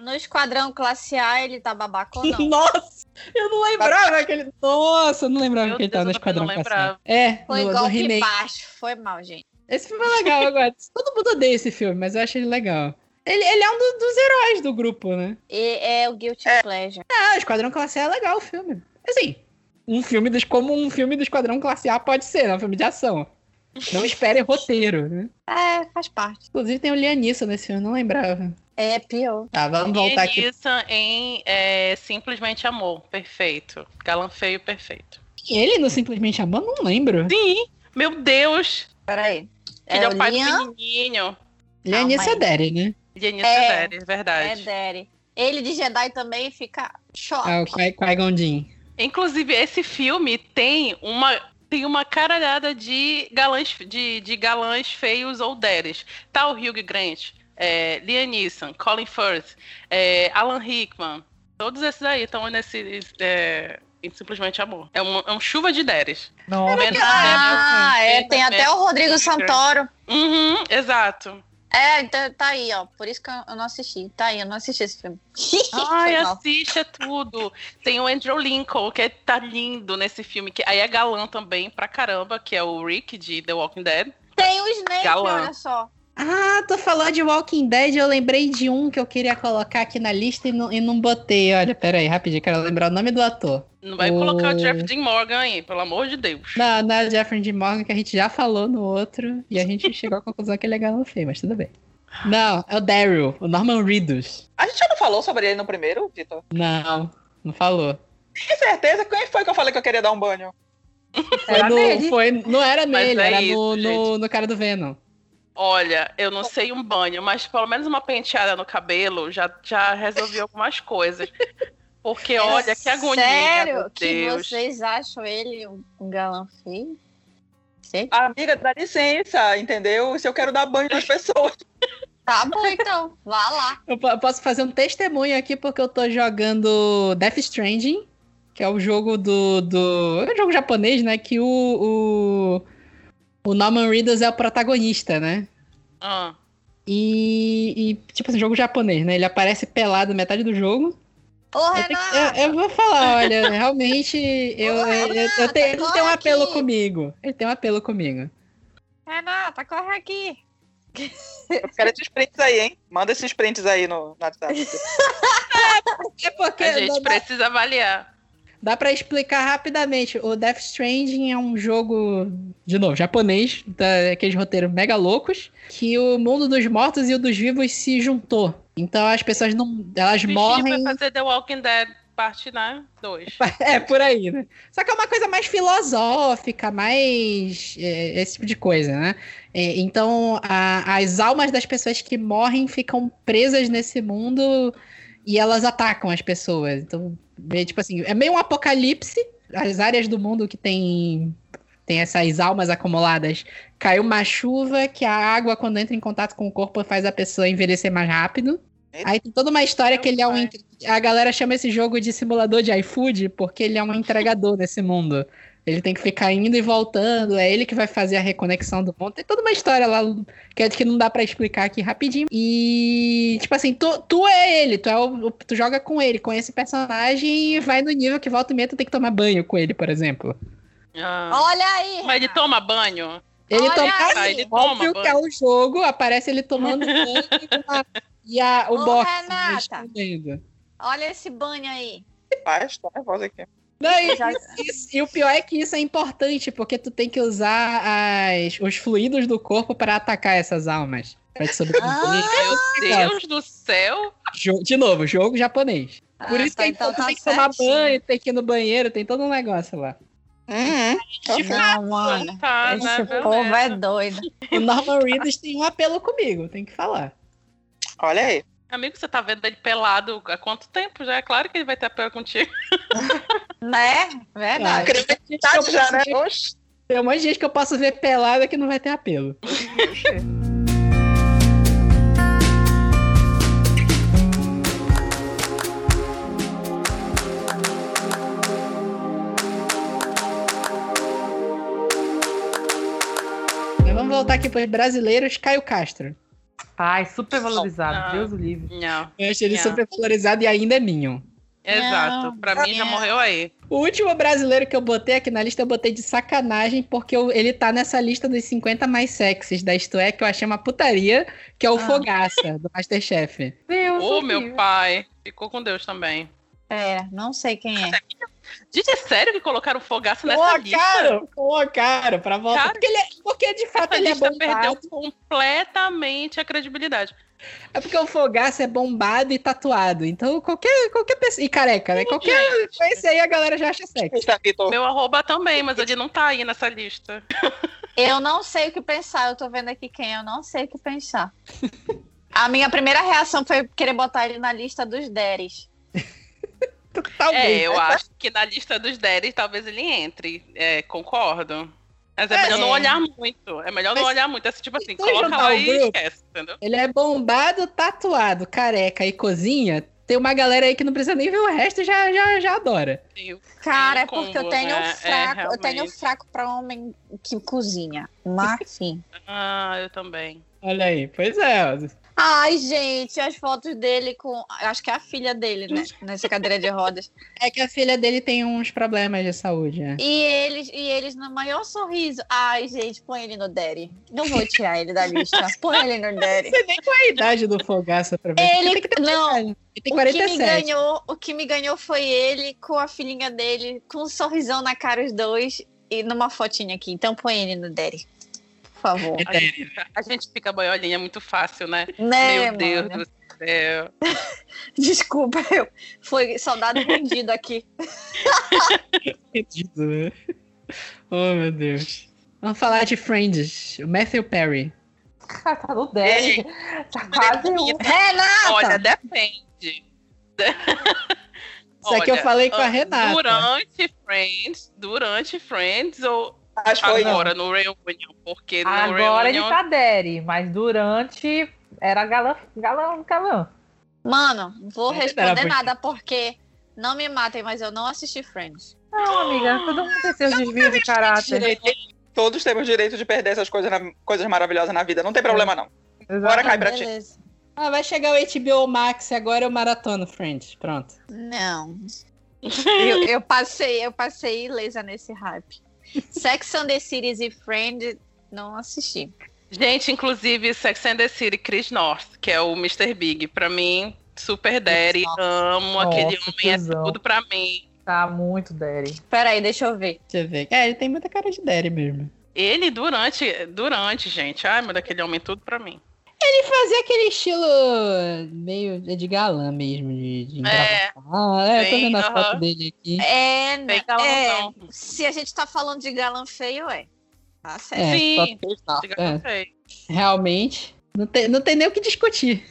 Speaker 2: No Esquadrão Classe A, ele tá babaca ou não?
Speaker 1: Nossa, eu não lembrava que ele. Nossa, eu não lembrava
Speaker 5: Meu
Speaker 1: que ele
Speaker 5: Deus,
Speaker 1: tava no
Speaker 5: eu também
Speaker 1: Esquadrão
Speaker 5: não
Speaker 1: Classe.
Speaker 5: lembrava.
Speaker 1: É,
Speaker 2: Foi
Speaker 1: no, no
Speaker 2: golpe
Speaker 1: remake.
Speaker 2: baixo. Foi mal, gente.
Speaker 1: Esse filme é legal, eu gosto. Todo mundo odeia esse filme, mas eu acho ele legal. Ele, ele é um do- dos heróis do grupo, né?
Speaker 2: E é o Guilty Pleasure.
Speaker 1: Ah, Esquadrão Classe A é legal o filme. Assim, um filme dos, como um filme do Esquadrão Classe A pode ser, né? Um filme de ação. Não espere roteiro, né?
Speaker 2: É, faz parte.
Speaker 1: Inclusive tem o Lianissa nesse filme, eu não lembrava.
Speaker 2: É pior.
Speaker 1: Tá, vamos voltar aqui.
Speaker 5: Vanessa em é, Simplesmente Amor. Perfeito. Galã feio, perfeito.
Speaker 1: Ele não simplesmente amou, não lembro.
Speaker 5: Sim! Meu Deus!
Speaker 2: Peraí.
Speaker 5: Ele é, o pai
Speaker 2: Liam,
Speaker 5: do menininho.
Speaker 1: Liane
Speaker 2: Calma aí.
Speaker 1: Sedere, né?
Speaker 5: Jenny
Speaker 2: É.
Speaker 5: é, verdade.
Speaker 2: É Derry. Ele de Jedi também fica choque.
Speaker 1: Ah, o Qui- Qui-Gon Jinn.
Speaker 5: Inclusive, esse filme tem uma tem uma caralhada de galãs, de, de galãs feios ou deres. Tá o Hugh Grant, é, Liam Neeson, Colin Firth, é, Alan Rickman. Todos esses aí estão nesse... é, em Simplesmente Amor. É um, é um chuva de deres.
Speaker 3: Não,
Speaker 5: Menos
Speaker 2: Ah,
Speaker 5: Hamilton,
Speaker 2: é,
Speaker 5: menos
Speaker 2: tem até o Rodrigo Santoro.
Speaker 5: Uhum, exato.
Speaker 2: É, então tá aí, ó. Por isso que eu não assisti. Tá aí, eu não assisti esse filme.
Speaker 5: Ai,
Speaker 2: Foi mal.
Speaker 5: assiste é tudo. Tem o Andrew Lincoln, que é- tá lindo nesse filme. Que aí é galã também pra caramba, que é o Rick de The Walking Dead.
Speaker 2: Tem o Snake,
Speaker 5: Galã.
Speaker 2: olha só.
Speaker 1: Ah, tu falou de Walking Dead, eu lembrei de um que eu queria colocar aqui na lista e não, e não botei. Olha, peraí, rapidinho, quero lembrar o nome do ator.
Speaker 5: Não vai
Speaker 1: O-
Speaker 5: colocar o Jeff Dean Morgan aí, pelo amor de Deus.
Speaker 1: Não, não é o Jeffrey D. Morgan, que a gente já falou no outro, e a gente chegou à conclusão que ele é galã feio, mas tudo bem. Não, é o Daryl, o Norman Reedus.
Speaker 8: A gente já não falou sobre ele no primeiro, Vitor?
Speaker 1: Não, não falou.
Speaker 8: Tem certeza? Quem foi que eu falei que eu queria dar um banho?
Speaker 1: Foi
Speaker 3: Era
Speaker 1: no-
Speaker 3: nele.
Speaker 1: foi- não era
Speaker 5: Mas
Speaker 1: nele,
Speaker 5: é
Speaker 1: era
Speaker 5: isso,
Speaker 1: no, no,
Speaker 5: gente.
Speaker 1: no cara do Venom.
Speaker 5: Olha, eu não sei um banho, mas pelo menos uma penteada no cabelo já, já resolvi algumas coisas.
Speaker 1: É
Speaker 5: Porque, olha, que agonia.
Speaker 2: Sério?
Speaker 5: meu
Speaker 2: Que
Speaker 5: Deus.
Speaker 2: vocês acham ele um um galã feio? Sei.
Speaker 8: Amiga, dá licença, entendeu? Se eu quero dar banho nas pessoas.
Speaker 2: Tá bom, então. Vá lá.
Speaker 1: Eu po- posso fazer um testemunho aqui porque eu tô jogando Death Stranding, que é o jogo do. do é um jogo japonês, né? Que o, o, o Norman Reedus é o protagonista, né?
Speaker 5: Ah,
Speaker 1: E, e, tipo assim, jogo japonês, né? Ele aparece pelado metade do jogo.
Speaker 2: Ô,
Speaker 1: Eu, tenho que-
Speaker 2: Renato!
Speaker 1: eu- eu vou falar, olha, realmente eu,
Speaker 2: Ô,
Speaker 1: eu, eu, eu
Speaker 2: Renata,
Speaker 1: tenho, ele tem um
Speaker 2: corre
Speaker 1: apelo
Speaker 2: aqui.
Speaker 1: comigo. Ele tem um apelo comigo.
Speaker 2: Renata, tá corre aqui.
Speaker 8: Eu quero esses prints aí, hein? Manda esses prints aí no, no WhatsApp.
Speaker 1: É porque
Speaker 5: a gente precisa avaliar.
Speaker 1: Dá pra explicar rapidamente. O Death Stranding é um jogo, de novo, japonês, daqueles roteiros mega loucos, que o mundo dos mortos e o dos vivos se juntou. Então as pessoas não. Elas
Speaker 5: O bichinho
Speaker 1: morrem.
Speaker 5: vai fazer The Walking Dead parte, né? 2.
Speaker 1: É, por aí, né? Só que é uma coisa mais filosófica, mais. é, esse tipo de coisa, né? É, então, a- as almas das pessoas que morrem ficam presas nesse mundo e elas atacam as pessoas. Então, é tipo assim, é meio um apocalipse. As áreas do mundo que tem, tem essas almas acumuladas caiu uma chuva que a água, quando entra em contato com o corpo, faz a pessoa envelhecer mais rápido.
Speaker 8: Eita.
Speaker 1: Aí tem toda uma história que ele é um.
Speaker 5: Meu
Speaker 1: entre- A galera chama esse jogo de simulador de iFood porque ele é um entregador nesse mundo. Ele tem que ficar indo e voltando, é ele que vai fazer a reconexão do mundo. Tem toda uma história lá que, é que não dá pra explicar aqui rapidinho. E, tipo assim, tu, tu é ele, tu, é o, o- tu joga com ele, conhece o personagem e vai no nível que volta e meia tu tem que tomar banho com ele, por exemplo.
Speaker 5: Ah.
Speaker 2: Olha aí.
Speaker 5: Mas ele
Speaker 2: Renata.
Speaker 5: toma banho? Ah,
Speaker 1: Ele
Speaker 2: Olha
Speaker 1: toma
Speaker 2: aí!
Speaker 1: banho,
Speaker 5: Ele toma
Speaker 1: óbvio que é o jogo, aparece ele tomando banho e com a- e a, o
Speaker 2: Ô,
Speaker 1: box
Speaker 2: Renata!
Speaker 1: respondendo.
Speaker 2: Olha esse banho aí.
Speaker 8: Rapaz, tô nervosa aqui.
Speaker 1: Não, e,
Speaker 2: Já-
Speaker 1: isso- e o pior é que isso é importante, porque tu tem que usar as- os fluidos do corpo pra atacar essas almas. Pra te sobreviver. Tá,
Speaker 2: Ah,
Speaker 5: Meu Deus do céu!
Speaker 1: Jo- de novo, jogo japonês. Por
Speaker 2: Ah,
Speaker 1: isso
Speaker 2: tá,
Speaker 1: que
Speaker 2: então
Speaker 1: tu
Speaker 2: tá
Speaker 1: tem que tomar
Speaker 2: certinho.
Speaker 1: banho, tem que ir no banheiro, tem todo um negócio lá.
Speaker 2: Não, mano.
Speaker 5: Tá, né?
Speaker 2: Esse povo
Speaker 5: Beleza.
Speaker 2: é doido.
Speaker 1: O Norman Reedus tem um apelo comigo, tem que falar.
Speaker 8: Olha aí.
Speaker 5: Amigo, você tá vendo ele pelado há quanto tempo já? É claro que ele vai ter apelo contigo.
Speaker 2: Né?
Speaker 1: É
Speaker 2: Verdade.
Speaker 1: Cara, tem
Speaker 8: Tá
Speaker 1: um monte de gente que eu
Speaker 8: já,
Speaker 1: posso
Speaker 8: né?
Speaker 1: ver-
Speaker 8: Oxi.
Speaker 1: Tem um monte de gente que eu posso ver pelada que não vai ter apelo. Mas vamos voltar aqui para os brasileiros. Caio Castro.
Speaker 3: Ai, super valorizado,
Speaker 5: Não.
Speaker 3: Deus o livre.
Speaker 5: Não.
Speaker 1: Eu achei ele
Speaker 5: Yeah.
Speaker 1: super valorizado e ainda é Minion.
Speaker 5: Exato. Pra mim já
Speaker 2: não.
Speaker 5: morreu aí.
Speaker 1: O último brasileiro que eu botei aqui na lista, eu botei de sacanagem, porque eu- ele tá nessa lista dos 50 mais sexys da Isto É, que eu achei uma putaria, que é o
Speaker 2: Ah.
Speaker 1: Fogaça, do Masterchef.
Speaker 3: Deus
Speaker 5: Ô,
Speaker 3: o
Speaker 5: meu
Speaker 3: livre.
Speaker 5: pai. Ficou com Deus também.
Speaker 2: É, não sei quem é.
Speaker 5: Gente, é sério que colocaram fogaça nessa lista?
Speaker 1: Colocaram, colocaram pra voltar.
Speaker 5: Cara,
Speaker 1: Porque, ele é- porque, de fato
Speaker 5: Essa
Speaker 1: ele é
Speaker 5: lista
Speaker 1: bombado.
Speaker 5: perdeu completamente a credibilidade.
Speaker 1: É porque o Fogaça é bombado e tatuado. Então qualquer, qualquer pessoa. E careca, né? Qualquer coisa aí a galera já acha sexy.
Speaker 8: Eita, tá, Vitor.
Speaker 5: Meu arroba também, mas ele não tá aí nessa lista.
Speaker 2: Eu não sei o que pensar. Eu tô vendo aqui quem, é, eu não sei o que pensar. A minha primeira reação foi querer botar ele na lista dos deres.
Speaker 1: Talvez.
Speaker 5: É, eu acho que na lista dos 10 talvez ele entre. É, concordo. Mas é,
Speaker 2: É.
Speaker 5: melhor não olhar muito. É melhor não
Speaker 1: Mas
Speaker 5: olhar muito. É tipo assim,
Speaker 1: se
Speaker 5: coloca
Speaker 1: juntar
Speaker 5: lá
Speaker 1: o
Speaker 5: e
Speaker 1: grupo-
Speaker 5: esquece, entendeu?
Speaker 1: Ele é bombado, tatuado, careca e cozinha. Tem uma galera aí que não precisa nem ver o resto e já, já, já adora.
Speaker 5: Sim,
Speaker 2: Cara, é
Speaker 5: Tem um
Speaker 2: porque eu
Speaker 5: combo,
Speaker 2: tenho
Speaker 5: né?
Speaker 2: um
Speaker 5: É,
Speaker 2: fraco. eu tenho um
Speaker 5: realmente.
Speaker 2: fraco pra homem que cozinha. Mas sim.
Speaker 5: Ah, eu também.
Speaker 1: Olha aí, pois é.
Speaker 2: Ai, gente, as fotos dele com. eu Acho que é a filha dele, né? Nessa cadeira de rodas.
Speaker 1: É que a filha dele tem uns problemas de saúde, né?
Speaker 2: E eles, e eles no maior sorriso. Ai, gente, põe ele no Daddy. Não vou tirar ele da lista. Põe ele no Daddy.
Speaker 1: Você nem com a idade do Fogaça pra ver.
Speaker 2: Ele-
Speaker 1: Porque tem que ter
Speaker 2: não.
Speaker 1: idade. Ele tem
Speaker 2: O que,
Speaker 1: 47.
Speaker 2: me ganhou, o que me ganhou foi ele com a filhinha dele, com um sorrisão na cara, os dois, e numa fotinha aqui. Então põe ele no Daddy. Por favor.
Speaker 5: A gente, a gente fica boiolinha muito fácil, né?
Speaker 2: Né,
Speaker 5: Meu Deus
Speaker 2: mano?
Speaker 5: do céu.
Speaker 2: Desculpa, eu foi soldado vendido aqui.
Speaker 1: Perdido, né? Oh, meu Deus. Vamos falar de Friends. O Matthew Perry.
Speaker 3: Cara, tá no 10. Tá quase um.
Speaker 1: Ah, tá.
Speaker 2: Renata!
Speaker 5: Olha, depende.
Speaker 1: Isso aqui eu
Speaker 5: Olha,
Speaker 1: falei com a
Speaker 5: ah,
Speaker 1: Renata.
Speaker 5: Durante Friends, durante Friends ou
Speaker 8: Acho que foi.
Speaker 5: agora no Reunion? Porque no
Speaker 3: Agora ele
Speaker 5: Reunion
Speaker 3: tá Derry, mas durante era galã, galã, galã.
Speaker 2: Mano, vou
Speaker 1: Era
Speaker 2: responder
Speaker 1: bonito.
Speaker 2: nada porque não me matem, mas eu não assisti Friends.
Speaker 3: Não, amiga, todo mundo tem seus desvios de caráter.
Speaker 8: Todos temos direito de perder essas coisas, na- coisas maravilhosas na vida. Não tem problema, não. Bora,
Speaker 3: Exato.
Speaker 8: Kai, pra ti.
Speaker 2: Beleza.
Speaker 1: Ah, vai chegar o HBO Max e agora eu maratono Friends. Pronto.
Speaker 2: Não. eu, eu passei, eu passei ilesa nesse hype. Sex and the Cities e Friends não assisti.
Speaker 5: Gente, inclusive, Sex and the City, Chris North, que é o Mr. Big, pra mim, super daddy,
Speaker 2: North.
Speaker 5: amo
Speaker 3: Nossa,
Speaker 5: aquele homem, é
Speaker 3: tesão.
Speaker 5: tudo pra mim.
Speaker 3: Tá muito Derry.
Speaker 2: Peraí, deixa eu ver.
Speaker 1: Deixa eu ver. É, ele tem muita cara de Derry mesmo.
Speaker 5: Ele durante, durante, gente, ai, meu, daquele homem, é tudo pra mim.
Speaker 1: Ele fazia aquele estilo meio de galã mesmo, de, de
Speaker 5: É.
Speaker 1: engravatado. é, eu tô
Speaker 5: Bem,
Speaker 1: vendo a
Speaker 5: aham.
Speaker 1: foto dele aqui.
Speaker 2: É,
Speaker 5: Bem
Speaker 2: né? é,
Speaker 5: galãozão.
Speaker 2: se a gente tá falando de galã feio, é. Tá certo.
Speaker 1: É,
Speaker 5: Sim.
Speaker 1: só Chris North,
Speaker 5: Diga
Speaker 1: é.
Speaker 5: pra vocês.
Speaker 1: Realmente. Não tem, não tem nem o que discutir.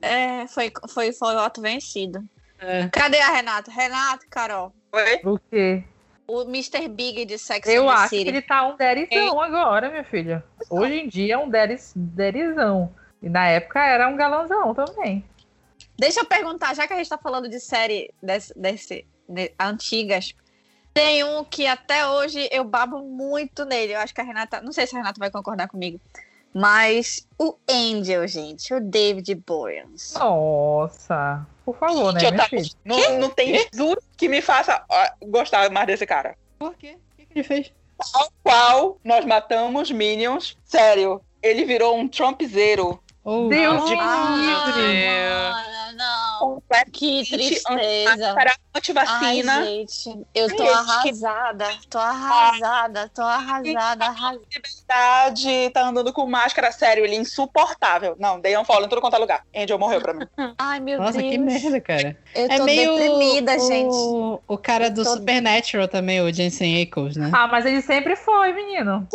Speaker 2: É, foi, foi, foi voto vencido.
Speaker 1: É.
Speaker 2: Cadê a Renata? Renata, Carol.
Speaker 8: Oi?
Speaker 3: O quê?
Speaker 2: O Mr. Big de Sex
Speaker 3: Eu
Speaker 2: and the
Speaker 3: acho que
Speaker 2: City.
Speaker 3: ele tá um derizão agora, minha filha. Hoje em dia é um deriz, derizão. E na época era um galãozão também.
Speaker 2: Deixa eu perguntar, já que a gente tá falando de série des- desse- de- antigas, tem um que até hoje eu babo muito nele. Eu acho que a Renata. Não sei se a Renata vai concordar comigo. Mas o Angel, gente, o David Boreans.
Speaker 3: Nossa. Por favor, né,
Speaker 8: Que
Speaker 3: minha
Speaker 8: otaku.
Speaker 3: filha?
Speaker 8: Não, não tem juro que me faça ó, gostar mais desse cara.
Speaker 1: Por quê? O que, que ele fez?
Speaker 8: Ao qual nós matamos Minions. Sério, ele virou um Trumpzeiro.
Speaker 1: Oh,
Speaker 3: Deus
Speaker 8: de-
Speaker 5: Meu Deus.
Speaker 2: mano, não.
Speaker 1: Um
Speaker 8: Completamente
Speaker 2: Que tristeza.
Speaker 8: Para
Speaker 2: Ai,
Speaker 8: antivacina.
Speaker 2: gente, eu tô
Speaker 8: Gente, que-
Speaker 2: arrasada, tô arrasada, tô arrasada, arrasada.
Speaker 8: Liberdade, tá andando com máscara, sério, ele é insuportável. Não, dei um follow em tudo quanto é lugar. Angel morreu pra mim.
Speaker 2: Ai, meu
Speaker 1: Nossa,
Speaker 2: Deus.
Speaker 1: que merda, cara.
Speaker 2: Eu tô deprimida, gente.
Speaker 1: É O, o cara do
Speaker 2: tô-
Speaker 1: Supernatural também, o Jensen Ackles, né?
Speaker 3: Ah, mas ele sempre foi, menino.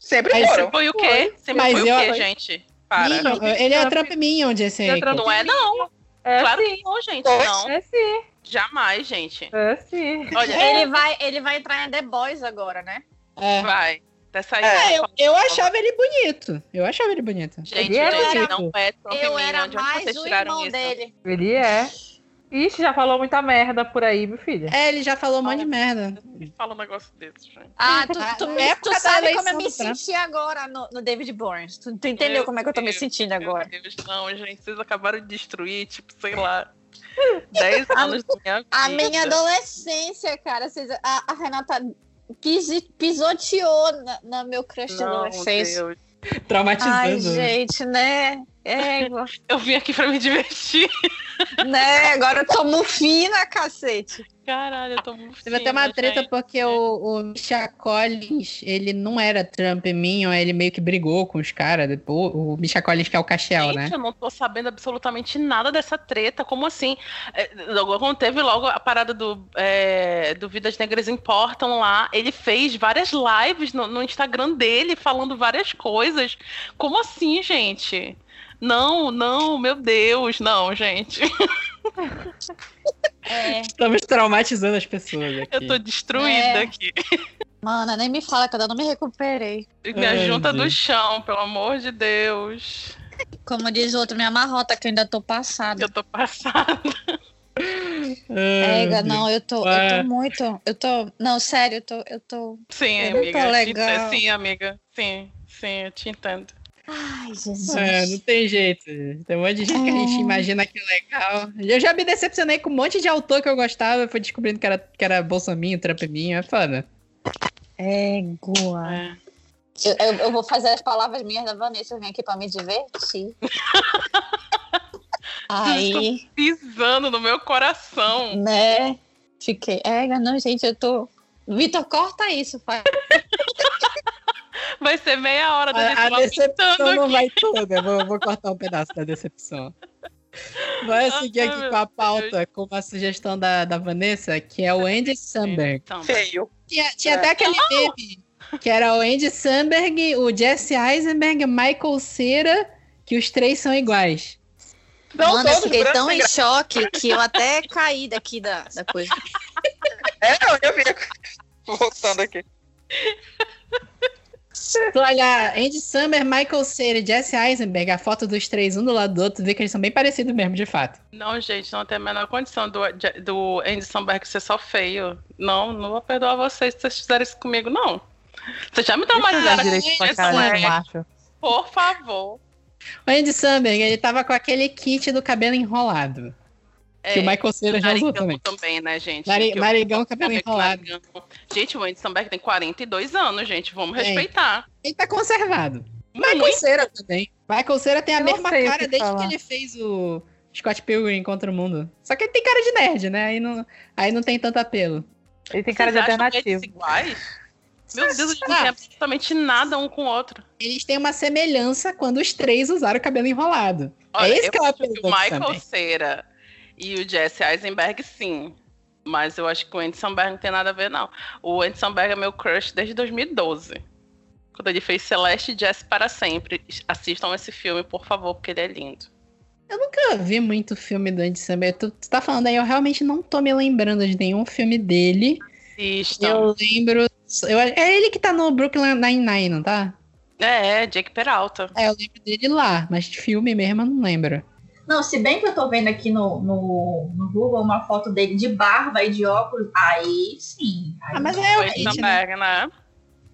Speaker 8: Sempre
Speaker 1: Mas
Speaker 8: foram.
Speaker 5: Foi o quê? Sempre
Speaker 1: Mas
Speaker 5: foi
Speaker 1: eu-
Speaker 5: o quê, gente? Para.
Speaker 1: Minion, ele é Trump Minion, Jensen
Speaker 3: Ele é
Speaker 1: Ackles.
Speaker 5: Não é não,
Speaker 3: É
Speaker 5: claro
Speaker 2: Assim,
Speaker 3: sim.
Speaker 5: que não, gente,
Speaker 8: Pois.
Speaker 5: não.
Speaker 3: É sim,
Speaker 5: Jamais, gente.
Speaker 3: é sim.
Speaker 5: Olha,
Speaker 2: Ele vai, ele vai entrar em The Boys agora, né?
Speaker 1: É.
Speaker 5: vai. Dessa aí. né?
Speaker 8: É,
Speaker 1: É, eu, eu achava ele bonito. Eu achava ele bonito.
Speaker 5: Gente,
Speaker 3: Ele era-
Speaker 5: ele não é Trump
Speaker 2: tipo, eu
Speaker 5: Minion.
Speaker 2: era
Speaker 5: De onde
Speaker 2: mais
Speaker 5: vocês
Speaker 2: o
Speaker 5: tiraram
Speaker 2: irmão
Speaker 5: isso?
Speaker 2: dele.
Speaker 3: Ele é. Ixi, já falou muita merda por aí, minha filha.
Speaker 1: É, ele já falou um monte de merda.
Speaker 5: Fala um negócio desse, gente.
Speaker 2: Ah, tu,
Speaker 1: Na-
Speaker 2: tu,
Speaker 1: na
Speaker 2: me-
Speaker 1: época
Speaker 2: tu
Speaker 1: da
Speaker 2: sabe como eu
Speaker 1: eleição
Speaker 2: me
Speaker 1: do Trump.
Speaker 2: senti agora no, no David Burns. Tu, tu entendeu
Speaker 5: Meu
Speaker 2: como é que eu tô me
Speaker 5: Deus,
Speaker 2: sentindo agora?
Speaker 5: Meu Deus, não, gente. Vocês acabaram de destruir, tipo, sei lá, 10 anos da minha vida.
Speaker 2: A minha adolescência, cara. vocês- a, a Renata pis- pisoteou na, na meu crush de
Speaker 5: Não,
Speaker 2: adolescência.
Speaker 5: Deus.
Speaker 2: Ai,
Speaker 1: Tá Traumatizando.
Speaker 2: gente, né? Égua.
Speaker 5: Eu vim aqui pra me divertir.
Speaker 2: né? Agora eu tô mufina, cacete.
Speaker 5: Caralho, eu tô muito
Speaker 1: Teve até uma
Speaker 5: fina,
Speaker 1: treta
Speaker 5: gente.
Speaker 1: porque o, o Misha Collins, ele não era Trump Minion, ele meio que brigou com os caras. depois. O Misha Collins que é o Cachel,
Speaker 5: Gente,
Speaker 1: né?
Speaker 5: eu não tô sabendo absolutamente nada dessa treta. Como assim? É, Logo, quando teve logo a parada do, é, do Vidas Negras Importam lá, ele fez várias lives no, no Instagram dele falando várias coisas. Como assim, gente? Não, não, meu Deus, não, gente.
Speaker 1: Estamos traumatizando as pessoas aqui.
Speaker 5: Eu tô destruída
Speaker 2: É.
Speaker 5: aqui.
Speaker 2: Mana, nem me fala que eu ainda não me recuperei.
Speaker 5: Me
Speaker 1: Ai,
Speaker 5: ajunta do
Speaker 1: gente.
Speaker 5: chão, pelo amor de Deus.
Speaker 2: Como diz o outro, minha marrota, que eu ainda tô passada.
Speaker 5: Eu tô passada.
Speaker 1: Ah. Ai,
Speaker 2: Égua, não, eu tô, eu
Speaker 1: Ah.
Speaker 2: tô muito. Eu tô. Não, sério, eu tô. Eu tô.
Speaker 5: Sim,
Speaker 2: Eu não tô
Speaker 5: amiga. eu te
Speaker 2: legal.
Speaker 5: entendo. Sim, amiga. Sim, sim, eu te entendo.
Speaker 2: Ai, Jesus.
Speaker 1: É, não tem jeito. Tem um monte de gente que a gente imagina que é legal. Eu já me decepcionei com um monte de autor que eu gostava, fui descobrindo que era, que era Bolsominho, Trumpeminho, é foda.
Speaker 2: Égua.
Speaker 5: É.
Speaker 2: Eu, eu- eu vou fazer as palavras minhas da Vanessa, eu vim aqui pra me divertir. Aí,
Speaker 5: Pisando no meu coração.
Speaker 2: né? Fiquei. Égua, não, gente, eu tô. Vitor, corta isso, pai.
Speaker 5: Vai ser meia hora da gente
Speaker 1: É, A, a
Speaker 5: lá
Speaker 1: decepção
Speaker 5: pintando
Speaker 1: não
Speaker 5: né? aqui.
Speaker 1: vai toda. eu Vou, vou cortar um pedaço da decepção. Vai seguir
Speaker 5: Ai,
Speaker 1: aqui
Speaker 5: meu
Speaker 1: com a pauta, com uma sugestão da, da Vanessa, que é o Andy Samberg.
Speaker 5: Então,
Speaker 8: Feio.
Speaker 1: Tinha, tinha até aquele
Speaker 5: Ah!
Speaker 1: meme, que era o Andy Samberg, o Jesse Eisenberg, o Michael Cera, que os três são iguais.
Speaker 8: Não
Speaker 2: Mano, eu
Speaker 8: todos
Speaker 2: fiquei
Speaker 8: brancos
Speaker 2: tão
Speaker 8: sem
Speaker 2: em choque que eu até caí daqui da, da coisa.
Speaker 8: É, eu vi. Voltando aqui.
Speaker 1: Tu olhar Andy Samberg, Michael Cera e Jesse Eisenberg, a foto dos três um do lado do outro, tu vê que eles são bem parecidos mesmo, de fato.
Speaker 5: não, gente, não tem a menor condição do, do Andy Samberg ser só feio. Não, não vou perdoar vocês se vocês fizerem isso comigo, não. Vocês já me traumatizaram.
Speaker 3: direito
Speaker 5: com
Speaker 3: pra
Speaker 5: Andy
Speaker 3: cara de
Speaker 5: Samberg,
Speaker 3: macho.
Speaker 5: Por favor.
Speaker 1: O Andy Samberg, ele tava com aquele kit do cabelo enrolado,
Speaker 5: É,
Speaker 1: que o Michael Cera já usou
Speaker 5: narigão
Speaker 1: também.
Speaker 5: né, gente?
Speaker 1: Nari-
Speaker 5: Que o-
Speaker 1: narigão, cabelo
Speaker 5: Samberg,
Speaker 1: enrolado.
Speaker 5: narigão. Gente, o Andy Samberg tem 42 anos, gente. Vamos
Speaker 1: Tem.
Speaker 5: respeitar. Hum,
Speaker 1: Ele tá conservado.
Speaker 5: Mas
Speaker 3: é
Speaker 1: Michael Cera também. Michael Cera tem a
Speaker 3: Tá Eu não
Speaker 1: mesma
Speaker 3: sei o
Speaker 1: cara
Speaker 3: que
Speaker 1: desde
Speaker 3: falar.
Speaker 1: que ele fez o Scott Pilgrim contra o mundo. Só que ele tem cara de nerd, né? Aí não, aí não tem tanto apelo.
Speaker 3: Ele tem cara de
Speaker 5: Vocês acham que é eles
Speaker 3: alternativo.
Speaker 5: são iguais? Meu Deus, eles não
Speaker 1: Ah.
Speaker 5: têm absolutamente nada um com o outro.
Speaker 1: Eles têm uma semelhança quando os três usaram o cabelo enrolado.
Speaker 5: Olha,
Speaker 1: é esse
Speaker 5: eu
Speaker 1: que é o
Speaker 5: acho
Speaker 1: apelo
Speaker 5: que
Speaker 1: do
Speaker 5: o Michael
Speaker 1: Samberg.
Speaker 5: Cera e o Jesse Eisenberg, sim. Mas eu acho que o Andy Samberg não tem nada a ver, não. O Andy Samberg é meu crush desde 2012. Quando ele fez Celeste e Jesse para sempre. Assistam esse filme, por favor, porque ele é lindo.
Speaker 1: Eu nunca vi muito filme do Andy Samberg. Tu, tu tá falando aí, eu realmente não tô me lembrando de nenhum filme dele.
Speaker 5: Assistam.
Speaker 1: Eu lembro... eu- é ele que tá no Brooklyn Nine-Nine, não tá?
Speaker 5: É, é, Jake Peralta.
Speaker 1: É, eu lembro dele lá, mas de filme mesmo eu não lembro.
Speaker 9: Não, se bem que eu tô vendo aqui no, no, no Google uma foto dele de barba e de óculos, aí sim. Aí,
Speaker 1: Ah, mas é o
Speaker 5: o Andy
Speaker 1: Kit, né?
Speaker 5: Samberg, né?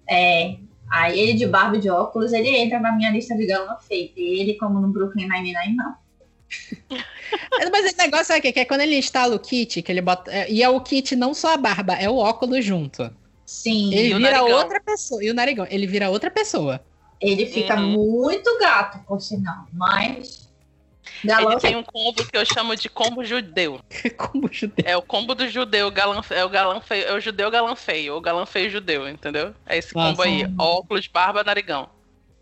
Speaker 9: É. Aí ele de barba e de óculos, ele entra na minha lista de galã feita. E ele, como no Brooklyn Nine-Nine, não.
Speaker 1: É, Mas esse negócio é que, que é quando ele instala o kit, que ele bota. é, E é o kit, não só a barba, é o óculos junto.
Speaker 9: Sim,
Speaker 1: Ele
Speaker 5: E o
Speaker 1: vira
Speaker 5: narigão.
Speaker 1: outra pessoa. E o narigão, ele vira outra pessoa.
Speaker 9: ele fica
Speaker 5: Uhum.
Speaker 9: muito gato, por sinal. Mas. Galã
Speaker 5: Ele tem um combo que eu chamo de combo judeu.
Speaker 1: Como judeu.
Speaker 5: É o combo do judeu, galã, é o galã feio, é o judeu galã feio, ou galã feio judeu, entendeu? É esse combo
Speaker 1: Nossa.
Speaker 5: aí, óculos, barba, narigão.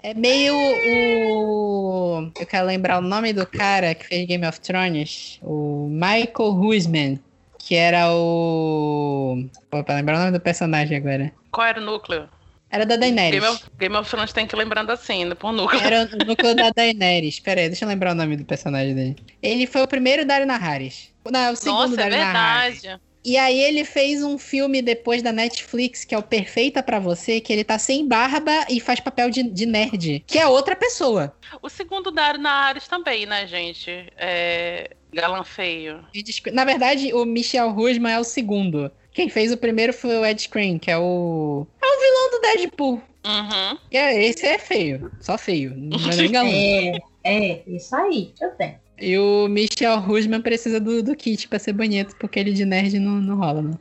Speaker 1: É meio o. Eu quero lembrar o nome do cara que fez Game of Thrones, o Michael Huisman, que era o. Pô, pra lembrar o nome do personagem agora.
Speaker 5: Qual era o núcleo?
Speaker 1: Era da Daenerys.
Speaker 5: Game of, Game of Thrones tem que ir lembrando assim, né, por núcleo.
Speaker 1: Era o núcleo da Daenerys. Pera aí, deixa eu lembrar o nome do personagem dele. Ele foi o primeiro Dario Naharis. Não, o segundo
Speaker 5: Nossa, é
Speaker 1: Dario Naharis.
Speaker 5: verdade.
Speaker 1: E aí ele fez um filme depois da Netflix, que é o Perfeita Pra Você, que ele tá sem barba e faz papel de, de nerd, que é outra pessoa.
Speaker 5: O segundo Dario Naharis também, né, gente? É, galã feio.
Speaker 1: Ele diz que- Na verdade, o Michel Rusman é o segundo. Quem fez o primeiro foi o Ed Screen, que é o. É o vilão do Deadpool.
Speaker 5: Uhum.
Speaker 1: E é- Esse é feio, só feio. Não é nem galã.
Speaker 9: É, é, isso aí, eu tenho.
Speaker 1: E o Michel Rusman precisa do, do kit pra ser bonito, porque ele de nerd não, não rola, não.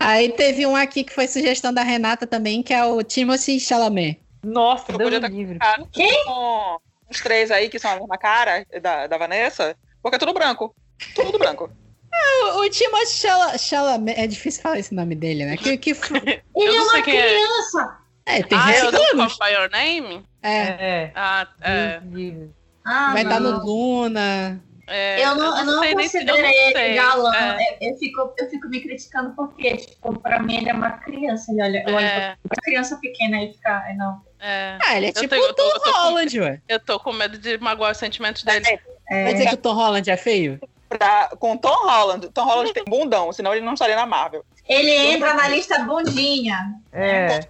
Speaker 1: Aí teve um aqui que foi sugestão da Renata também, que é o Timothy Chalamet.
Speaker 3: Nossa,
Speaker 4: Eu
Speaker 3: Deus
Speaker 4: podia
Speaker 3: me
Speaker 4: tá-
Speaker 3: livre.
Speaker 4: cara, com os três aí que são a mesma cara da, da Vanessa, porque é tudo branco. Tudo branco.
Speaker 1: O, o Timothy Chala- Chalamet, é difícil falar esse nome dele, né? Que, que f-
Speaker 9: Ele
Speaker 5: Eu
Speaker 9: é
Speaker 5: não
Speaker 9: uma
Speaker 5: sei quem é.
Speaker 9: criança.
Speaker 1: é, tem
Speaker 5: Ah, eu
Speaker 1: 25
Speaker 5: não
Speaker 1: anos.
Speaker 5: Call By Your Name?
Speaker 1: É,
Speaker 3: É.
Speaker 5: Ah, é.
Speaker 3: Deus me livre.
Speaker 9: Ah,
Speaker 1: vai tá
Speaker 9: não.
Speaker 1: estar no Duna.
Speaker 5: é,
Speaker 9: Eu não, eu não
Speaker 5: sei nem se- eu
Speaker 9: considero ele
Speaker 5: sei.
Speaker 9: galã.
Speaker 5: É,
Speaker 9: Eu, eu fico, eu fico me criticando porque, tipo, pra mim ele é uma criança. Ele olha, eu olho
Speaker 5: é,
Speaker 9: pra criança pequena e fica. ai, Não.
Speaker 5: é.
Speaker 1: Ah, ele é
Speaker 5: Eu
Speaker 1: tipo
Speaker 5: tenho-
Speaker 1: o
Speaker 5: eu tô-
Speaker 1: Tom
Speaker 5: eu tô com-
Speaker 1: Holland, ué.
Speaker 5: Eu tô com medo de magoar os sentimentos
Speaker 4: Tá
Speaker 5: dele.
Speaker 9: É,
Speaker 1: Vai dizer que o Tom Holland é feio?
Speaker 4: Pra, com Tom Holland. Tom Holland tem bundão, senão ele não estaria na Marvel.
Speaker 9: Ele entra na lista bundinha.
Speaker 3: É.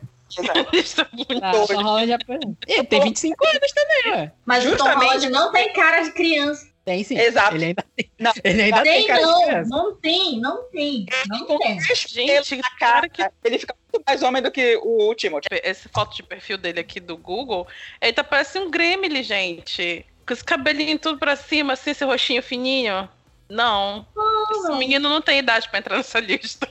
Speaker 4: Exato.
Speaker 1: Ah, o Tom Holland é feio. Ele tem 25 anos também, ué.
Speaker 9: Mas o Tom
Speaker 4: Justamente-
Speaker 9: Holland não tem cara de criança.
Speaker 1: Tem sim.
Speaker 4: Exato.
Speaker 1: Ele ainda tem,
Speaker 4: Não.
Speaker 1: ele ainda tem
Speaker 9: Tem
Speaker 1: cara de
Speaker 9: não,
Speaker 1: criança.
Speaker 9: não tem, não tem, não
Speaker 4: Com
Speaker 9: tem.
Speaker 4: três pelos
Speaker 5: Gente,
Speaker 4: na cara,
Speaker 5: cara que-
Speaker 4: ele fica muito mais homem do que o Timothy.
Speaker 5: Essa foto de perfil dele aqui do Google, ele tá parece um gremlin, gente. Com esse cabelinho tudo pra cima, assim, esse roxinho fininho. Não. Esse menino não tem idade pra entrar nessa lista.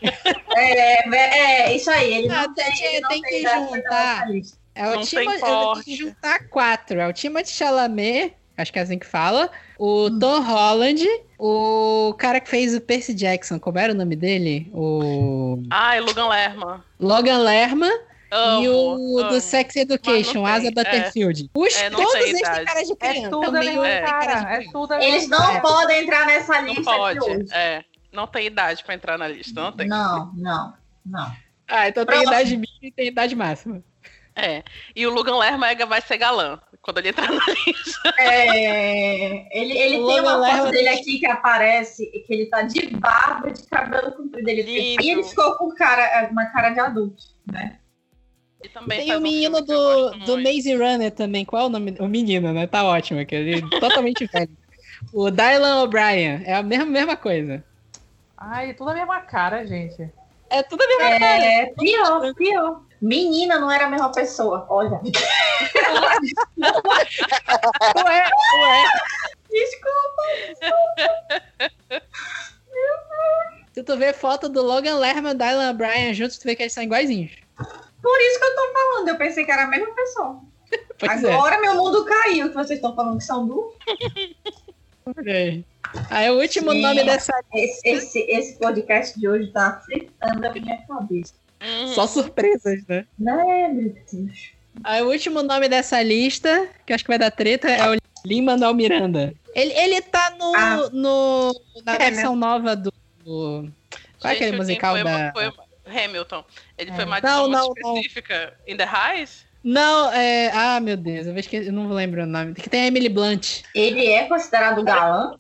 Speaker 9: É, é, é, isso aí, ele
Speaker 1: Ah,
Speaker 9: não tem,
Speaker 1: tem-
Speaker 9: ele não
Speaker 1: tem
Speaker 9: tem,
Speaker 1: que
Speaker 9: idade pra
Speaker 1: juntar.
Speaker 9: entrar nessa lista.
Speaker 1: É o
Speaker 5: Não
Speaker 1: time,
Speaker 5: tem
Speaker 1: eu vou ter
Speaker 5: corte.
Speaker 1: que juntar quatro. É o Timothy Chalamet, acho que é assim que fala. O Tom Holland, o cara que fez o Percy Jackson, como era o nome dele? O
Speaker 5: Ai, Lugan Lerma.
Speaker 1: Logan Lerma
Speaker 5: Amo,
Speaker 1: e o
Speaker 5: amo.
Speaker 1: do Sex Education,
Speaker 5: Mas
Speaker 1: Asa
Speaker 5: não tem, é.
Speaker 1: Butterfield. Os
Speaker 5: É, não
Speaker 1: todos
Speaker 5: tem
Speaker 1: eles têm
Speaker 5: idade.
Speaker 1: cara de
Speaker 3: É
Speaker 1: criança.
Speaker 3: tudo a
Speaker 1: meio
Speaker 3: mesma
Speaker 5: é.
Speaker 1: tem cara de
Speaker 3: cara. É
Speaker 1: criança.
Speaker 3: tudo a
Speaker 9: Eles um
Speaker 3: mesma
Speaker 9: não
Speaker 3: cara.
Speaker 9: podem entrar nessa
Speaker 5: Não
Speaker 9: lista de hoje.
Speaker 5: pode. É. Não tem idade pra entrar na lista. Não tem.
Speaker 9: Não, não, não.
Speaker 1: Ah, então tem
Speaker 9: Pronto.
Speaker 1: idade mínima e tem idade máxima.
Speaker 5: É. E o Lugan Lerma é- vai ser galã quando ele entrar na lista.
Speaker 9: É, ele ele
Speaker 1: O
Speaker 9: tem
Speaker 1: Logan
Speaker 9: uma
Speaker 1: Lerman-
Speaker 9: foto dele aqui que aparece, que ele tá de barba, de cabelo comprido. Ele
Speaker 5: Lindo.
Speaker 9: e ele ficou com cara, é, uma cara de adulto.
Speaker 5: E também
Speaker 1: Tem
Speaker 5: faz
Speaker 1: o
Speaker 5: um filme
Speaker 1: menino
Speaker 5: que eu
Speaker 1: do,
Speaker 5: gosto
Speaker 1: do
Speaker 5: muito.
Speaker 1: Maze Runner também. Qual é o nome? O menino, né? Tá ótimo, que ele é totalmente velho. O Dylan O'Brien. É a mesma, mesma coisa.
Speaker 3: Ai, tudo a mesma cara, gente.
Speaker 1: É tudo a mesma coisa.
Speaker 9: É, pior, pior. Menina não era a mesma pessoa. Olha.
Speaker 1: Ué, ué.
Speaker 9: Desculpa.
Speaker 1: Se tu vê foto do Logan Lerman e Dylan O'Brien juntos, tu vê que eles são iguaizinhos.
Speaker 9: Por isso que eu tô falando. Eu pensei que era a mesma pessoa.
Speaker 1: Pois é.
Speaker 9: Agora meu mundo caiu. Que vocês estão falando que são duas.
Speaker 1: é. Aí o último
Speaker 9: Sim.
Speaker 1: nome dessa.
Speaker 9: Esse, esse, esse podcast de hoje tá fritando a minha cabeça.
Speaker 5: Uhum.
Speaker 1: Só surpresas, né?
Speaker 9: Né, meu Deus?
Speaker 1: Aí o último nome dessa lista, que eu acho que vai dar treta, é o Lin Manuel Miranda. Ele, ele tá no,
Speaker 9: Ah.
Speaker 1: no, na
Speaker 9: É,
Speaker 1: versão nova do. do- Qual é aquele
Speaker 5: Gente, o Jim
Speaker 1: musical
Speaker 5: foi
Speaker 1: da.
Speaker 5: uma- foi uma- Hamilton. Ele foi uma
Speaker 1: É. Não,
Speaker 5: edição muito
Speaker 1: não, não.
Speaker 5: específica. In the Highs?
Speaker 1: Não, é. Ah, meu Deus, eu, esqueci, eu não lembro o nome. Que tem a Emily Blunt.
Speaker 9: Ele é considerado galã?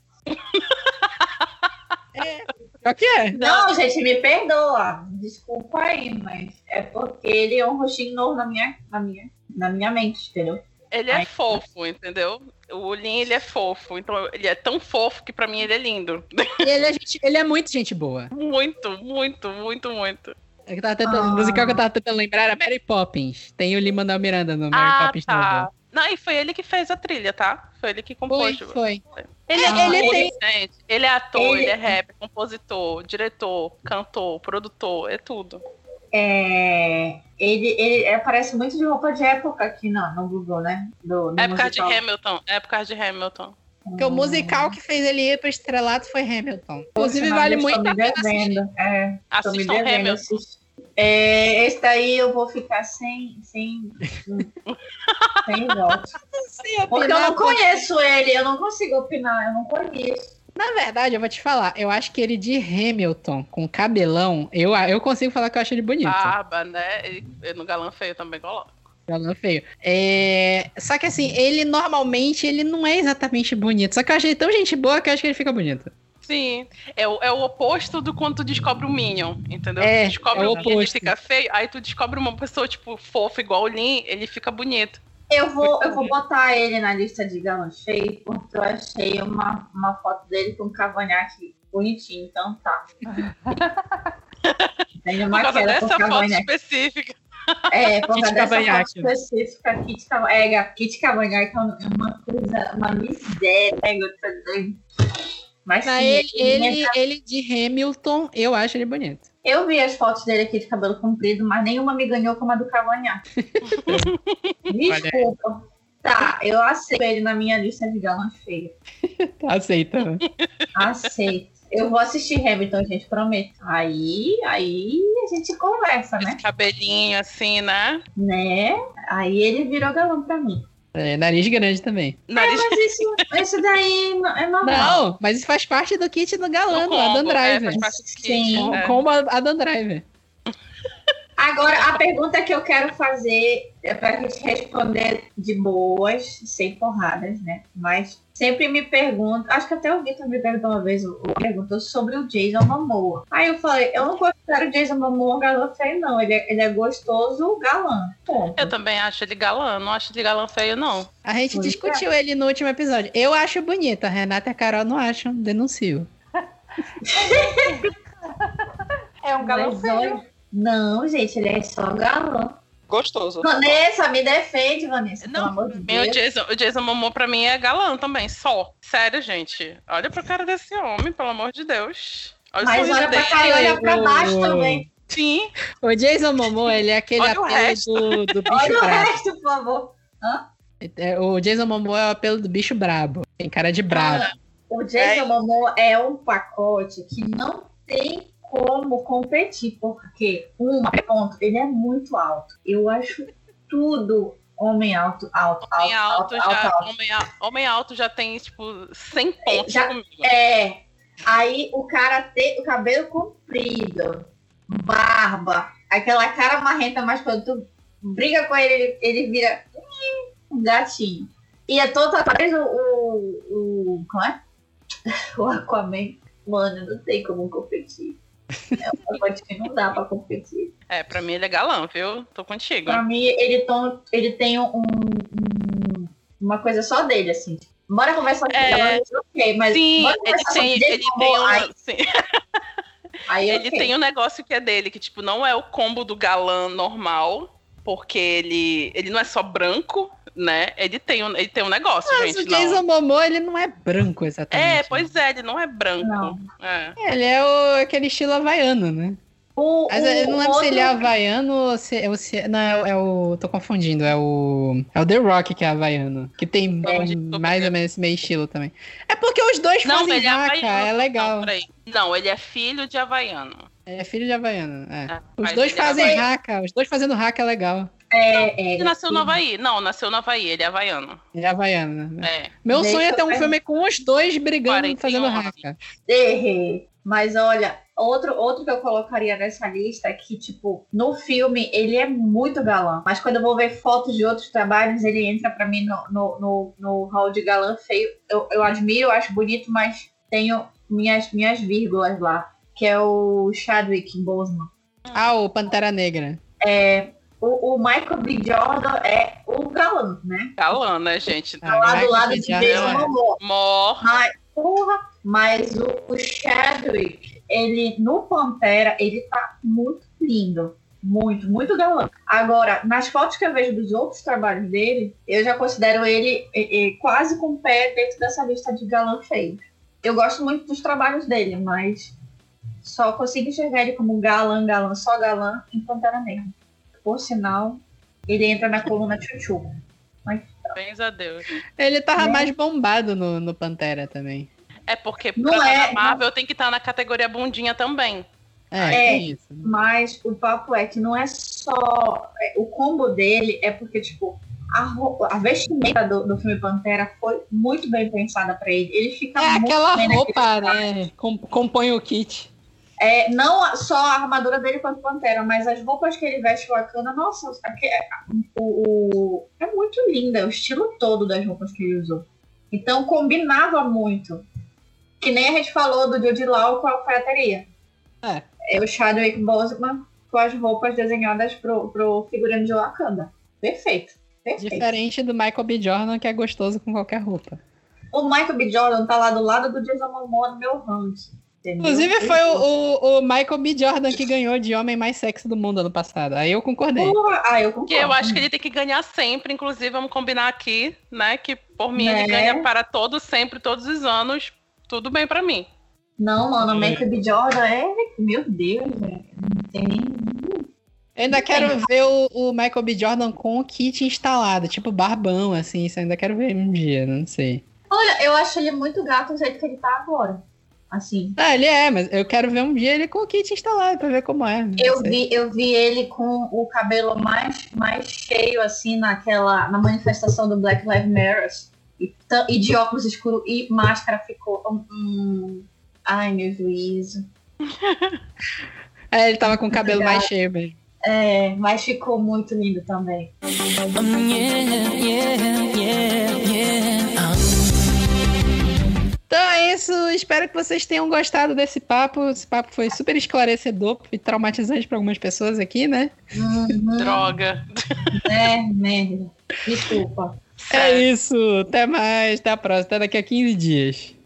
Speaker 1: Pior que é.
Speaker 9: Não, gente, me perdoa. Desculpa aí, mas é porque ele é um roxinho novo na minha, na minha, na minha mente, entendeu?
Speaker 5: Ele é
Speaker 9: Ai.
Speaker 5: fofo, entendeu? O Lin, ele é fofo. Então, ele é tão fofo que pra mim ele é lindo.
Speaker 1: E ele, é gente- ele é muito gente boa.
Speaker 5: Muito, muito, muito, muito.
Speaker 1: É que eu tava tentando- O
Speaker 9: Ah.
Speaker 1: musical que eu tava tentando lembrar era Mary Poppins. Tem o Lin Manuel Miranda no Mary
Speaker 5: ah,
Speaker 1: Poppins
Speaker 5: tá.
Speaker 1: novo.
Speaker 5: Não, e foi ele que fez a trilha, tá? Foi ele que
Speaker 9: Um
Speaker 1: Foi,
Speaker 5: compôs.
Speaker 1: foi.
Speaker 5: Ele,
Speaker 9: Ah,
Speaker 5: ele,
Speaker 9: ele
Speaker 5: tem... gente, ele é ator, ele...
Speaker 9: Ele-
Speaker 5: é rapper, compositor, diretor, cantor, produtor, é tudo.
Speaker 9: É, ele, ele é, parece muito de roupa de época aqui no, no Google, né? Do, no
Speaker 5: É por causa de
Speaker 9: musical.
Speaker 5: Hamilton, é por causa de Hamilton.
Speaker 1: Porque o musical que fez ele ir pro estrelato foi Hamilton.
Speaker 9: Poxa,
Speaker 1: Inclusive,
Speaker 9: mas
Speaker 1: vale
Speaker 9: eu tô
Speaker 1: muito
Speaker 9: me
Speaker 1: a pena assistir.
Speaker 9: devendo. É, tô me
Speaker 5: assim. Assistam
Speaker 9: devendo.
Speaker 5: Hamilton.
Speaker 9: assistir. É, esse daí eu vou ficar sem. sem. sem voto.
Speaker 1: Sem opinar,
Speaker 9: Porque eu não
Speaker 1: porque-
Speaker 9: conheço ele, eu não consigo opinar, eu não conheço.
Speaker 1: Na verdade, eu vou te falar, eu acho que ele de Hamilton, com cabelão, eu, eu consigo falar que eu acho ele bonito.
Speaker 9: Ah.
Speaker 5: Barba, né? Ele, ele no galã feio também coloca.
Speaker 1: Galã feio. É, Só que assim, ele normalmente ele não é exatamente bonito. Só que eu achei tão gente boa que eu acho que ele fica bonito.
Speaker 5: Sim, é o, é o oposto do quando tu descobre o Minion, entendeu?
Speaker 1: É,
Speaker 5: tu descobre
Speaker 1: é o
Speaker 5: o Minion, ele
Speaker 1: oposto.
Speaker 5: fica feio, aí tu descobre uma pessoa, tipo, fofa igual o Lin, ele fica bonito.
Speaker 9: Eu vou, eu vou botar ele na lista de galãs feio, porque eu achei uma, uma foto dele com um cavanhaque bonitinho, então tá. Tem
Speaker 5: Por
Speaker 9: uma
Speaker 5: causa
Speaker 9: queda
Speaker 5: dessa
Speaker 9: por
Speaker 5: foto
Speaker 9: cavanhaque.
Speaker 5: específica.
Speaker 9: É, por
Speaker 1: Kit
Speaker 9: causa dessa
Speaker 1: cavanhaque,
Speaker 9: foto específica, kit é né, cavanhaque. É, kit cavanhaque é uma coisa, uma miséria. que eu tô dando. Mas
Speaker 1: Mas
Speaker 9: sim,
Speaker 1: ele,
Speaker 9: ele- é
Speaker 1: ele, ele de Hamilton, eu acho ele bonito.
Speaker 9: eu vi as fotos dele aqui de cabelo comprido, mas nenhuma me ganhou como a do Cavanhaque. Desculpa. Tá, eu aceito ele na minha lista de galãs feios.
Speaker 1: Aceita. né?
Speaker 9: Aceito. Eu vou assistir Hamilton, gente, prometo. Aí, aí a gente conversa, né?
Speaker 5: Esse cabelinho assim, né?
Speaker 9: Né? Aí ele virou galão pra mim.
Speaker 1: É, nariz grande também.
Speaker 9: É,
Speaker 5: Nariz
Speaker 9: mas isso, isso daí no- é normal.
Speaker 1: Não, mas isso faz parte do kit do
Speaker 5: do
Speaker 1: galã, do Adam
Speaker 5: combo, é,
Speaker 1: Driver.
Speaker 5: faz parte do kit,
Speaker 9: Sim.
Speaker 5: né?
Speaker 1: Como a Adam Driver.
Speaker 9: Agora, a pergunta que eu quero fazer é pra gente responder de boas, sem porradas, né? Mas sempre me pergunto, acho que até o Vitor me perguntou uma vez, o- o perguntou sobre o Jason Momoa. Aí eu falei, eu não considero o Jason Momoa um galã feio, não. Ele é, ele é gostoso galã. Ponto.
Speaker 5: Eu também acho ele galã, não acho ele galã feio, não.
Speaker 1: A gente
Speaker 9: Pois é.
Speaker 1: discutiu ele no último episódio. Eu acho bonito, a Renata e a Carol não acham, denuncio.
Speaker 3: É um galão
Speaker 9: Mas
Speaker 3: feio.
Speaker 9: olha- Não, gente, ele é só galã.
Speaker 4: Gostoso.
Speaker 9: Vanessa, me defende, Vanessa.
Speaker 5: Não,
Speaker 9: pelo amor de
Speaker 5: Meu
Speaker 9: Deus.
Speaker 5: Jason, o Jason Momoa pra mim é galã também, só. Sério, gente. Olha pro cara desse homem, pelo amor de Deus. Olha o
Speaker 9: Mas
Speaker 5: sorriso
Speaker 9: olha pra
Speaker 5: dele.
Speaker 9: cá e olha pra baixo também.
Speaker 5: Sim,
Speaker 1: O Jason Momoa, ele é aquele
Speaker 5: Olha o
Speaker 1: apelo
Speaker 5: resto.
Speaker 1: do, do bicho
Speaker 9: Olha o
Speaker 1: brabo.
Speaker 9: resto, por favor.
Speaker 1: É, O Jason Momoa é o apelo do bicho brabo. Tem cara de brabo.
Speaker 5: Ah,
Speaker 9: O Jason Momoa é um pacote que não tem como competir, porque um ponto, ele é muito alto. Eu acho tudo homem alto, alto, alto,
Speaker 5: homem alto,
Speaker 9: alto, alto,
Speaker 5: já,
Speaker 9: alto.
Speaker 5: Homem, al- homem alto já tem, tipo, 100 pontos
Speaker 9: Já-
Speaker 5: comigo.
Speaker 9: É. Aí o cara tem o cabelo comprido, barba, aquela cara marrenta, mas quando tu briga com ele, ele, ele vira um gatinho. E é toda vez o, o, o. Como é? O Aquaman. Mano, não tem como competir. É um pacote que não dá pra competir.
Speaker 5: É, pra mim ele é galã, viu? Tô contigo.
Speaker 9: Pra mim, ele, tom, ele tem um, um- uma coisa só dele, assim. Bora conversar com
Speaker 5: É.
Speaker 9: ela, ok, mas
Speaker 5: Sim,
Speaker 9: bora
Speaker 5: ele
Speaker 9: conversar
Speaker 5: tem,
Speaker 9: sobre
Speaker 5: ele
Speaker 9: Jason
Speaker 5: tem
Speaker 9: Momoa. Aí
Speaker 5: um, sim,
Speaker 9: Aí
Speaker 5: ele tem um negócio que é dele, que tipo, não é o combo do galã normal, porque ele, ele não é só branco, né? Ele tem um, ele tem um negócio,
Speaker 1: Mas
Speaker 5: gente.
Speaker 1: o
Speaker 5: não.
Speaker 1: Jason Momoa, ele não é branco exatamente. né?
Speaker 5: É, pois é, ele não é branco.
Speaker 9: Não.
Speaker 5: É.
Speaker 1: Ele é o- aquele estilo havaiano, né?
Speaker 9: O,
Speaker 1: Mas
Speaker 9: o
Speaker 1: eu não lembro se ele é
Speaker 9: outro-
Speaker 1: havaiano ou se, ou se- Não, é, o- é o. tô confundindo, é o. É o The Rock que é havaiano. Que tem
Speaker 5: Confundi,
Speaker 1: um-
Speaker 5: tô
Speaker 1: mais
Speaker 5: pegando.
Speaker 1: ou menos esse meio estilo também. É porque os dois
Speaker 5: é Não,
Speaker 1: fazem
Speaker 5: ele é
Speaker 1: vaca,
Speaker 5: havaiano.
Speaker 1: é
Speaker 5: Não,
Speaker 1: legal.
Speaker 5: peraí. Não, ele é filho de havaiano.
Speaker 1: É filho de havaiano. é.
Speaker 5: É,
Speaker 1: Os
Speaker 5: mas
Speaker 1: dois
Speaker 5: ele é
Speaker 1: fazem
Speaker 5: havaiano.
Speaker 1: raca, os dois fazendo raca é legal.
Speaker 9: É,
Speaker 5: Ele
Speaker 9: é,
Speaker 5: nasceu no Havaí. Não, nasceu no Havaí, ele é havaiano.
Speaker 1: Ele é havaiano, né?
Speaker 5: É.
Speaker 1: Meu
Speaker 9: Deixa
Speaker 1: sonho é ter
Speaker 9: eu
Speaker 1: um
Speaker 9: ver.
Speaker 1: filme com os dois brigando e
Speaker 5: 41
Speaker 1: fazendo
Speaker 5: homens.
Speaker 1: raca.
Speaker 9: errei. Mas olha, outro, outro que eu colocaria nessa lista é que, tipo, no filme ele é muito galã. Mas quando eu vou ver fotos de outros trabalhos, ele entra pra mim no, no, no, no hall de galã feio. Eu, eu admiro, eu acho bonito, mas tenho minhas, minhas vírgulas lá. Que é o Chadwick Boseman.
Speaker 1: Ah, o Pantera Negra.
Speaker 9: É, o, o Michael B. Jordan é o galã, né?
Speaker 5: Galã, né, gente?
Speaker 1: Ah,
Speaker 9: Tá Lá do
Speaker 1: Michael
Speaker 9: lado
Speaker 1: B.
Speaker 9: de
Speaker 1: Jordan
Speaker 9: Jason
Speaker 1: é-
Speaker 9: Momoa.
Speaker 5: Mor.
Speaker 9: Porra, mas o, o Chadwick, ele no Pantera, ele tá muito lindo. Muito, muito galã. Agora, nas fotos que eu vejo dos outros trabalhos dele, eu já considero ele eh, eh, quase com o pé dentro dessa lista de galã feio. Eu gosto muito dos trabalhos dele, mas só consigo enxergar ele como galã, galã, só galã em Pantera Negra. Por sinal, ele entra na coluna Chuchu.
Speaker 5: Parabéns a Deus.
Speaker 1: Ele tava
Speaker 9: Né?
Speaker 1: mais bombado no, no Pantera também.
Speaker 5: É porque
Speaker 9: Não
Speaker 5: pra estar
Speaker 9: é,
Speaker 5: na Marvel tem que estar na categoria bundinha também.
Speaker 1: É,
Speaker 9: É.
Speaker 1: tem isso.
Speaker 9: Mas o papo é que não é só. é, O combo dele é porque, tipo, a, ro- a vestimenta do, do filme Pantera foi muito bem pensada pra ele. Ele fica
Speaker 1: É
Speaker 9: Tá muito
Speaker 1: aquela
Speaker 9: bem
Speaker 1: roupa, né? com- compõe o kit.
Speaker 9: É, não a- só a armadura dele quanto Pantera, mas as roupas que ele veste bacana, nossa, aque- o, o- é muito linda, o estilo todo das roupas que ele usou. Então combinava muito. Que nem a gente falou do Jude Law com a alfaiataria.
Speaker 1: É.
Speaker 9: o Chadwick Boseman com as roupas desenhadas pro, pro figurino de Wakanda. Perfeito, perfeito.
Speaker 1: Diferente do Michael B. Jordan, que é gostoso com qualquer roupa.
Speaker 9: O Michael B. Jordan tá lá do lado do Jason Momoa no meu ranking. entendeu?
Speaker 1: Inclusive, foi o, o- o Michael B. Jordan que ganhou de homem mais sexy do mundo ano passado. Aí eu concordei.
Speaker 9: Porra, Ah, eu concordo.
Speaker 5: Porque eu acho que ele tem que ganhar sempre. Inclusive, vamos combinar aqui, né? Que por mim
Speaker 9: Né?
Speaker 5: ele ganha para todo sempre, todos os anos. Tudo bem pra mim.
Speaker 9: Não, mano, Michael B. Jordan é. Meu Deus, velho. Não tem nem.
Speaker 1: Eu ainda quero ver o, o Michael B. Jordan com o kit instalado, tipo barbão, assim. Isso eu ainda quero ver um dia, não sei.
Speaker 9: Olha, eu acho ele muito gato do jeito que ele tá agora. Assim.
Speaker 1: Ah, ele é, mas eu quero ver um dia ele com o kit instalado pra ver como é. não
Speaker 9: Eu
Speaker 1: sei.
Speaker 9: vi, eu vi ele com o cabelo mais, mais cheio, assim, naquela. na manifestação do Black Lives Matter. E, ta- e de óculos escuro e máscara ficou. hum, ai, meu juízo.
Speaker 1: É, ele tava com o cabelo mais cheio mesmo.
Speaker 9: É, mas ficou muito lindo também.
Speaker 1: Então é isso, espero que vocês tenham gostado desse papo. Esse papo foi super esclarecedor e traumatizante pra algumas pessoas aqui, né?
Speaker 9: Uhum,
Speaker 5: Droga.
Speaker 9: é, merda. Desculpa.
Speaker 5: É.
Speaker 1: É isso, até mais, até a próxima, até daqui a 15 dias.